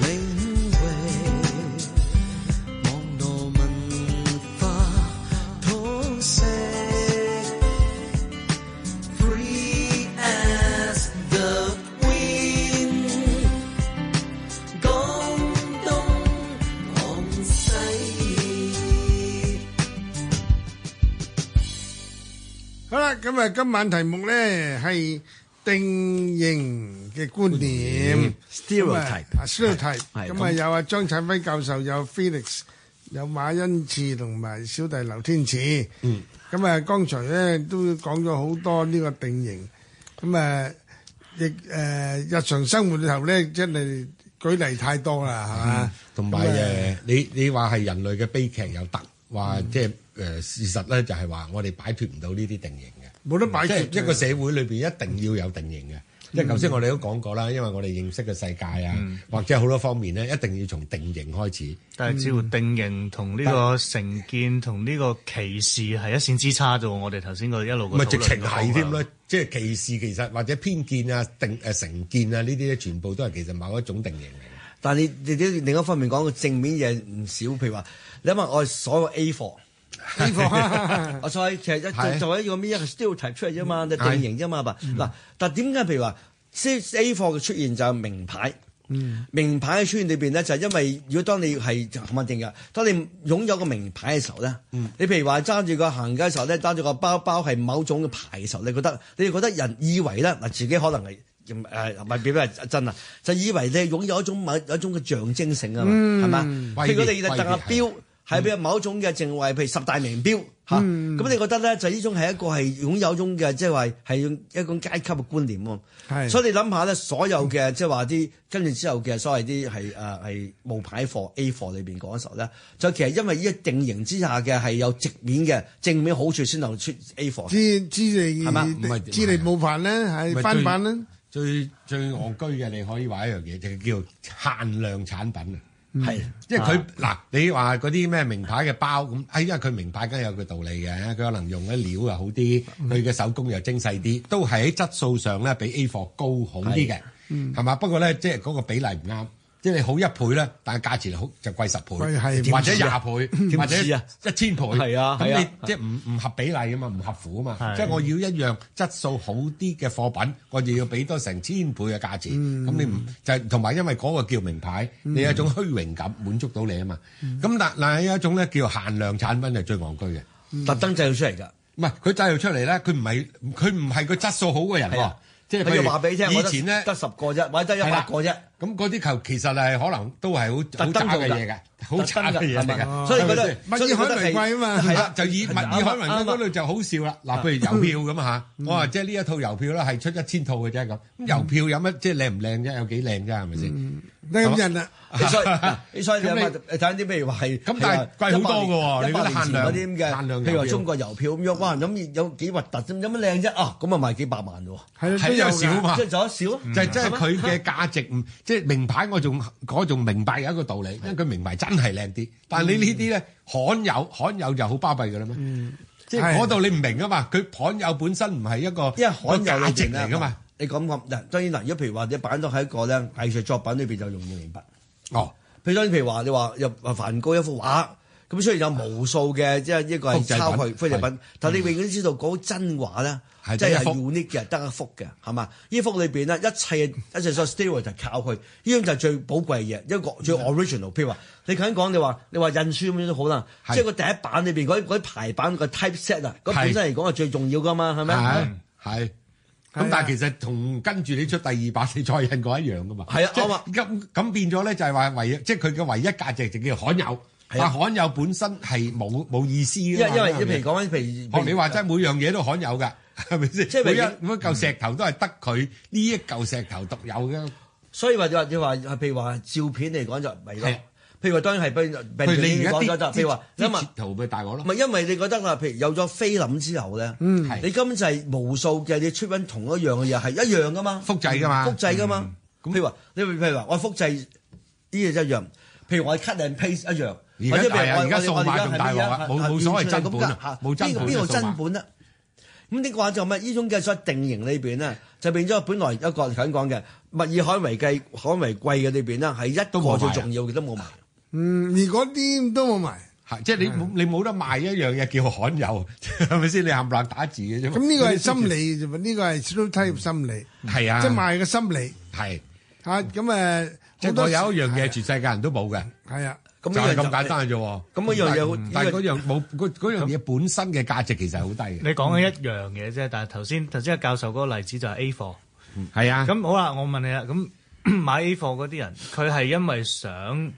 Speaker 2: 領域，網絡文化通識，free as the wind，廣東廣西。
Speaker 3: 好啦，咁啊，今晚題目咧係定型嘅觀念
Speaker 5: Stereotype
Speaker 3: 咁啊 stereotype，
Speaker 5: 係
Speaker 3: 咁啊
Speaker 5: 咁
Speaker 3: 有啊張燦輝教授，有 Felix，有馬恩賜同埋小弟劉天賜。嗯，咁啊，剛才咧都講咗好多呢個定型，咁啊，亦誒、呃日常生活裏頭咧，真係舉例太多啦，係嘛？
Speaker 6: 同埋誒，啊你你話係人類嘅悲劇又得，話即係誒事實咧，就係話我哋擺脱唔到呢啲定型嘅。
Speaker 3: 冇得擺
Speaker 6: 即
Speaker 3: 脱
Speaker 6: 係一個社會裏邊一定要有定型嘅。即係頭先我哋都講過啦，因為我哋認識嘅世界啊，或者好多方面咧，一定要從定型開始。
Speaker 4: 但係似乎定型同呢個成見同呢個歧視係一線之差啫喎。我哋頭先個一路
Speaker 6: 唔
Speaker 4: 個
Speaker 6: 係
Speaker 4: 討論
Speaker 6: 啊直情係添
Speaker 4: 都講
Speaker 6: 啦
Speaker 4: 話，
Speaker 6: 即係歧視其實或者偏見啊、定誒成見啊呢啲咧，全部都係其實某一種定型嚟
Speaker 5: 但係你你你另一方面講個正面嘢唔少，譬如話你諗下我哋所有 A 貨。
Speaker 3: 呢 個
Speaker 5: 我所以其實一
Speaker 6: 係嗯
Speaker 5: 就就一個咩一個 stereotype 出嚟啫嘛，你定型啫嘛吧。嗱，但點解譬如話 C A 貨嘅出現就係名牌？
Speaker 6: 嗯
Speaker 5: 名牌嘅出現裏邊咧，就係因為如果當你係肯定嘅，當你擁有個名牌嘅時候咧，
Speaker 6: 嗯
Speaker 5: 你譬如話揸住個行街嘅時候咧，揸住個包包係某種嘅牌嘅時候，你覺得你哋覺得人以為咧嗱，自己可能係。誒唔係表係真啊，就以為你擁有一種某有一種嘅象徵性啊嘛，
Speaker 6: 嗯
Speaker 5: 係嘛？譬如我哋
Speaker 6: 貴啲
Speaker 5: 特下
Speaker 6: 貴啲係
Speaker 5: 標。係
Speaker 6: 嗯
Speaker 5: 譬如某一種嘅正位，譬如十大名錶嚇，咁、你覺得咧就呢種係一個係擁有一種嘅即係話係一種階級嘅觀念
Speaker 3: 係
Speaker 5: 喎。所以你諗下咧，所有嘅即係話啲跟住之後嘅所謂啲係誒係冒牌貨 A 貨裏邊講嘅時候咧，就其實因為呢一定型之下嘅係有直面嘅正面好處先能出 A 貨。
Speaker 3: 知知你
Speaker 5: 係嘛
Speaker 6: 唔係
Speaker 3: 知你冇飯咧，係翻版咧，
Speaker 6: 最最戇居嘅，你可以話一樣嘢，就叫限量產品啊。
Speaker 5: 係
Speaker 6: 因為佢嗱，你話嗰啲咩名牌嘅包咁，哎，因為佢名牌梗係有佢道理嘅，佢可能用嘅料又好啲，佢嘅手工又精細啲，都係喺質素上咧比 A 貨高好啲嘅，係嘛？不過咧，即係嗰個比例唔啱，即係你好一倍咧，但係價錢好就貴十
Speaker 3: 貴係
Speaker 6: 倍，或者 廿倍，或者
Speaker 5: 點知啊
Speaker 6: 一千倍，
Speaker 5: 係啊係
Speaker 6: 咁
Speaker 5: 啊
Speaker 6: 你即係唔唔合比例啊嘛，唔合符啊嘛，
Speaker 4: 係
Speaker 6: 即係我要一樣質素好啲嘅貨品，我就要俾多成千倍嘅價錢。咁你唔就係同埋因為嗰個叫名牌，你有一種虛榮感滿足到你啊嘛。咁但但係有一種咧叫限量產品係最戇居嘅，
Speaker 5: 特登製造出嚟㗎。
Speaker 6: 唔係佢製造出嚟咧，佢唔係佢唔係個質素好嘅人
Speaker 5: 係
Speaker 6: 喎
Speaker 5: 啊，
Speaker 6: 即係
Speaker 5: 你
Speaker 6: 譬
Speaker 5: 要
Speaker 6: 如
Speaker 5: 話俾你聽，我
Speaker 6: 以
Speaker 5: 得
Speaker 6: 前咧
Speaker 5: 得。十個啫，或者得一
Speaker 6: 係
Speaker 5: 百
Speaker 6: 啦
Speaker 5: 個啫。
Speaker 6: 咁嗰啲球其實係可能都係好好
Speaker 5: 特登
Speaker 6: 渣
Speaker 5: 做
Speaker 6: 嘅
Speaker 5: 㗎
Speaker 6: 嘢嘅，好渣嘅嘢嚟
Speaker 5: 特登㗎係
Speaker 6: 嘅，
Speaker 5: 嘛所以覺得
Speaker 6: 係咪先
Speaker 3: 物以罕為貴啊嘛
Speaker 5: 係
Speaker 6: 係
Speaker 5: 啊
Speaker 6: 啦，就以物以罕為貴嗰度就好笑啦。嗱，譬如郵票咁嚇，
Speaker 5: 嗯
Speaker 6: 我話即係呢一套郵票咧係出一千套嘅啫咁。咁郵票有乜即係靚唔靚啫？有幾靚啫？係咪先？
Speaker 5: 嗯
Speaker 3: 得咁人啦，
Speaker 5: 你 所以嗱 你所以你話睇啲譬如話係
Speaker 6: 咁但係貴好多㗎喎
Speaker 5: 一百年前嗰啲咁
Speaker 6: 你覺得
Speaker 5: 嘅，
Speaker 6: 限量
Speaker 5: 譬如話
Speaker 6: 限量郵票
Speaker 5: 中國郵票咁樣，哇咁有幾核突啫，有乜靚啫啊？咁啊賣幾百萬喎，
Speaker 3: 係啦
Speaker 6: 係
Speaker 3: 都有
Speaker 6: 因為少啊
Speaker 3: 㗎
Speaker 6: 嘛
Speaker 5: 即係就一少，
Speaker 6: 就係即係佢嘅價值唔即係名牌，我仲我仲明白有一個道理，因為佢名牌真係靚啲。但
Speaker 5: 嗯
Speaker 6: 係你呢啲咧罕有罕有就好巴閉㗎啦咩？即係
Speaker 3: 係
Speaker 6: 嗰度你唔明啊嘛，佢罕有本身唔係一個
Speaker 5: 因為罕有
Speaker 6: 個價值
Speaker 5: 裏邊啊
Speaker 6: 嚟
Speaker 5: 咧
Speaker 6: 㗎嘛。。
Speaker 5: 你咁講嗱，當然嗱，如果譬如話你擺到喺一個咧藝術作品裏邊就容易明白。
Speaker 6: 哦，
Speaker 5: 譬如當然譬如話你話入梵高一幅畫，咁雖然有無數嘅即係呢個
Speaker 6: 複製
Speaker 5: 係
Speaker 6: 品
Speaker 5: 抄佢複製
Speaker 6: 係嗯
Speaker 5: 品，但你永遠都知道嗰真畫咧
Speaker 6: 係，
Speaker 5: 即係
Speaker 6: 得一幅
Speaker 5: unique 嘅，得一幅嘅，係嘛？呢幅裏邊咧，一切一切所有 stereotype 就靠佢，呢種就係最寶貴嘅嘢，一
Speaker 6: 嗯
Speaker 5: 個最 original。譬如話你頭先講你話你話印書咁樣都好啦，
Speaker 6: 係
Speaker 5: 即係個第一版裏邊嗰啲嗰啲排版個 type set 啊，嗰本身嚟講係最重要噶嘛，係咪？
Speaker 6: 係係。咁但係其實同跟住你出第二版，你再印過一樣噶嘛。
Speaker 5: 係啊
Speaker 6: 即係
Speaker 5: 啱啊
Speaker 6: 咁咁變咗咧，就係話唯一，即係佢嘅唯一價值就叫罕有。
Speaker 5: 係啊
Speaker 6: 但罕有本身係冇冇意思
Speaker 5: 因
Speaker 6: 㗎
Speaker 5: 為
Speaker 6: 嘛
Speaker 5: 因為
Speaker 6: 係咪
Speaker 5: 譬如講緊譬如
Speaker 6: 學你話齋，每樣嘢都罕有㗎， 係咪先？
Speaker 5: 即係
Speaker 6: 每
Speaker 5: 譬
Speaker 6: 一每一嚿石頭都係得佢呢一嚿石頭獨有嘅。
Speaker 5: 所以話你話你話啊譬如話照片嚟講就唔係咯
Speaker 6: 係啊，
Speaker 5: 譬如話當然係譬如譬
Speaker 6: 譬
Speaker 5: 如
Speaker 6: 如你
Speaker 5: 你
Speaker 6: 而
Speaker 5: 講咗就
Speaker 6: 家啲
Speaker 5: 譬如話
Speaker 6: 啲
Speaker 5: 因為
Speaker 6: 啲。截圖咪大我咯
Speaker 5: 唔。係因為你覺得啊啦，譬如有咗菲林之後咧，嗯
Speaker 6: 係
Speaker 5: 你根本就係無數嘅，你出緊同一樣嘅嘢係一樣噶嘛，
Speaker 6: 複製㗎嘛
Speaker 5: 複製噶嘛。
Speaker 6: 嗯咁
Speaker 5: 譬如話，你譬如話我複製啲嘢一樣，譬如我 cut and paste 一樣，
Speaker 6: 而家
Speaker 5: 或者譬如
Speaker 6: 係啊
Speaker 5: 我
Speaker 6: 而家
Speaker 5: 我哋
Speaker 6: 數碼
Speaker 5: 我哋而家
Speaker 6: 仲
Speaker 5: 係
Speaker 6: 大鑊啊
Speaker 5: 咩嘢
Speaker 6: 冇
Speaker 5: 係
Speaker 6: 冇所謂真本啊
Speaker 5: 係啊
Speaker 6: 冇真
Speaker 5: 邊個
Speaker 6: 本
Speaker 5: 邊
Speaker 6: 嘅
Speaker 5: 個
Speaker 6: 數
Speaker 5: 真
Speaker 6: 碼
Speaker 5: 本咧？咁呢個話就咪呢種嘅所謂定型裏邊咧，就變咗本來一個頭先講嘅物以罕為貴、罕為貴嘅裏邊咧，係一
Speaker 6: 都
Speaker 5: 個
Speaker 6: 冇埋
Speaker 5: 最
Speaker 6: 啊
Speaker 5: 重要嘅都冇埋。
Speaker 3: 嗯，而嗰啲都冇埋。
Speaker 6: 係即係你冇你冇得賣一樣嘢叫罕有， 係咪先？你冚唪唥打字嘅啫嘛。
Speaker 3: 咁呢個係心理啫嘛，呢個係 stereotype 心理，
Speaker 6: 係啊，
Speaker 3: 即係賣嘅心理
Speaker 6: 係。
Speaker 3: 嚇。咁誒，
Speaker 6: 即
Speaker 3: 好
Speaker 6: 係
Speaker 3: 多
Speaker 6: 我有一樣嘢，
Speaker 3: 時
Speaker 6: 全世界人都冇嘅，
Speaker 3: 係啊，
Speaker 5: 咁呢
Speaker 6: 就係
Speaker 5: 樣
Speaker 6: 咁簡單嘅啫喎。
Speaker 5: 咁嗰樣嘢
Speaker 6: 但但係
Speaker 5: 呢個
Speaker 6: 嗰樣冇嗰嗰樣嘢本身嘅價值其實係好低嘅。
Speaker 4: 你講緊一樣嘢啫，但係頭先頭先阿教授嗰個例子就係 A 貨。
Speaker 6: 係啊，
Speaker 4: 咁好啦，我問你啦，咁 買 A 貨嗰啲人，佢係因為想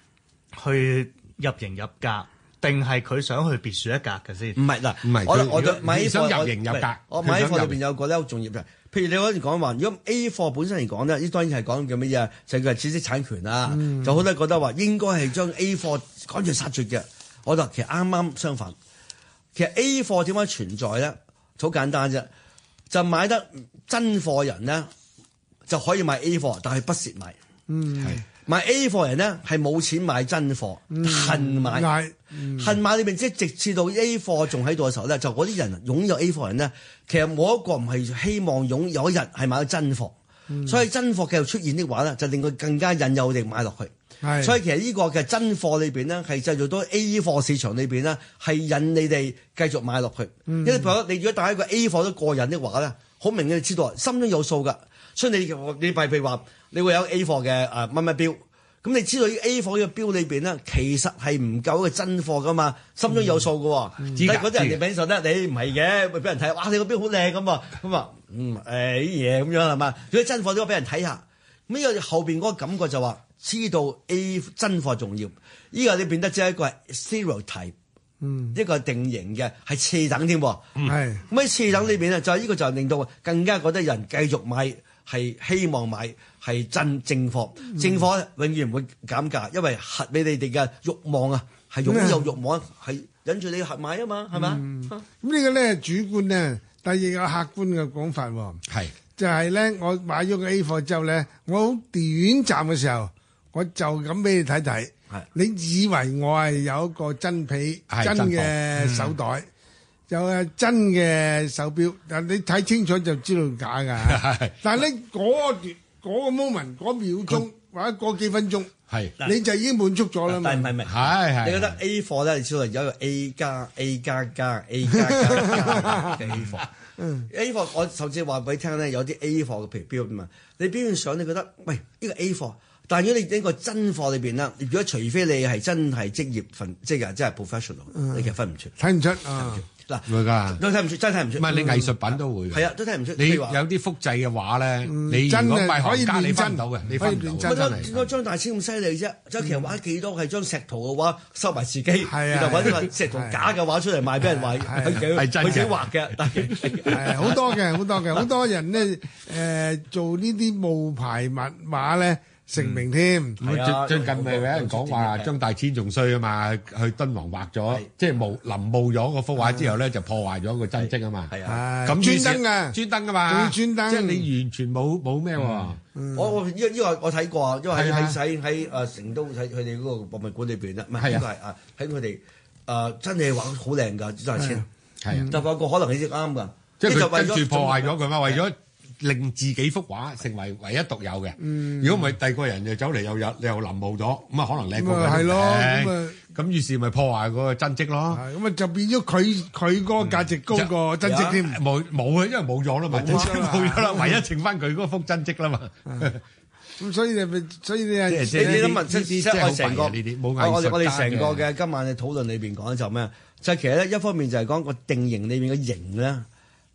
Speaker 4: 去入型入格，定係佢想去別樹一格嘅先？
Speaker 5: 唔
Speaker 6: 嗯
Speaker 5: 係嗱，
Speaker 6: 唔係
Speaker 5: 我
Speaker 6: 佢
Speaker 5: 我
Speaker 6: 如
Speaker 5: 對
Speaker 6: 果
Speaker 5: 買
Speaker 6: 你
Speaker 5: A
Speaker 6: 想
Speaker 5: 貨
Speaker 6: 入
Speaker 5: 我
Speaker 6: 型入
Speaker 5: 唔係
Speaker 6: 格
Speaker 5: 我
Speaker 6: 佢
Speaker 5: 買 A
Speaker 6: 想
Speaker 5: 貨
Speaker 6: 入
Speaker 5: 裏邊有個咧好重要嘅，譬如你嗰陣講話，如果 A 貨本身嚟講咧，呢當然係講叫乜嘢？就係佢係知識產權啦，
Speaker 6: 嗯
Speaker 5: 就好多人覺得話應該係將 A 貨趕盡殺絕嘅。我就其實啱啱相反，其實 A 貨點解存在咧？好簡單啫，就買得真貨人咧就可以買 A 貨，但係不屑買。
Speaker 6: 係
Speaker 5: 買 A 貨人咧係冇錢買真貨，
Speaker 6: 嗯
Speaker 5: 恨買。
Speaker 3: 嗌
Speaker 5: 恨買裏邊，即係直至到 A 貨仲喺度嘅時候咧，就嗰啲人擁有 A 貨人咧，其實冇一個唔係希望擁有一日係買到真貨，所以真貨繼續出現的話咧，就令佢更加引誘你買落去。
Speaker 3: 係
Speaker 5: 所以其實呢個嘅真貨裏邊咧，係製造到 A 貨市場裏邊咧，係引你哋繼續買落去。因為譬如你如果打一個 A 貨都過癮的話咧，好明顯你知道心中有數㗎，所以你你譬如話你會有 A 貨嘅誒乜乜標。咁你知道呢 A 貨呢個標裏邊咧，其實係唔夠一個真貨噶嘛，心中有數噶喎。
Speaker 6: 知㗎
Speaker 5: 但係嗰啲
Speaker 6: 知
Speaker 5: 人哋
Speaker 6: 㗎
Speaker 5: 俾信咧，你唔係嘅，會俾人睇，哇！你個標好靚咁啊，咁啊，嗯誒啲嘢咁樣係嘛？如果真貨都俾人睇下，咁呢個後邊嗰個感覺就話，知道 A 真貨重要，呢個你變得只係一個係 stereotype，一
Speaker 3: Ừ.
Speaker 5: 個係定型嘅，係次等添喎。
Speaker 3: 係
Speaker 5: 咁喺次等裏邊啊咧，就係呢個就令到更加覺得人繼續買係希望買係真正貨，正貨呢永遠唔會減價，因為核俾你哋嘅慾望啊，係擁有慾望啊係忍住你核買啊嘛，係咪啊？
Speaker 3: 咁呢個咧主觀咧，但係亦有客觀嘅講法喎。
Speaker 6: 係
Speaker 3: 就係咧，我買咗個 A 貨之後咧，我好短暫嘅時候，我就咁俾你睇睇
Speaker 5: 係，
Speaker 3: 你以為我係有一個真皮
Speaker 6: 係
Speaker 3: 真嘅手袋，有誒真嘅手錶，但你睇清楚就知道假㗎
Speaker 6: 係。
Speaker 3: 但係咧嗰段嗰個 moment 嗰秒鐘或者嗰幾分鐘，
Speaker 6: 係
Speaker 5: 嗱
Speaker 3: 你就已經滿足咗啦嘛
Speaker 5: 但。係唔係唔係？
Speaker 6: 係係。
Speaker 5: 你覺得 A 貨咧，你知道有一個 A 加 A 加加 A 加加加嘅 A 貨。A 貨我甚至話俾你聽咧，有啲 A 貨嘅譬如標咁啊，你表面上你覺得喂呢、個 A 貨，但係如果你呢個真貨裏邊咧，如果除非你係真係職業份，即係真係 professional，、你其實分唔出。
Speaker 3: 睇唔出啊！
Speaker 5: 嗱，
Speaker 6: 會㗎
Speaker 5: 都睇唔出，真係睇唔出。
Speaker 6: 唔係你藝術品都會嘅。
Speaker 5: 係啊，都睇唔出。
Speaker 6: 你
Speaker 5: 譬
Speaker 6: 有
Speaker 5: 如話
Speaker 6: 啲複製嘅畫咧，你
Speaker 3: 真
Speaker 6: 如果
Speaker 3: 係
Speaker 6: 唔係
Speaker 3: 可以
Speaker 6: 行家，
Speaker 3: 練
Speaker 6: 你分
Speaker 3: 真
Speaker 6: 唔到嘅，你
Speaker 3: 可以
Speaker 6: 分唔
Speaker 3: 練
Speaker 6: 到
Speaker 3: 真
Speaker 6: 嘅，
Speaker 3: 係
Speaker 6: 真
Speaker 5: 點解張大千咁犀利啫？即係其實畫幾多係張石頭嘅畫收埋自己，
Speaker 3: 係啊
Speaker 5: 然後揾個石頭假嘅畫出嚟賣俾人賣，
Speaker 3: 係啊
Speaker 5: 佢自己
Speaker 6: 係啊真嘅
Speaker 5: 佢自己畫嘅。但係
Speaker 3: 係好多嘅，好多嘅，好多人咧誒做呢啲冒牌密碼咧成名添。
Speaker 6: 嗯
Speaker 5: 係啊
Speaker 6: 係。最最近咪有人講話張大千仲衰啊嘛，去去敦煌畫咗，即係冇臨摹咗個幅畫之後咧，就破壞咗個真跡啊嘛。
Speaker 5: 係啊，
Speaker 3: 係
Speaker 6: 咁於是
Speaker 3: 專登啊！
Speaker 6: 專登啊嘛，
Speaker 3: 會專登
Speaker 6: 即係你完全冇冇咩喎。
Speaker 5: 我我依依個我睇過啊，因為喺
Speaker 6: 嗯係啊
Speaker 5: 喺喺喺誒成都喺佢哋嗰個博物館裏邊啦，唔係
Speaker 6: 係啊
Speaker 5: 應該係啊喺佢哋誒真係畫得好靚㗎張大千，
Speaker 6: 係啊，
Speaker 5: 但發覺可能佢先啱㗎，
Speaker 6: 即係
Speaker 5: 呢就
Speaker 6: 佢
Speaker 5: 為
Speaker 6: 跟
Speaker 5: 咗
Speaker 6: 住破壞咗佢嘛，為咗令自己幅畫成為唯一獨有嘅。如果唔係，第二個人就走嚟又有又臨摹咗，咁啊可能靚過
Speaker 3: 咁啊
Speaker 6: 佢
Speaker 3: 係咯
Speaker 6: 靚
Speaker 3: 咁啊
Speaker 6: 咁於是咪破壞個真跡咯。
Speaker 3: 係咁啊，就變咗佢佢嗰
Speaker 6: 嗯
Speaker 3: 個價值高過真跡添。
Speaker 6: 冇冇啊，因為冇咗啦嘛，真跡冇咗啦，唯一剩翻佢嗰幅真跡啦嘛。
Speaker 3: 咁所以你咪所以你啊，
Speaker 6: 即
Speaker 5: 你
Speaker 6: 係
Speaker 5: 你
Speaker 6: 呢啲
Speaker 5: 諗下，
Speaker 6: 呢啲
Speaker 5: 即即
Speaker 6: 真係
Speaker 5: 我
Speaker 6: 好
Speaker 5: 成個
Speaker 6: 弊啊呢啲冇藝術
Speaker 5: 我我哋我哋
Speaker 6: 家
Speaker 5: 成
Speaker 6: 嘅
Speaker 5: 個嘅今晚嘅討論裏邊講就咩？就係其實咧，一方面就係講個定型裏面嘅型咧，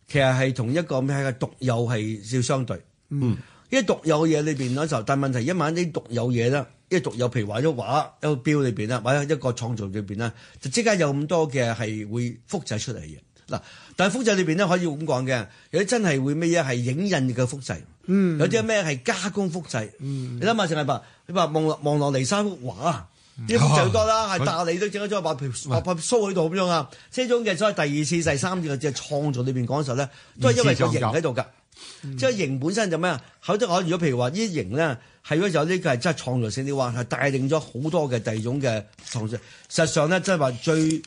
Speaker 5: 其實係同一個咩嘅獨有係要相對。嗯，因為獨有嘢裏邊咧就，但問題一晚啲獨有嘢咧，因為獨有譬如話咗畫一個標裏邊啦，或者一個創造裏邊咧，就即刻有咁多嘅係會複製出嚟嘅。嗱，但係複製裏邊咧可以咁講嘅，有啲真係會咩嘢係影印嘅複製，嗯、有啲咩係加工複製。嗯、你諗下，淨係話你話望落望落嚟三幅畫啊，啲複製好多啦，係大理都整咗張畫皮畫皮須喺度咁樣啊，即係呢種嘅所謂第二次、第三次嘅即係創造裏邊講嘅時候咧，都係因為個型喺度㗎。即係型本身就咩啊？好多我如果譬如話呢啲型咧，係如果有呢個係真係創造性啲話，係帶領咗好多嘅第二種嘅創造。實際上咧，即係話最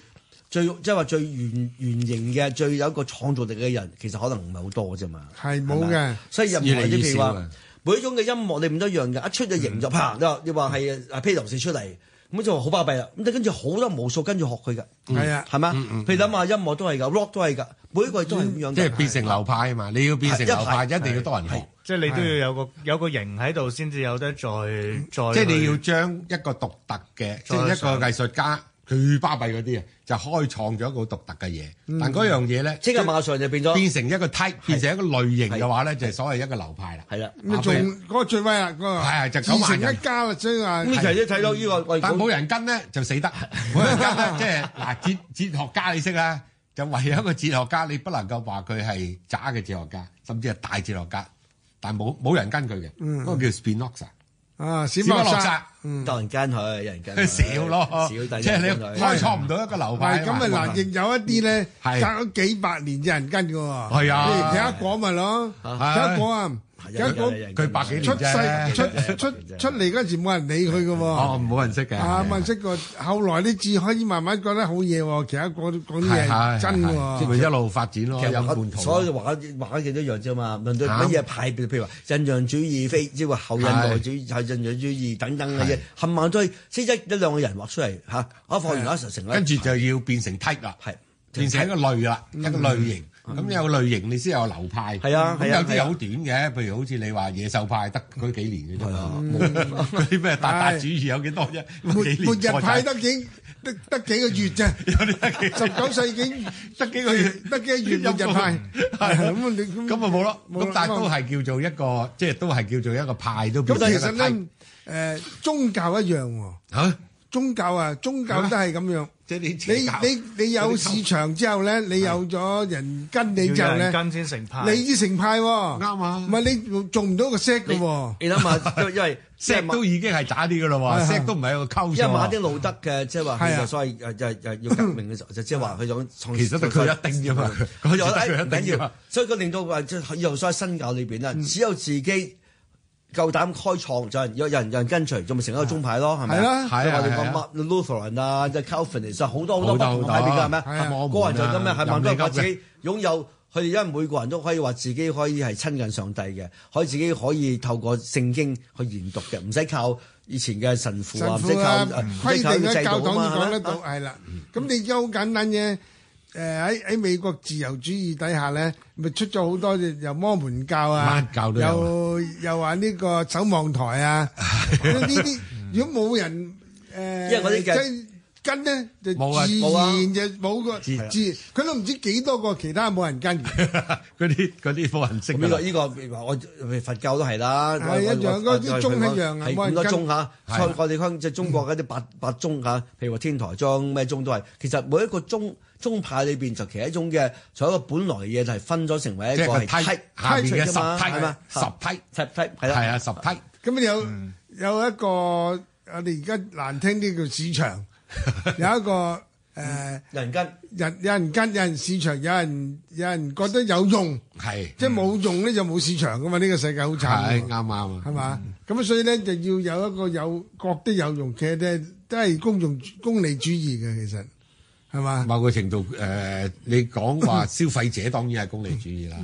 Speaker 5: 最即係話最原原型嘅最有一個創造力嘅人，其實可能唔係好多嘅啫嘛。
Speaker 3: 係冇
Speaker 5: 係
Speaker 3: 嘅
Speaker 6: 啊
Speaker 5: 咪，所以任何
Speaker 6: 越嚟
Speaker 5: 啲
Speaker 6: 越
Speaker 5: 譬如
Speaker 6: 少
Speaker 5: 話
Speaker 6: 啊，
Speaker 5: 每一種嘅音樂你唔一樣嘅，一出就型就啪，你話你話係啊披頭士出嚟，咁就話好巴閉啦。咁你跟住好多無數跟住學佢㗎，
Speaker 6: 嗯
Speaker 3: 係啊
Speaker 5: 係嘛？譬如諗下音樂都係㗎，rock 都係㗎，每一個都係咁樣嘅。
Speaker 6: 嗯即係變成流派啊嘛，你要變成流派，一定要多人學。
Speaker 4: 即係你都要有個有個型喺度，先至有得再再
Speaker 6: 即係
Speaker 4: 去
Speaker 6: 你要將一個獨特嘅，即係一個藝術家最巴閉嗰啲啊，就開創咗一個獨特嘅嘢。但嗰樣嘢咧，
Speaker 5: 即係馬上就變咗
Speaker 6: 變成一個 type，變成一個類型嘅話咧，就係所謂一個流派啦。
Speaker 5: 係啦。
Speaker 3: 咁啊仲嗰個最威啦，嗰個
Speaker 6: 係啊係就九
Speaker 3: 自
Speaker 6: 萬
Speaker 3: 成
Speaker 6: 人
Speaker 3: 一家啦，所以話
Speaker 5: 咁你就一睇到呢個喂
Speaker 6: 但
Speaker 5: 咁
Speaker 6: 冇人跟咧就死得，冇 人跟咧即係嗱哲哲學家你識啦，就唯有一個哲學家你不能夠話佢係渣嘅哲學家，甚至係大哲學家，但冇冇人跟佢嘅，嗰個叫 Spinoza，
Speaker 3: 啊史
Speaker 6: 史
Speaker 3: 密
Speaker 6: 賓
Speaker 3: 洛
Speaker 6: 洛
Speaker 3: 薩
Speaker 6: 薩。
Speaker 5: 多人跟佢，有人跟
Speaker 6: 佢
Speaker 5: 佢
Speaker 6: 少
Speaker 5: 少
Speaker 6: 嗯咯，
Speaker 5: 第二
Speaker 6: 即係
Speaker 5: 人
Speaker 6: 你
Speaker 5: 跟佢
Speaker 6: 開創唔到一個流
Speaker 3: 唔
Speaker 6: 派
Speaker 3: 係
Speaker 6: 啊
Speaker 3: 咁
Speaker 6: 嘛。
Speaker 3: 啊嗱，亦有一啲咧，隔
Speaker 6: 嗯係
Speaker 3: 咗幾百年有人跟嘅喎。
Speaker 6: 係啊
Speaker 3: 譬如睇下果咪咯，睇下果啊，睇下果
Speaker 5: 有人跟
Speaker 6: 佢百幾年
Speaker 3: 出
Speaker 6: 啫
Speaker 3: 世出出出嚟嗰陣時冇人理佢嘅喎。
Speaker 6: 哦，冇人識嘅。
Speaker 3: 啊，
Speaker 6: 係
Speaker 3: 咪識個，後來啲至可以慢慢覺得好嘢喎，其他果講啲
Speaker 6: 係
Speaker 3: 嘢
Speaker 6: 係
Speaker 3: 係真嘅
Speaker 6: 係即係
Speaker 3: 喎。
Speaker 6: 咪一路發展咯，
Speaker 5: 其
Speaker 6: 有
Speaker 5: 實
Speaker 6: 半
Speaker 5: 畫
Speaker 6: 途
Speaker 5: 所
Speaker 6: 咯。
Speaker 5: 哦有畫畫嘅都一樣啫嘛，論到
Speaker 6: 啱
Speaker 5: 乜嘢派別，譬如話印象主義、非即係話後印度主義、後印象主義等等嘅嘢，冚唪唥都係即係一一兩個人畫出嚟嚇，啊放完嗰時成
Speaker 6: 跟住就要變成 type 啦，
Speaker 5: 係
Speaker 6: 變成一個類啦，一個類型。咁有個類型，你先有流派。
Speaker 5: 係啊
Speaker 6: 咁
Speaker 5: 係啊
Speaker 6: 有啲
Speaker 5: 係
Speaker 6: 又
Speaker 5: 啊
Speaker 6: 好短嘅，譬如好似你話野獸派得嗰幾年嘅啫
Speaker 5: 係啊
Speaker 6: 嘛。嗰啲咩達達主義有幾多啫？
Speaker 3: 末
Speaker 6: 幾年
Speaker 3: 末日派
Speaker 6: 錯
Speaker 3: 得幾得得幾個月啫，
Speaker 6: 有啲得幾
Speaker 3: 十九世紀
Speaker 6: 得幾個月，
Speaker 3: 得幾個月末日派，
Speaker 6: 係啊
Speaker 3: 咁你
Speaker 6: 咁啊冇咯。
Speaker 3: 冇啦
Speaker 6: 咁但係都係叫做一個，即係都係叫做一個派都變
Speaker 3: 咁
Speaker 6: 成一
Speaker 3: 其
Speaker 6: 個
Speaker 3: 實
Speaker 6: type
Speaker 3: 咧，誒宗教一樣喎，
Speaker 6: 嚇，
Speaker 3: 宗教啊，宗教都係咁樣。
Speaker 6: 即係啲邪
Speaker 3: 你
Speaker 6: 教
Speaker 3: 你你有市場之後咧，你有咗人跟你之後咧，
Speaker 4: 跟先成派。
Speaker 3: 你啲成派喎，
Speaker 6: 啱啊
Speaker 3: 唔係你做唔到個 set 嘅喎，
Speaker 5: 你諗下，因因為即
Speaker 6: 石
Speaker 5: 係
Speaker 6: 都已經係渣啲嘅啦
Speaker 3: 係
Speaker 6: 喎，
Speaker 3: 係
Speaker 6: 石都唔係一個溝
Speaker 5: 因為馬丁
Speaker 6: 數。
Speaker 5: 路德嘅即係話
Speaker 3: 係
Speaker 5: 佢
Speaker 3: 啊
Speaker 5: 就所謂誒誒誒要革命嘅時候，就即係話佢想創
Speaker 6: 其實得佢一丁啫嘛
Speaker 5: 佢就
Speaker 6: 嗰時
Speaker 5: 誒
Speaker 6: 得
Speaker 5: 唔
Speaker 6: 佢一
Speaker 5: 緊
Speaker 6: 丁啫嘛
Speaker 5: 要，所以佢令到話即係以後所謂新教裏邊咧，只有自己。夠膽開創就有人有人有人跟隨，就咪成一個宗派咯，係咪
Speaker 3: 係啦
Speaker 6: 係啊
Speaker 5: 我哋
Speaker 6: 係
Speaker 5: 講
Speaker 6: 啊
Speaker 5: Martin Lutheran 啊，即係 Calvinist 啊好多好多
Speaker 6: 好
Speaker 5: 不同
Speaker 6: 多
Speaker 5: 嘅派別㗎，係咪？
Speaker 6: 好多係
Speaker 5: 個
Speaker 6: 啊
Speaker 5: 人就咁樣，係
Speaker 6: 任
Speaker 5: 萬
Speaker 6: 你
Speaker 5: 都係話
Speaker 6: 噏嘅
Speaker 5: 自己擁有。佢哋因為每個人都可以話自己可以係親近上帝嘅，可以自己可以透過聖經去研讀嘅，唔使靠以前嘅神父啊，
Speaker 3: 神
Speaker 5: 唔使
Speaker 3: 父
Speaker 5: 靠
Speaker 3: 啊
Speaker 5: 呃唔
Speaker 3: 規
Speaker 5: 使靠
Speaker 3: 定
Speaker 5: 啲
Speaker 3: 嘅
Speaker 5: 制
Speaker 3: 教
Speaker 5: 度
Speaker 3: 黨
Speaker 5: 啊
Speaker 3: 要講得
Speaker 5: 嘛
Speaker 3: 到，係啦。咁你好簡單啫。誒喺喺美國自由主義底下咧，咪出咗好多又摩門教啊
Speaker 6: 乜，教都有
Speaker 3: 又又話呢個守望台啊，呢 啲如果冇人誒，
Speaker 5: 因為嗰啲嘅
Speaker 3: 即係跟咧，就
Speaker 6: 冇啊
Speaker 3: 自
Speaker 5: 冇啊
Speaker 3: 然就冇個自佢都唔知幾多個其他冇人跟。
Speaker 6: 嗰啲嗰啲冇人識
Speaker 5: 呢
Speaker 6: 㗎啦
Speaker 5: 個。呢個譬如話我譬如佛教都係啦，
Speaker 3: 係
Speaker 5: 我
Speaker 3: 一樣
Speaker 5: 我
Speaker 3: 嗰啲
Speaker 5: 我
Speaker 3: 宗
Speaker 5: 我
Speaker 3: 一樣啊
Speaker 5: 係
Speaker 3: 冇人
Speaker 5: 咁多
Speaker 3: 跟
Speaker 5: 宗嚇。
Speaker 6: 係嗯
Speaker 5: 所以我哋香即係中國嗰啲八八宗嚇，譬如話天台宗咩宗都係。其實每一個宗宗派裏邊就其實一種嘅，從一個本來嘅嘢就係分咗成為一
Speaker 6: 即係
Speaker 5: 個
Speaker 6: 個
Speaker 5: 係 type
Speaker 6: type，下面
Speaker 5: type 出嚟
Speaker 6: 嘅
Speaker 5: 㗎嘛係嘛
Speaker 6: subtype，
Speaker 5: type type 係啦
Speaker 6: 係。啊，十梯。
Speaker 3: 咁有
Speaker 6: 嗯
Speaker 3: 有一個我哋而家難聽啲叫市 場，有一個誒
Speaker 5: 有人跟
Speaker 3: 人有人跟，有人市場，有人有人覺得有用，
Speaker 6: 係
Speaker 3: 即係冇用咧就冇市場噶嘛。呢個世界好慘
Speaker 6: 係
Speaker 3: 㗎喎，
Speaker 6: 啱啱啊，
Speaker 3: 係嘛？咁所以咧就要有一個有覺得有用嘅咧，都係公用功利主義嘅，其實係嘛？
Speaker 6: 某個程度誒、呃你講話消費者當然係功利主義啦，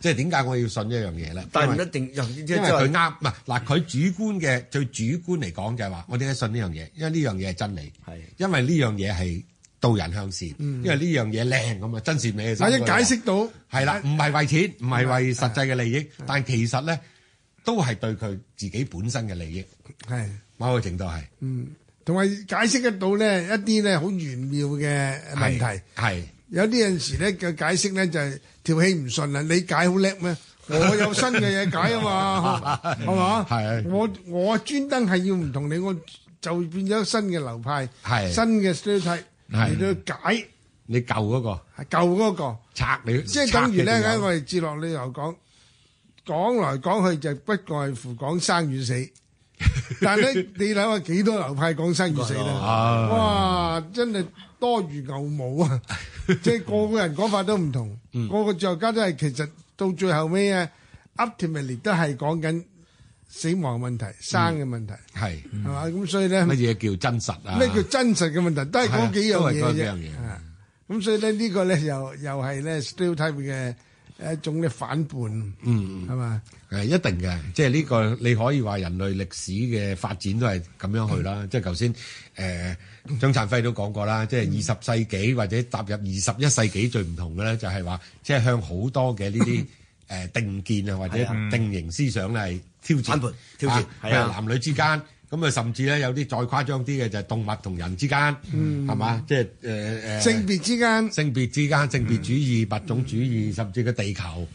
Speaker 6: 即係點解我要信一樣嘢咧？
Speaker 5: 但係
Speaker 6: 因
Speaker 5: 唔
Speaker 6: 為
Speaker 5: 一定有即
Speaker 6: 因為佢
Speaker 5: 係
Speaker 6: 啱，唔係嗱，佢主觀嘅最主觀嚟講就係話，我點解信呢樣嘢？因為呢樣嘢係真理，
Speaker 5: 係
Speaker 6: 因為呢樣嘢係導人向善，因為呢樣嘢靚咁啊，真善美嘅心
Speaker 3: 或者
Speaker 6: 嗰度。
Speaker 3: 解釋到
Speaker 6: 係啦，唔係為錢，唔係為實際嘅利益，但其實咧都係對佢自己本身嘅利益，
Speaker 3: 係。嗯
Speaker 6: 某個程度係
Speaker 3: 同埋解釋得到咧一啲咧好玄妙嘅問題。
Speaker 6: 係。
Speaker 3: 有啲陣時咧嘅解釋咧就係條氣唔順啊！你解好叻咩？我有新嘅嘢解啊 嘛，係嘛？
Speaker 6: 係
Speaker 3: 我我專登係要唔同你，我就變咗新嘅流派，
Speaker 6: 係
Speaker 3: 新嘅 stereotype
Speaker 6: 係
Speaker 3: 嚟到解
Speaker 6: 你舊嗰、個
Speaker 3: 舊嗰、個，
Speaker 6: 拆你，
Speaker 3: 即係等於咧，我哋哲學理由講講來講去就不外乎講生與死。但 係咧，你諗下幾多流派講生與死咧？
Speaker 6: 啊
Speaker 3: 哇！真係多如牛毛 啊！即係個個人講法都唔同，
Speaker 6: 嗯
Speaker 3: 個個作家都係其實到最後尾啊，ultimately 都係講緊死亡問
Speaker 6: 嗯
Speaker 3: 題、生嘅問題，
Speaker 6: 係
Speaker 3: 係嘛？咁所以咧，
Speaker 6: 乜
Speaker 3: 嗯咩
Speaker 6: 嘢叫真實啊？
Speaker 3: 叫真實嘅問題，都係嗰幾樣
Speaker 6: 係啊
Speaker 3: 嘢
Speaker 6: 都係嗰幾樣
Speaker 3: 啫
Speaker 6: 嘢。
Speaker 3: 啊咁所以咧，呢個咧又又係咧 stereotype 嘅一種嘅反叛，嗯，係嘛？
Speaker 6: 誒一定嘅，即係呢個你可以話人類歷史嘅發展都係咁樣去啦。即係頭先誒張燦輝都講過啦，即係二十世紀或者踏入二十一世紀最唔同嘅咧，就係話即係向好多嘅 呢啲誒定見啊或者
Speaker 5: 係啊
Speaker 6: 定型思想咧係挑戰
Speaker 5: 反叛挑戰
Speaker 6: 啊
Speaker 5: 係啊
Speaker 6: 譬如男女之間。咁啊甚至咧有啲再誇張啲嘅就係動物同人之間，係嘛？即係誒誒
Speaker 3: 性別之間
Speaker 6: 性別之間、性別主義、物種主義，甚至個地球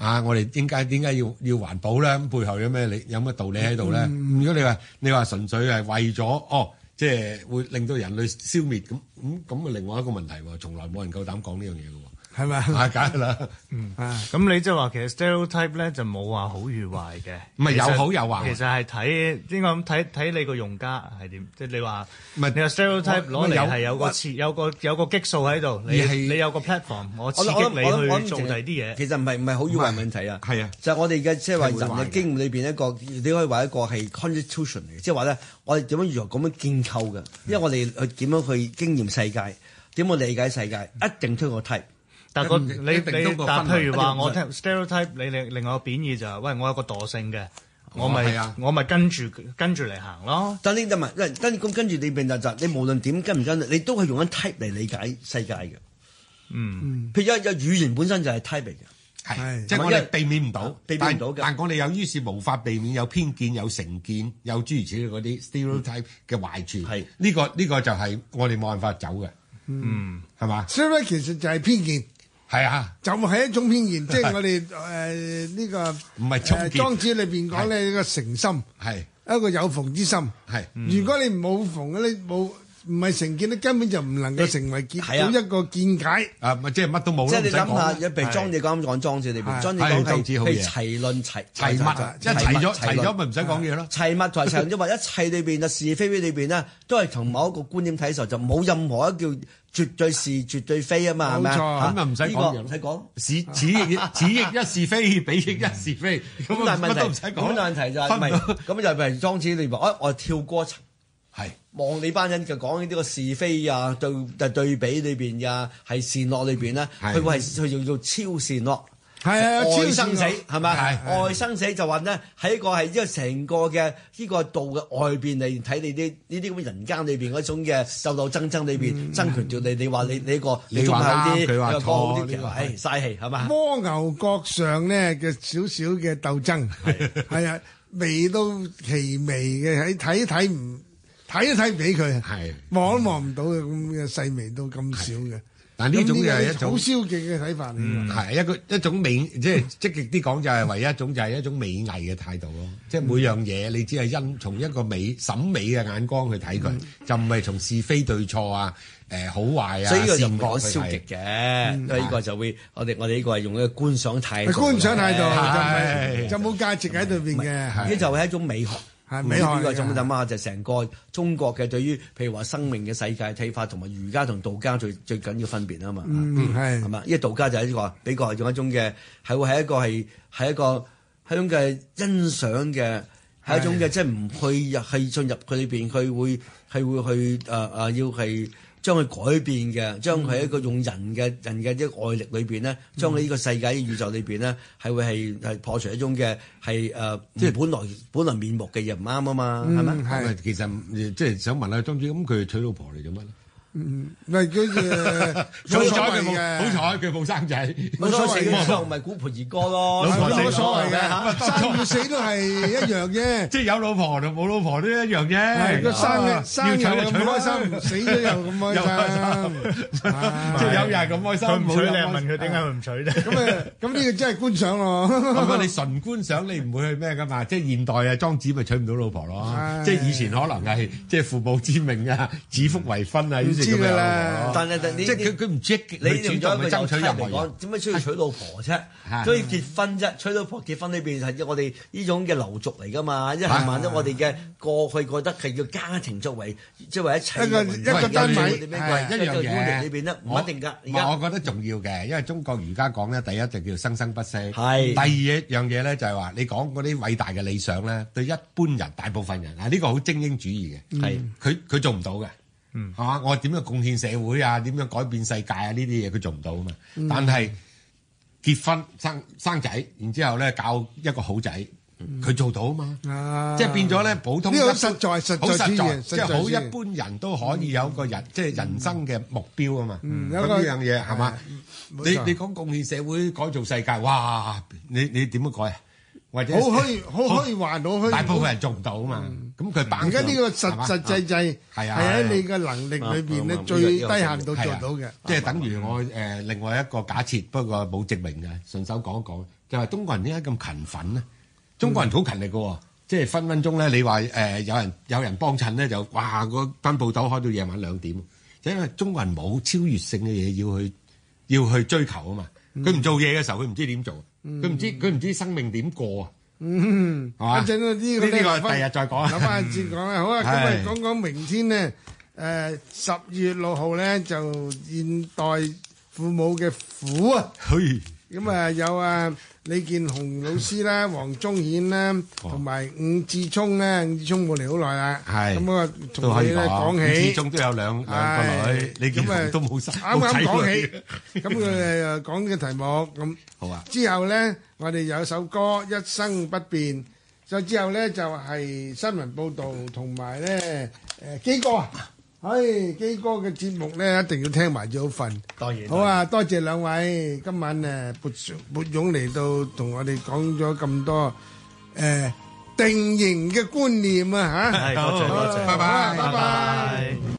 Speaker 6: 啊，我哋點解點解要要環保咧？咁背後有咩理有乜道理喺度咧？如果你話你話純粹係為咗哦，即係會令到人類消滅咁咁咁啊，另外一個問題喎，從來冇人夠膽講呢樣嘢嘅
Speaker 3: 係咪
Speaker 6: 喎，啊，梗係啦，
Speaker 4: 咁你即係話其實 stereotype 咧就冇話好與壞嘅，
Speaker 6: 唔係
Speaker 4: 其實
Speaker 6: 有好有壞
Speaker 4: 其實係睇應該咁睇睇你個用家係點，即係你話
Speaker 6: 唔
Speaker 4: 唔
Speaker 6: 係
Speaker 4: 係你話 stereotype
Speaker 6: 我
Speaker 4: 攞
Speaker 6: 有
Speaker 4: 嚟係有個刺有個有個激素喺度，你
Speaker 6: 而係
Speaker 4: 你有個 platform，我刺
Speaker 5: 我
Speaker 4: 激
Speaker 5: 諗我諗我諗我
Speaker 4: 你
Speaker 5: 諗
Speaker 4: 去做第二啲嘢。
Speaker 5: 其實唔係唔係好以為問題啊，
Speaker 6: 係啊
Speaker 5: 就係我哋嘅即係話
Speaker 6: 係會
Speaker 5: 人
Speaker 6: 壞嘅
Speaker 5: 嘅經驗裏邊一個，你可以話一個係 constitution 嚟嘅，即係話咧，我哋點樣如何咁樣建構
Speaker 6: 嗯
Speaker 5: 嘅，因為我哋去點樣去經驗世界，點樣理解世界，一定推過 type。
Speaker 4: 但個
Speaker 6: 一
Speaker 4: 你
Speaker 6: 定
Speaker 4: 你
Speaker 6: 一定通過
Speaker 4: 但
Speaker 6: 分類
Speaker 4: 譬如話
Speaker 5: 一定
Speaker 4: 我聽 stereotype，你另另外個貶義就係喂我有個惰性嘅，我
Speaker 6: 哦係
Speaker 4: 咪
Speaker 6: 啊
Speaker 4: 我咪跟住跟住嚟行咯。
Speaker 5: 但呢就問，因為跟咁跟住你變就就你無論點跟唔跟，你都係用緊 type 嚟理解世界嘅。嗯，譬如有有語言本身就係 type 嚟嘅。
Speaker 3: 係
Speaker 6: 係即係我哋避免唔到，
Speaker 5: 避免唔到嘅
Speaker 6: 但但我哋有於是無法避免有偏見、有成見、有諸如此類嗰啲 stereotype 嘅壞處。
Speaker 5: 係
Speaker 6: 呢個呢個就係我哋冇辦法走嘅。嗯，係嘛？
Speaker 3: 所以咧，其實就係偏見，
Speaker 6: 係啊。
Speaker 3: 就係一種偏 見，即係我哋誒呢個
Speaker 6: 唔係中
Speaker 3: 誒
Speaker 6: 見
Speaker 3: 莊子裏邊講咧，一個誠心，
Speaker 6: 係
Speaker 3: 一個有逢之心。
Speaker 6: 係
Speaker 3: 如果你冇逢咧，你冇唔係成見咧，根本就唔能夠成為見
Speaker 5: 係啊
Speaker 3: 到一個見解。
Speaker 6: 啊，咪即係乜都冇
Speaker 5: 即
Speaker 6: 咯，
Speaker 5: 係
Speaker 6: 唔
Speaker 5: 你
Speaker 6: 使
Speaker 5: 諗下，
Speaker 6: 講
Speaker 5: 有譬如莊子啱啱講莊子裏邊，
Speaker 3: 係
Speaker 5: 莊子講
Speaker 6: 係
Speaker 5: 係
Speaker 6: 莊子好嘢
Speaker 5: 係齊論齊
Speaker 6: 齊物
Speaker 5: à?
Speaker 6: 啊，一齊咗齊咗咪唔使講嘢咯。
Speaker 5: 齊物同埋齊論，因為一切裏邊嘅是非裏邊咧，都係從某一個觀點睇嘅時候，就冇任何一叫絕對是絕對非啊嘛，係咪啊
Speaker 3: 冇錯
Speaker 5: 嚇
Speaker 6: 咁啊唔使講
Speaker 5: 呢個
Speaker 6: 嘢咯
Speaker 5: 唔使講。
Speaker 6: 此此亦此亦一是非，彼亦一是非，
Speaker 5: 咁
Speaker 6: 咁啊
Speaker 5: 但係
Speaker 6: 乜都唔
Speaker 5: 問
Speaker 6: 使
Speaker 5: 題，
Speaker 6: 講
Speaker 5: 咁
Speaker 6: 啦。
Speaker 5: 但係問題就
Speaker 6: 分
Speaker 5: 係
Speaker 6: 唔
Speaker 5: 咪
Speaker 6: 到
Speaker 5: 咁就譬如莊子裏邊，哎我我跳過一層。
Speaker 6: 係
Speaker 5: 望你班人就講呢啲個是非啊，對就對比裏邊呀，係善惡裏邊咧，
Speaker 6: 係
Speaker 5: 佢會係佢叫做超善惡，
Speaker 3: 係啊，超
Speaker 5: 愛生死
Speaker 3: 善惡
Speaker 5: 係咪？
Speaker 6: 係
Speaker 5: 愛生死就話咧喺一個係因為成個嘅呢個道嘅外邊嚟睇你啲呢啲咁嘅人間裏邊嗰種嘅鬥鬥爭爭裏邊爭權奪利，你話你你個
Speaker 6: 你話啱
Speaker 5: 你中意好啲
Speaker 6: 佢話
Speaker 5: 你講好
Speaker 6: 錯
Speaker 5: 啲，其
Speaker 6: 呢
Speaker 5: 實
Speaker 6: 個係
Speaker 5: 唉嘥氣係嘛？
Speaker 3: 蝸牛角上咧嘅少少嘅鬥爭，係啊，微到其微嘅，喺睇睇唔睇都睇唔俾佢，
Speaker 6: 係，
Speaker 3: 望都望唔到嘅咁嘅細微到咁少嘅。
Speaker 6: 但呢種
Speaker 3: 咁
Speaker 6: 就係一
Speaker 3: 係好
Speaker 6: 種
Speaker 3: 消極嘅睇法嚟㗎。
Speaker 6: 係一個一種美，即係積極啲講就係唯一一種就係一種美藝嘅態度咯。即係每樣嘢你只係因從一個美審美嘅眼光去睇佢，就唔係從是非對錯啊、誒好壞啊、
Speaker 5: 所以呢個就
Speaker 6: 善
Speaker 5: 唔講
Speaker 6: 惡去
Speaker 5: 消極
Speaker 6: 睇。
Speaker 5: 嘅，因為呢個就會我哋我哋呢個係用一個觀賞態度啊嘅，
Speaker 3: 觀賞態
Speaker 6: 係
Speaker 3: 度就唔係就冇價值喺裏邊嘅，
Speaker 5: 呢就係一種美學。
Speaker 3: 係美學
Speaker 5: 呢
Speaker 3: 嚟
Speaker 5: 個咁
Speaker 3: 嘅。
Speaker 5: 諗啊，就成個中國嘅對於譬如話生命嘅世界睇法，同埋儒家同道家最最緊要分別啊嘛，
Speaker 3: 嗯，
Speaker 5: 係
Speaker 3: 係
Speaker 5: 嘛？因為道家就係一個比較係用一種嘅係會係一個係係一個係一種嘅欣賞嘅，係一種嘅即係唔去入去進入佢裏邊，佢會係會去誒誒、呃呃要係。將佢改變嘅，將佢喺一個用人嘅人嘅一個外力裏邊咧，將佢呢個世界呢個宇宙裏邊咧，係會係係破除一種嘅係誒，即係本來本來面目嘅嘢唔啱啊嘛，係咪、
Speaker 3: 嗯
Speaker 6: 咁啊
Speaker 3: 係，
Speaker 6: 其實即係想問下莊主，咁佢娶老婆嚟做乜咧？
Speaker 3: 咪佢誒冇所謂 嘅，
Speaker 6: 好彩佢冇生仔，
Speaker 5: 冇所謂嘅，
Speaker 6: 冇
Speaker 5: 就咪古盆兒歌咯，
Speaker 6: 老婆
Speaker 3: 係
Speaker 6: 死
Speaker 3: 冇所謂
Speaker 5: 嚇
Speaker 3: 嘅，生與死都係一樣 嘅。
Speaker 6: 即係有老婆同冇老婆都一樣啫。
Speaker 3: 係個生
Speaker 6: 啊
Speaker 3: 嘅生又
Speaker 6: 要
Speaker 3: 咁
Speaker 6: 娶就娶啦
Speaker 3: 開心，死咗又咁開
Speaker 6: 又開
Speaker 3: 心，啊
Speaker 6: 即係有人咁開心，
Speaker 4: 佢唔取
Speaker 6: 冇
Speaker 4: 你
Speaker 6: 人
Speaker 4: 係
Speaker 6: 開
Speaker 4: 問
Speaker 6: 心
Speaker 4: 佢點解佢唔取咧？
Speaker 3: 咁誒， 咁呢個真係觀賞 咯。
Speaker 6: 咁啊，你純觀賞你唔會去咩噶嘛？即係現代啊，莊子咪娶唔到老婆咯。
Speaker 3: 係
Speaker 6: 即係以前可能係即係父母之命啊，指腹為婚啊，於是咁
Speaker 3: 知㗎
Speaker 6: 樣
Speaker 3: 啦
Speaker 5: 但係但
Speaker 6: 即
Speaker 5: 你
Speaker 6: 係佢佢唔積極，
Speaker 5: 你
Speaker 6: 佢主
Speaker 5: 用咗一
Speaker 6: 動去
Speaker 5: 個
Speaker 6: 爭
Speaker 5: 有
Speaker 6: 取
Speaker 5: 妻
Speaker 6: 任何
Speaker 5: 嚟
Speaker 6: 嘢
Speaker 5: 講，。點解需要娶老婆啫
Speaker 6: 係？
Speaker 5: 所以結婚啫，娶老婆結婚呢邊係我哋呢種嘅流俗嚟噶嘛，一
Speaker 6: 係
Speaker 5: 係萬一我哋嘅過去覺得係叫家庭作為即係為一切
Speaker 3: 一個
Speaker 5: 嘅
Speaker 3: 一個單位
Speaker 5: 為一個
Speaker 6: 係一樣嘢，
Speaker 5: 裏邊咧唔
Speaker 6: 我
Speaker 5: 一定㗎，而
Speaker 6: 唔係
Speaker 5: 家
Speaker 6: 我覺得重要嘅，因為中國儒家講咧，第一就叫生生不息，
Speaker 5: 係
Speaker 6: 第二一樣嘢咧就係話你講嗰啲偉大嘅理想咧，對一般人大部分人啊，呢個好精英主義嘅，
Speaker 5: 係
Speaker 6: 佢佢做唔到嘅，係嘛？我點樣貢獻社會啊？點樣改變世界啊？呢啲嘢佢做唔到啊嘛。但係結婚生生仔，然之後咧教一個好仔，佢做到啊嘛。
Speaker 3: 啊
Speaker 6: 即係變咗咧，普通
Speaker 3: 呢個好
Speaker 6: 一般
Speaker 3: 實在實在
Speaker 6: 好實
Speaker 3: 主義
Speaker 6: 在，
Speaker 3: 實
Speaker 6: 即
Speaker 3: 在
Speaker 6: 係好
Speaker 3: 主義
Speaker 6: 一般人都可以有個人，即係人生嘅目標啊嘛。
Speaker 3: 嗯
Speaker 6: 咁
Speaker 3: 有個
Speaker 6: 呢樣嘢係嘛？你
Speaker 3: 冇錯
Speaker 6: 你講貢獻社會、改造世界，哇！你你點樣改啊？或者
Speaker 3: 好虛好虛幻，好虛。嗯
Speaker 6: 大部分人做唔到啊嘛。咁佢板
Speaker 3: 而家呢個
Speaker 6: 係
Speaker 3: 實
Speaker 6: 嘛
Speaker 3: 實際際
Speaker 6: 係
Speaker 3: 係
Speaker 6: 啊
Speaker 3: 喺你嘅能力裏邊咧，最低限度做到嘅
Speaker 6: 係啊。即係等於我誒、呃另外一個假設，不過冇證明嘅，順手講一講，就係、中國人點解咁勤奮咧？中國人好勤力嘅喎。即係分分鐘咧，你話誒、呃有人有人幫襯咧，就哇個間報豆開到夜晚兩點，就因為中國人冇超越性嘅嘢要去要去追求啊嘛。佢唔做嘢嘅時候，佢唔知點做，佢唔知佢唔知生命點過啊，
Speaker 3: 嗯，
Speaker 6: 係嘛
Speaker 3: 一陣呢個
Speaker 6: 啊呢呢個
Speaker 3: 留返
Speaker 6: 第日再講啊
Speaker 3: 留翻下先講 啦。好啊，咁啊
Speaker 6: 係
Speaker 3: 講講明天咧，誒十月六號咧就現代父母嘅苦啊！
Speaker 6: 嘿，
Speaker 3: 咁啊有啊李健雄老師 啦、黃宗顯啦，
Speaker 6: 哦
Speaker 3: 同埋伍志聰咧，伍志聰冇嚟好耐啦。
Speaker 6: 係
Speaker 3: 咁啊，從
Speaker 6: 都可
Speaker 3: 佢
Speaker 6: 以
Speaker 3: 咧
Speaker 6: 講。
Speaker 3: 講起
Speaker 6: 始。終都有兩兩個女
Speaker 3: 係，
Speaker 6: 你見
Speaker 3: 咁啊
Speaker 6: 都冇生，
Speaker 3: 啱
Speaker 6: 冇仔
Speaker 3: 啱講
Speaker 6: 女
Speaker 3: 起，咁 佢哋又講呢個題目咁。
Speaker 6: 好啊，
Speaker 3: 之後咧，我哋有首歌《一生不變》，再之後咧就係、新聞報導同埋咧誒基哥啊，唉、基哥嘅節目咧一定要聽埋最好瞓。
Speaker 5: 當然
Speaker 3: 好啊，多謝兩位今晚誒撥撥勇嚟到同我哋講咗咁多誒、定型嘅觀念啊嚇。
Speaker 4: 係多謝
Speaker 3: 好
Speaker 4: 多謝，
Speaker 3: 拜拜拜拜。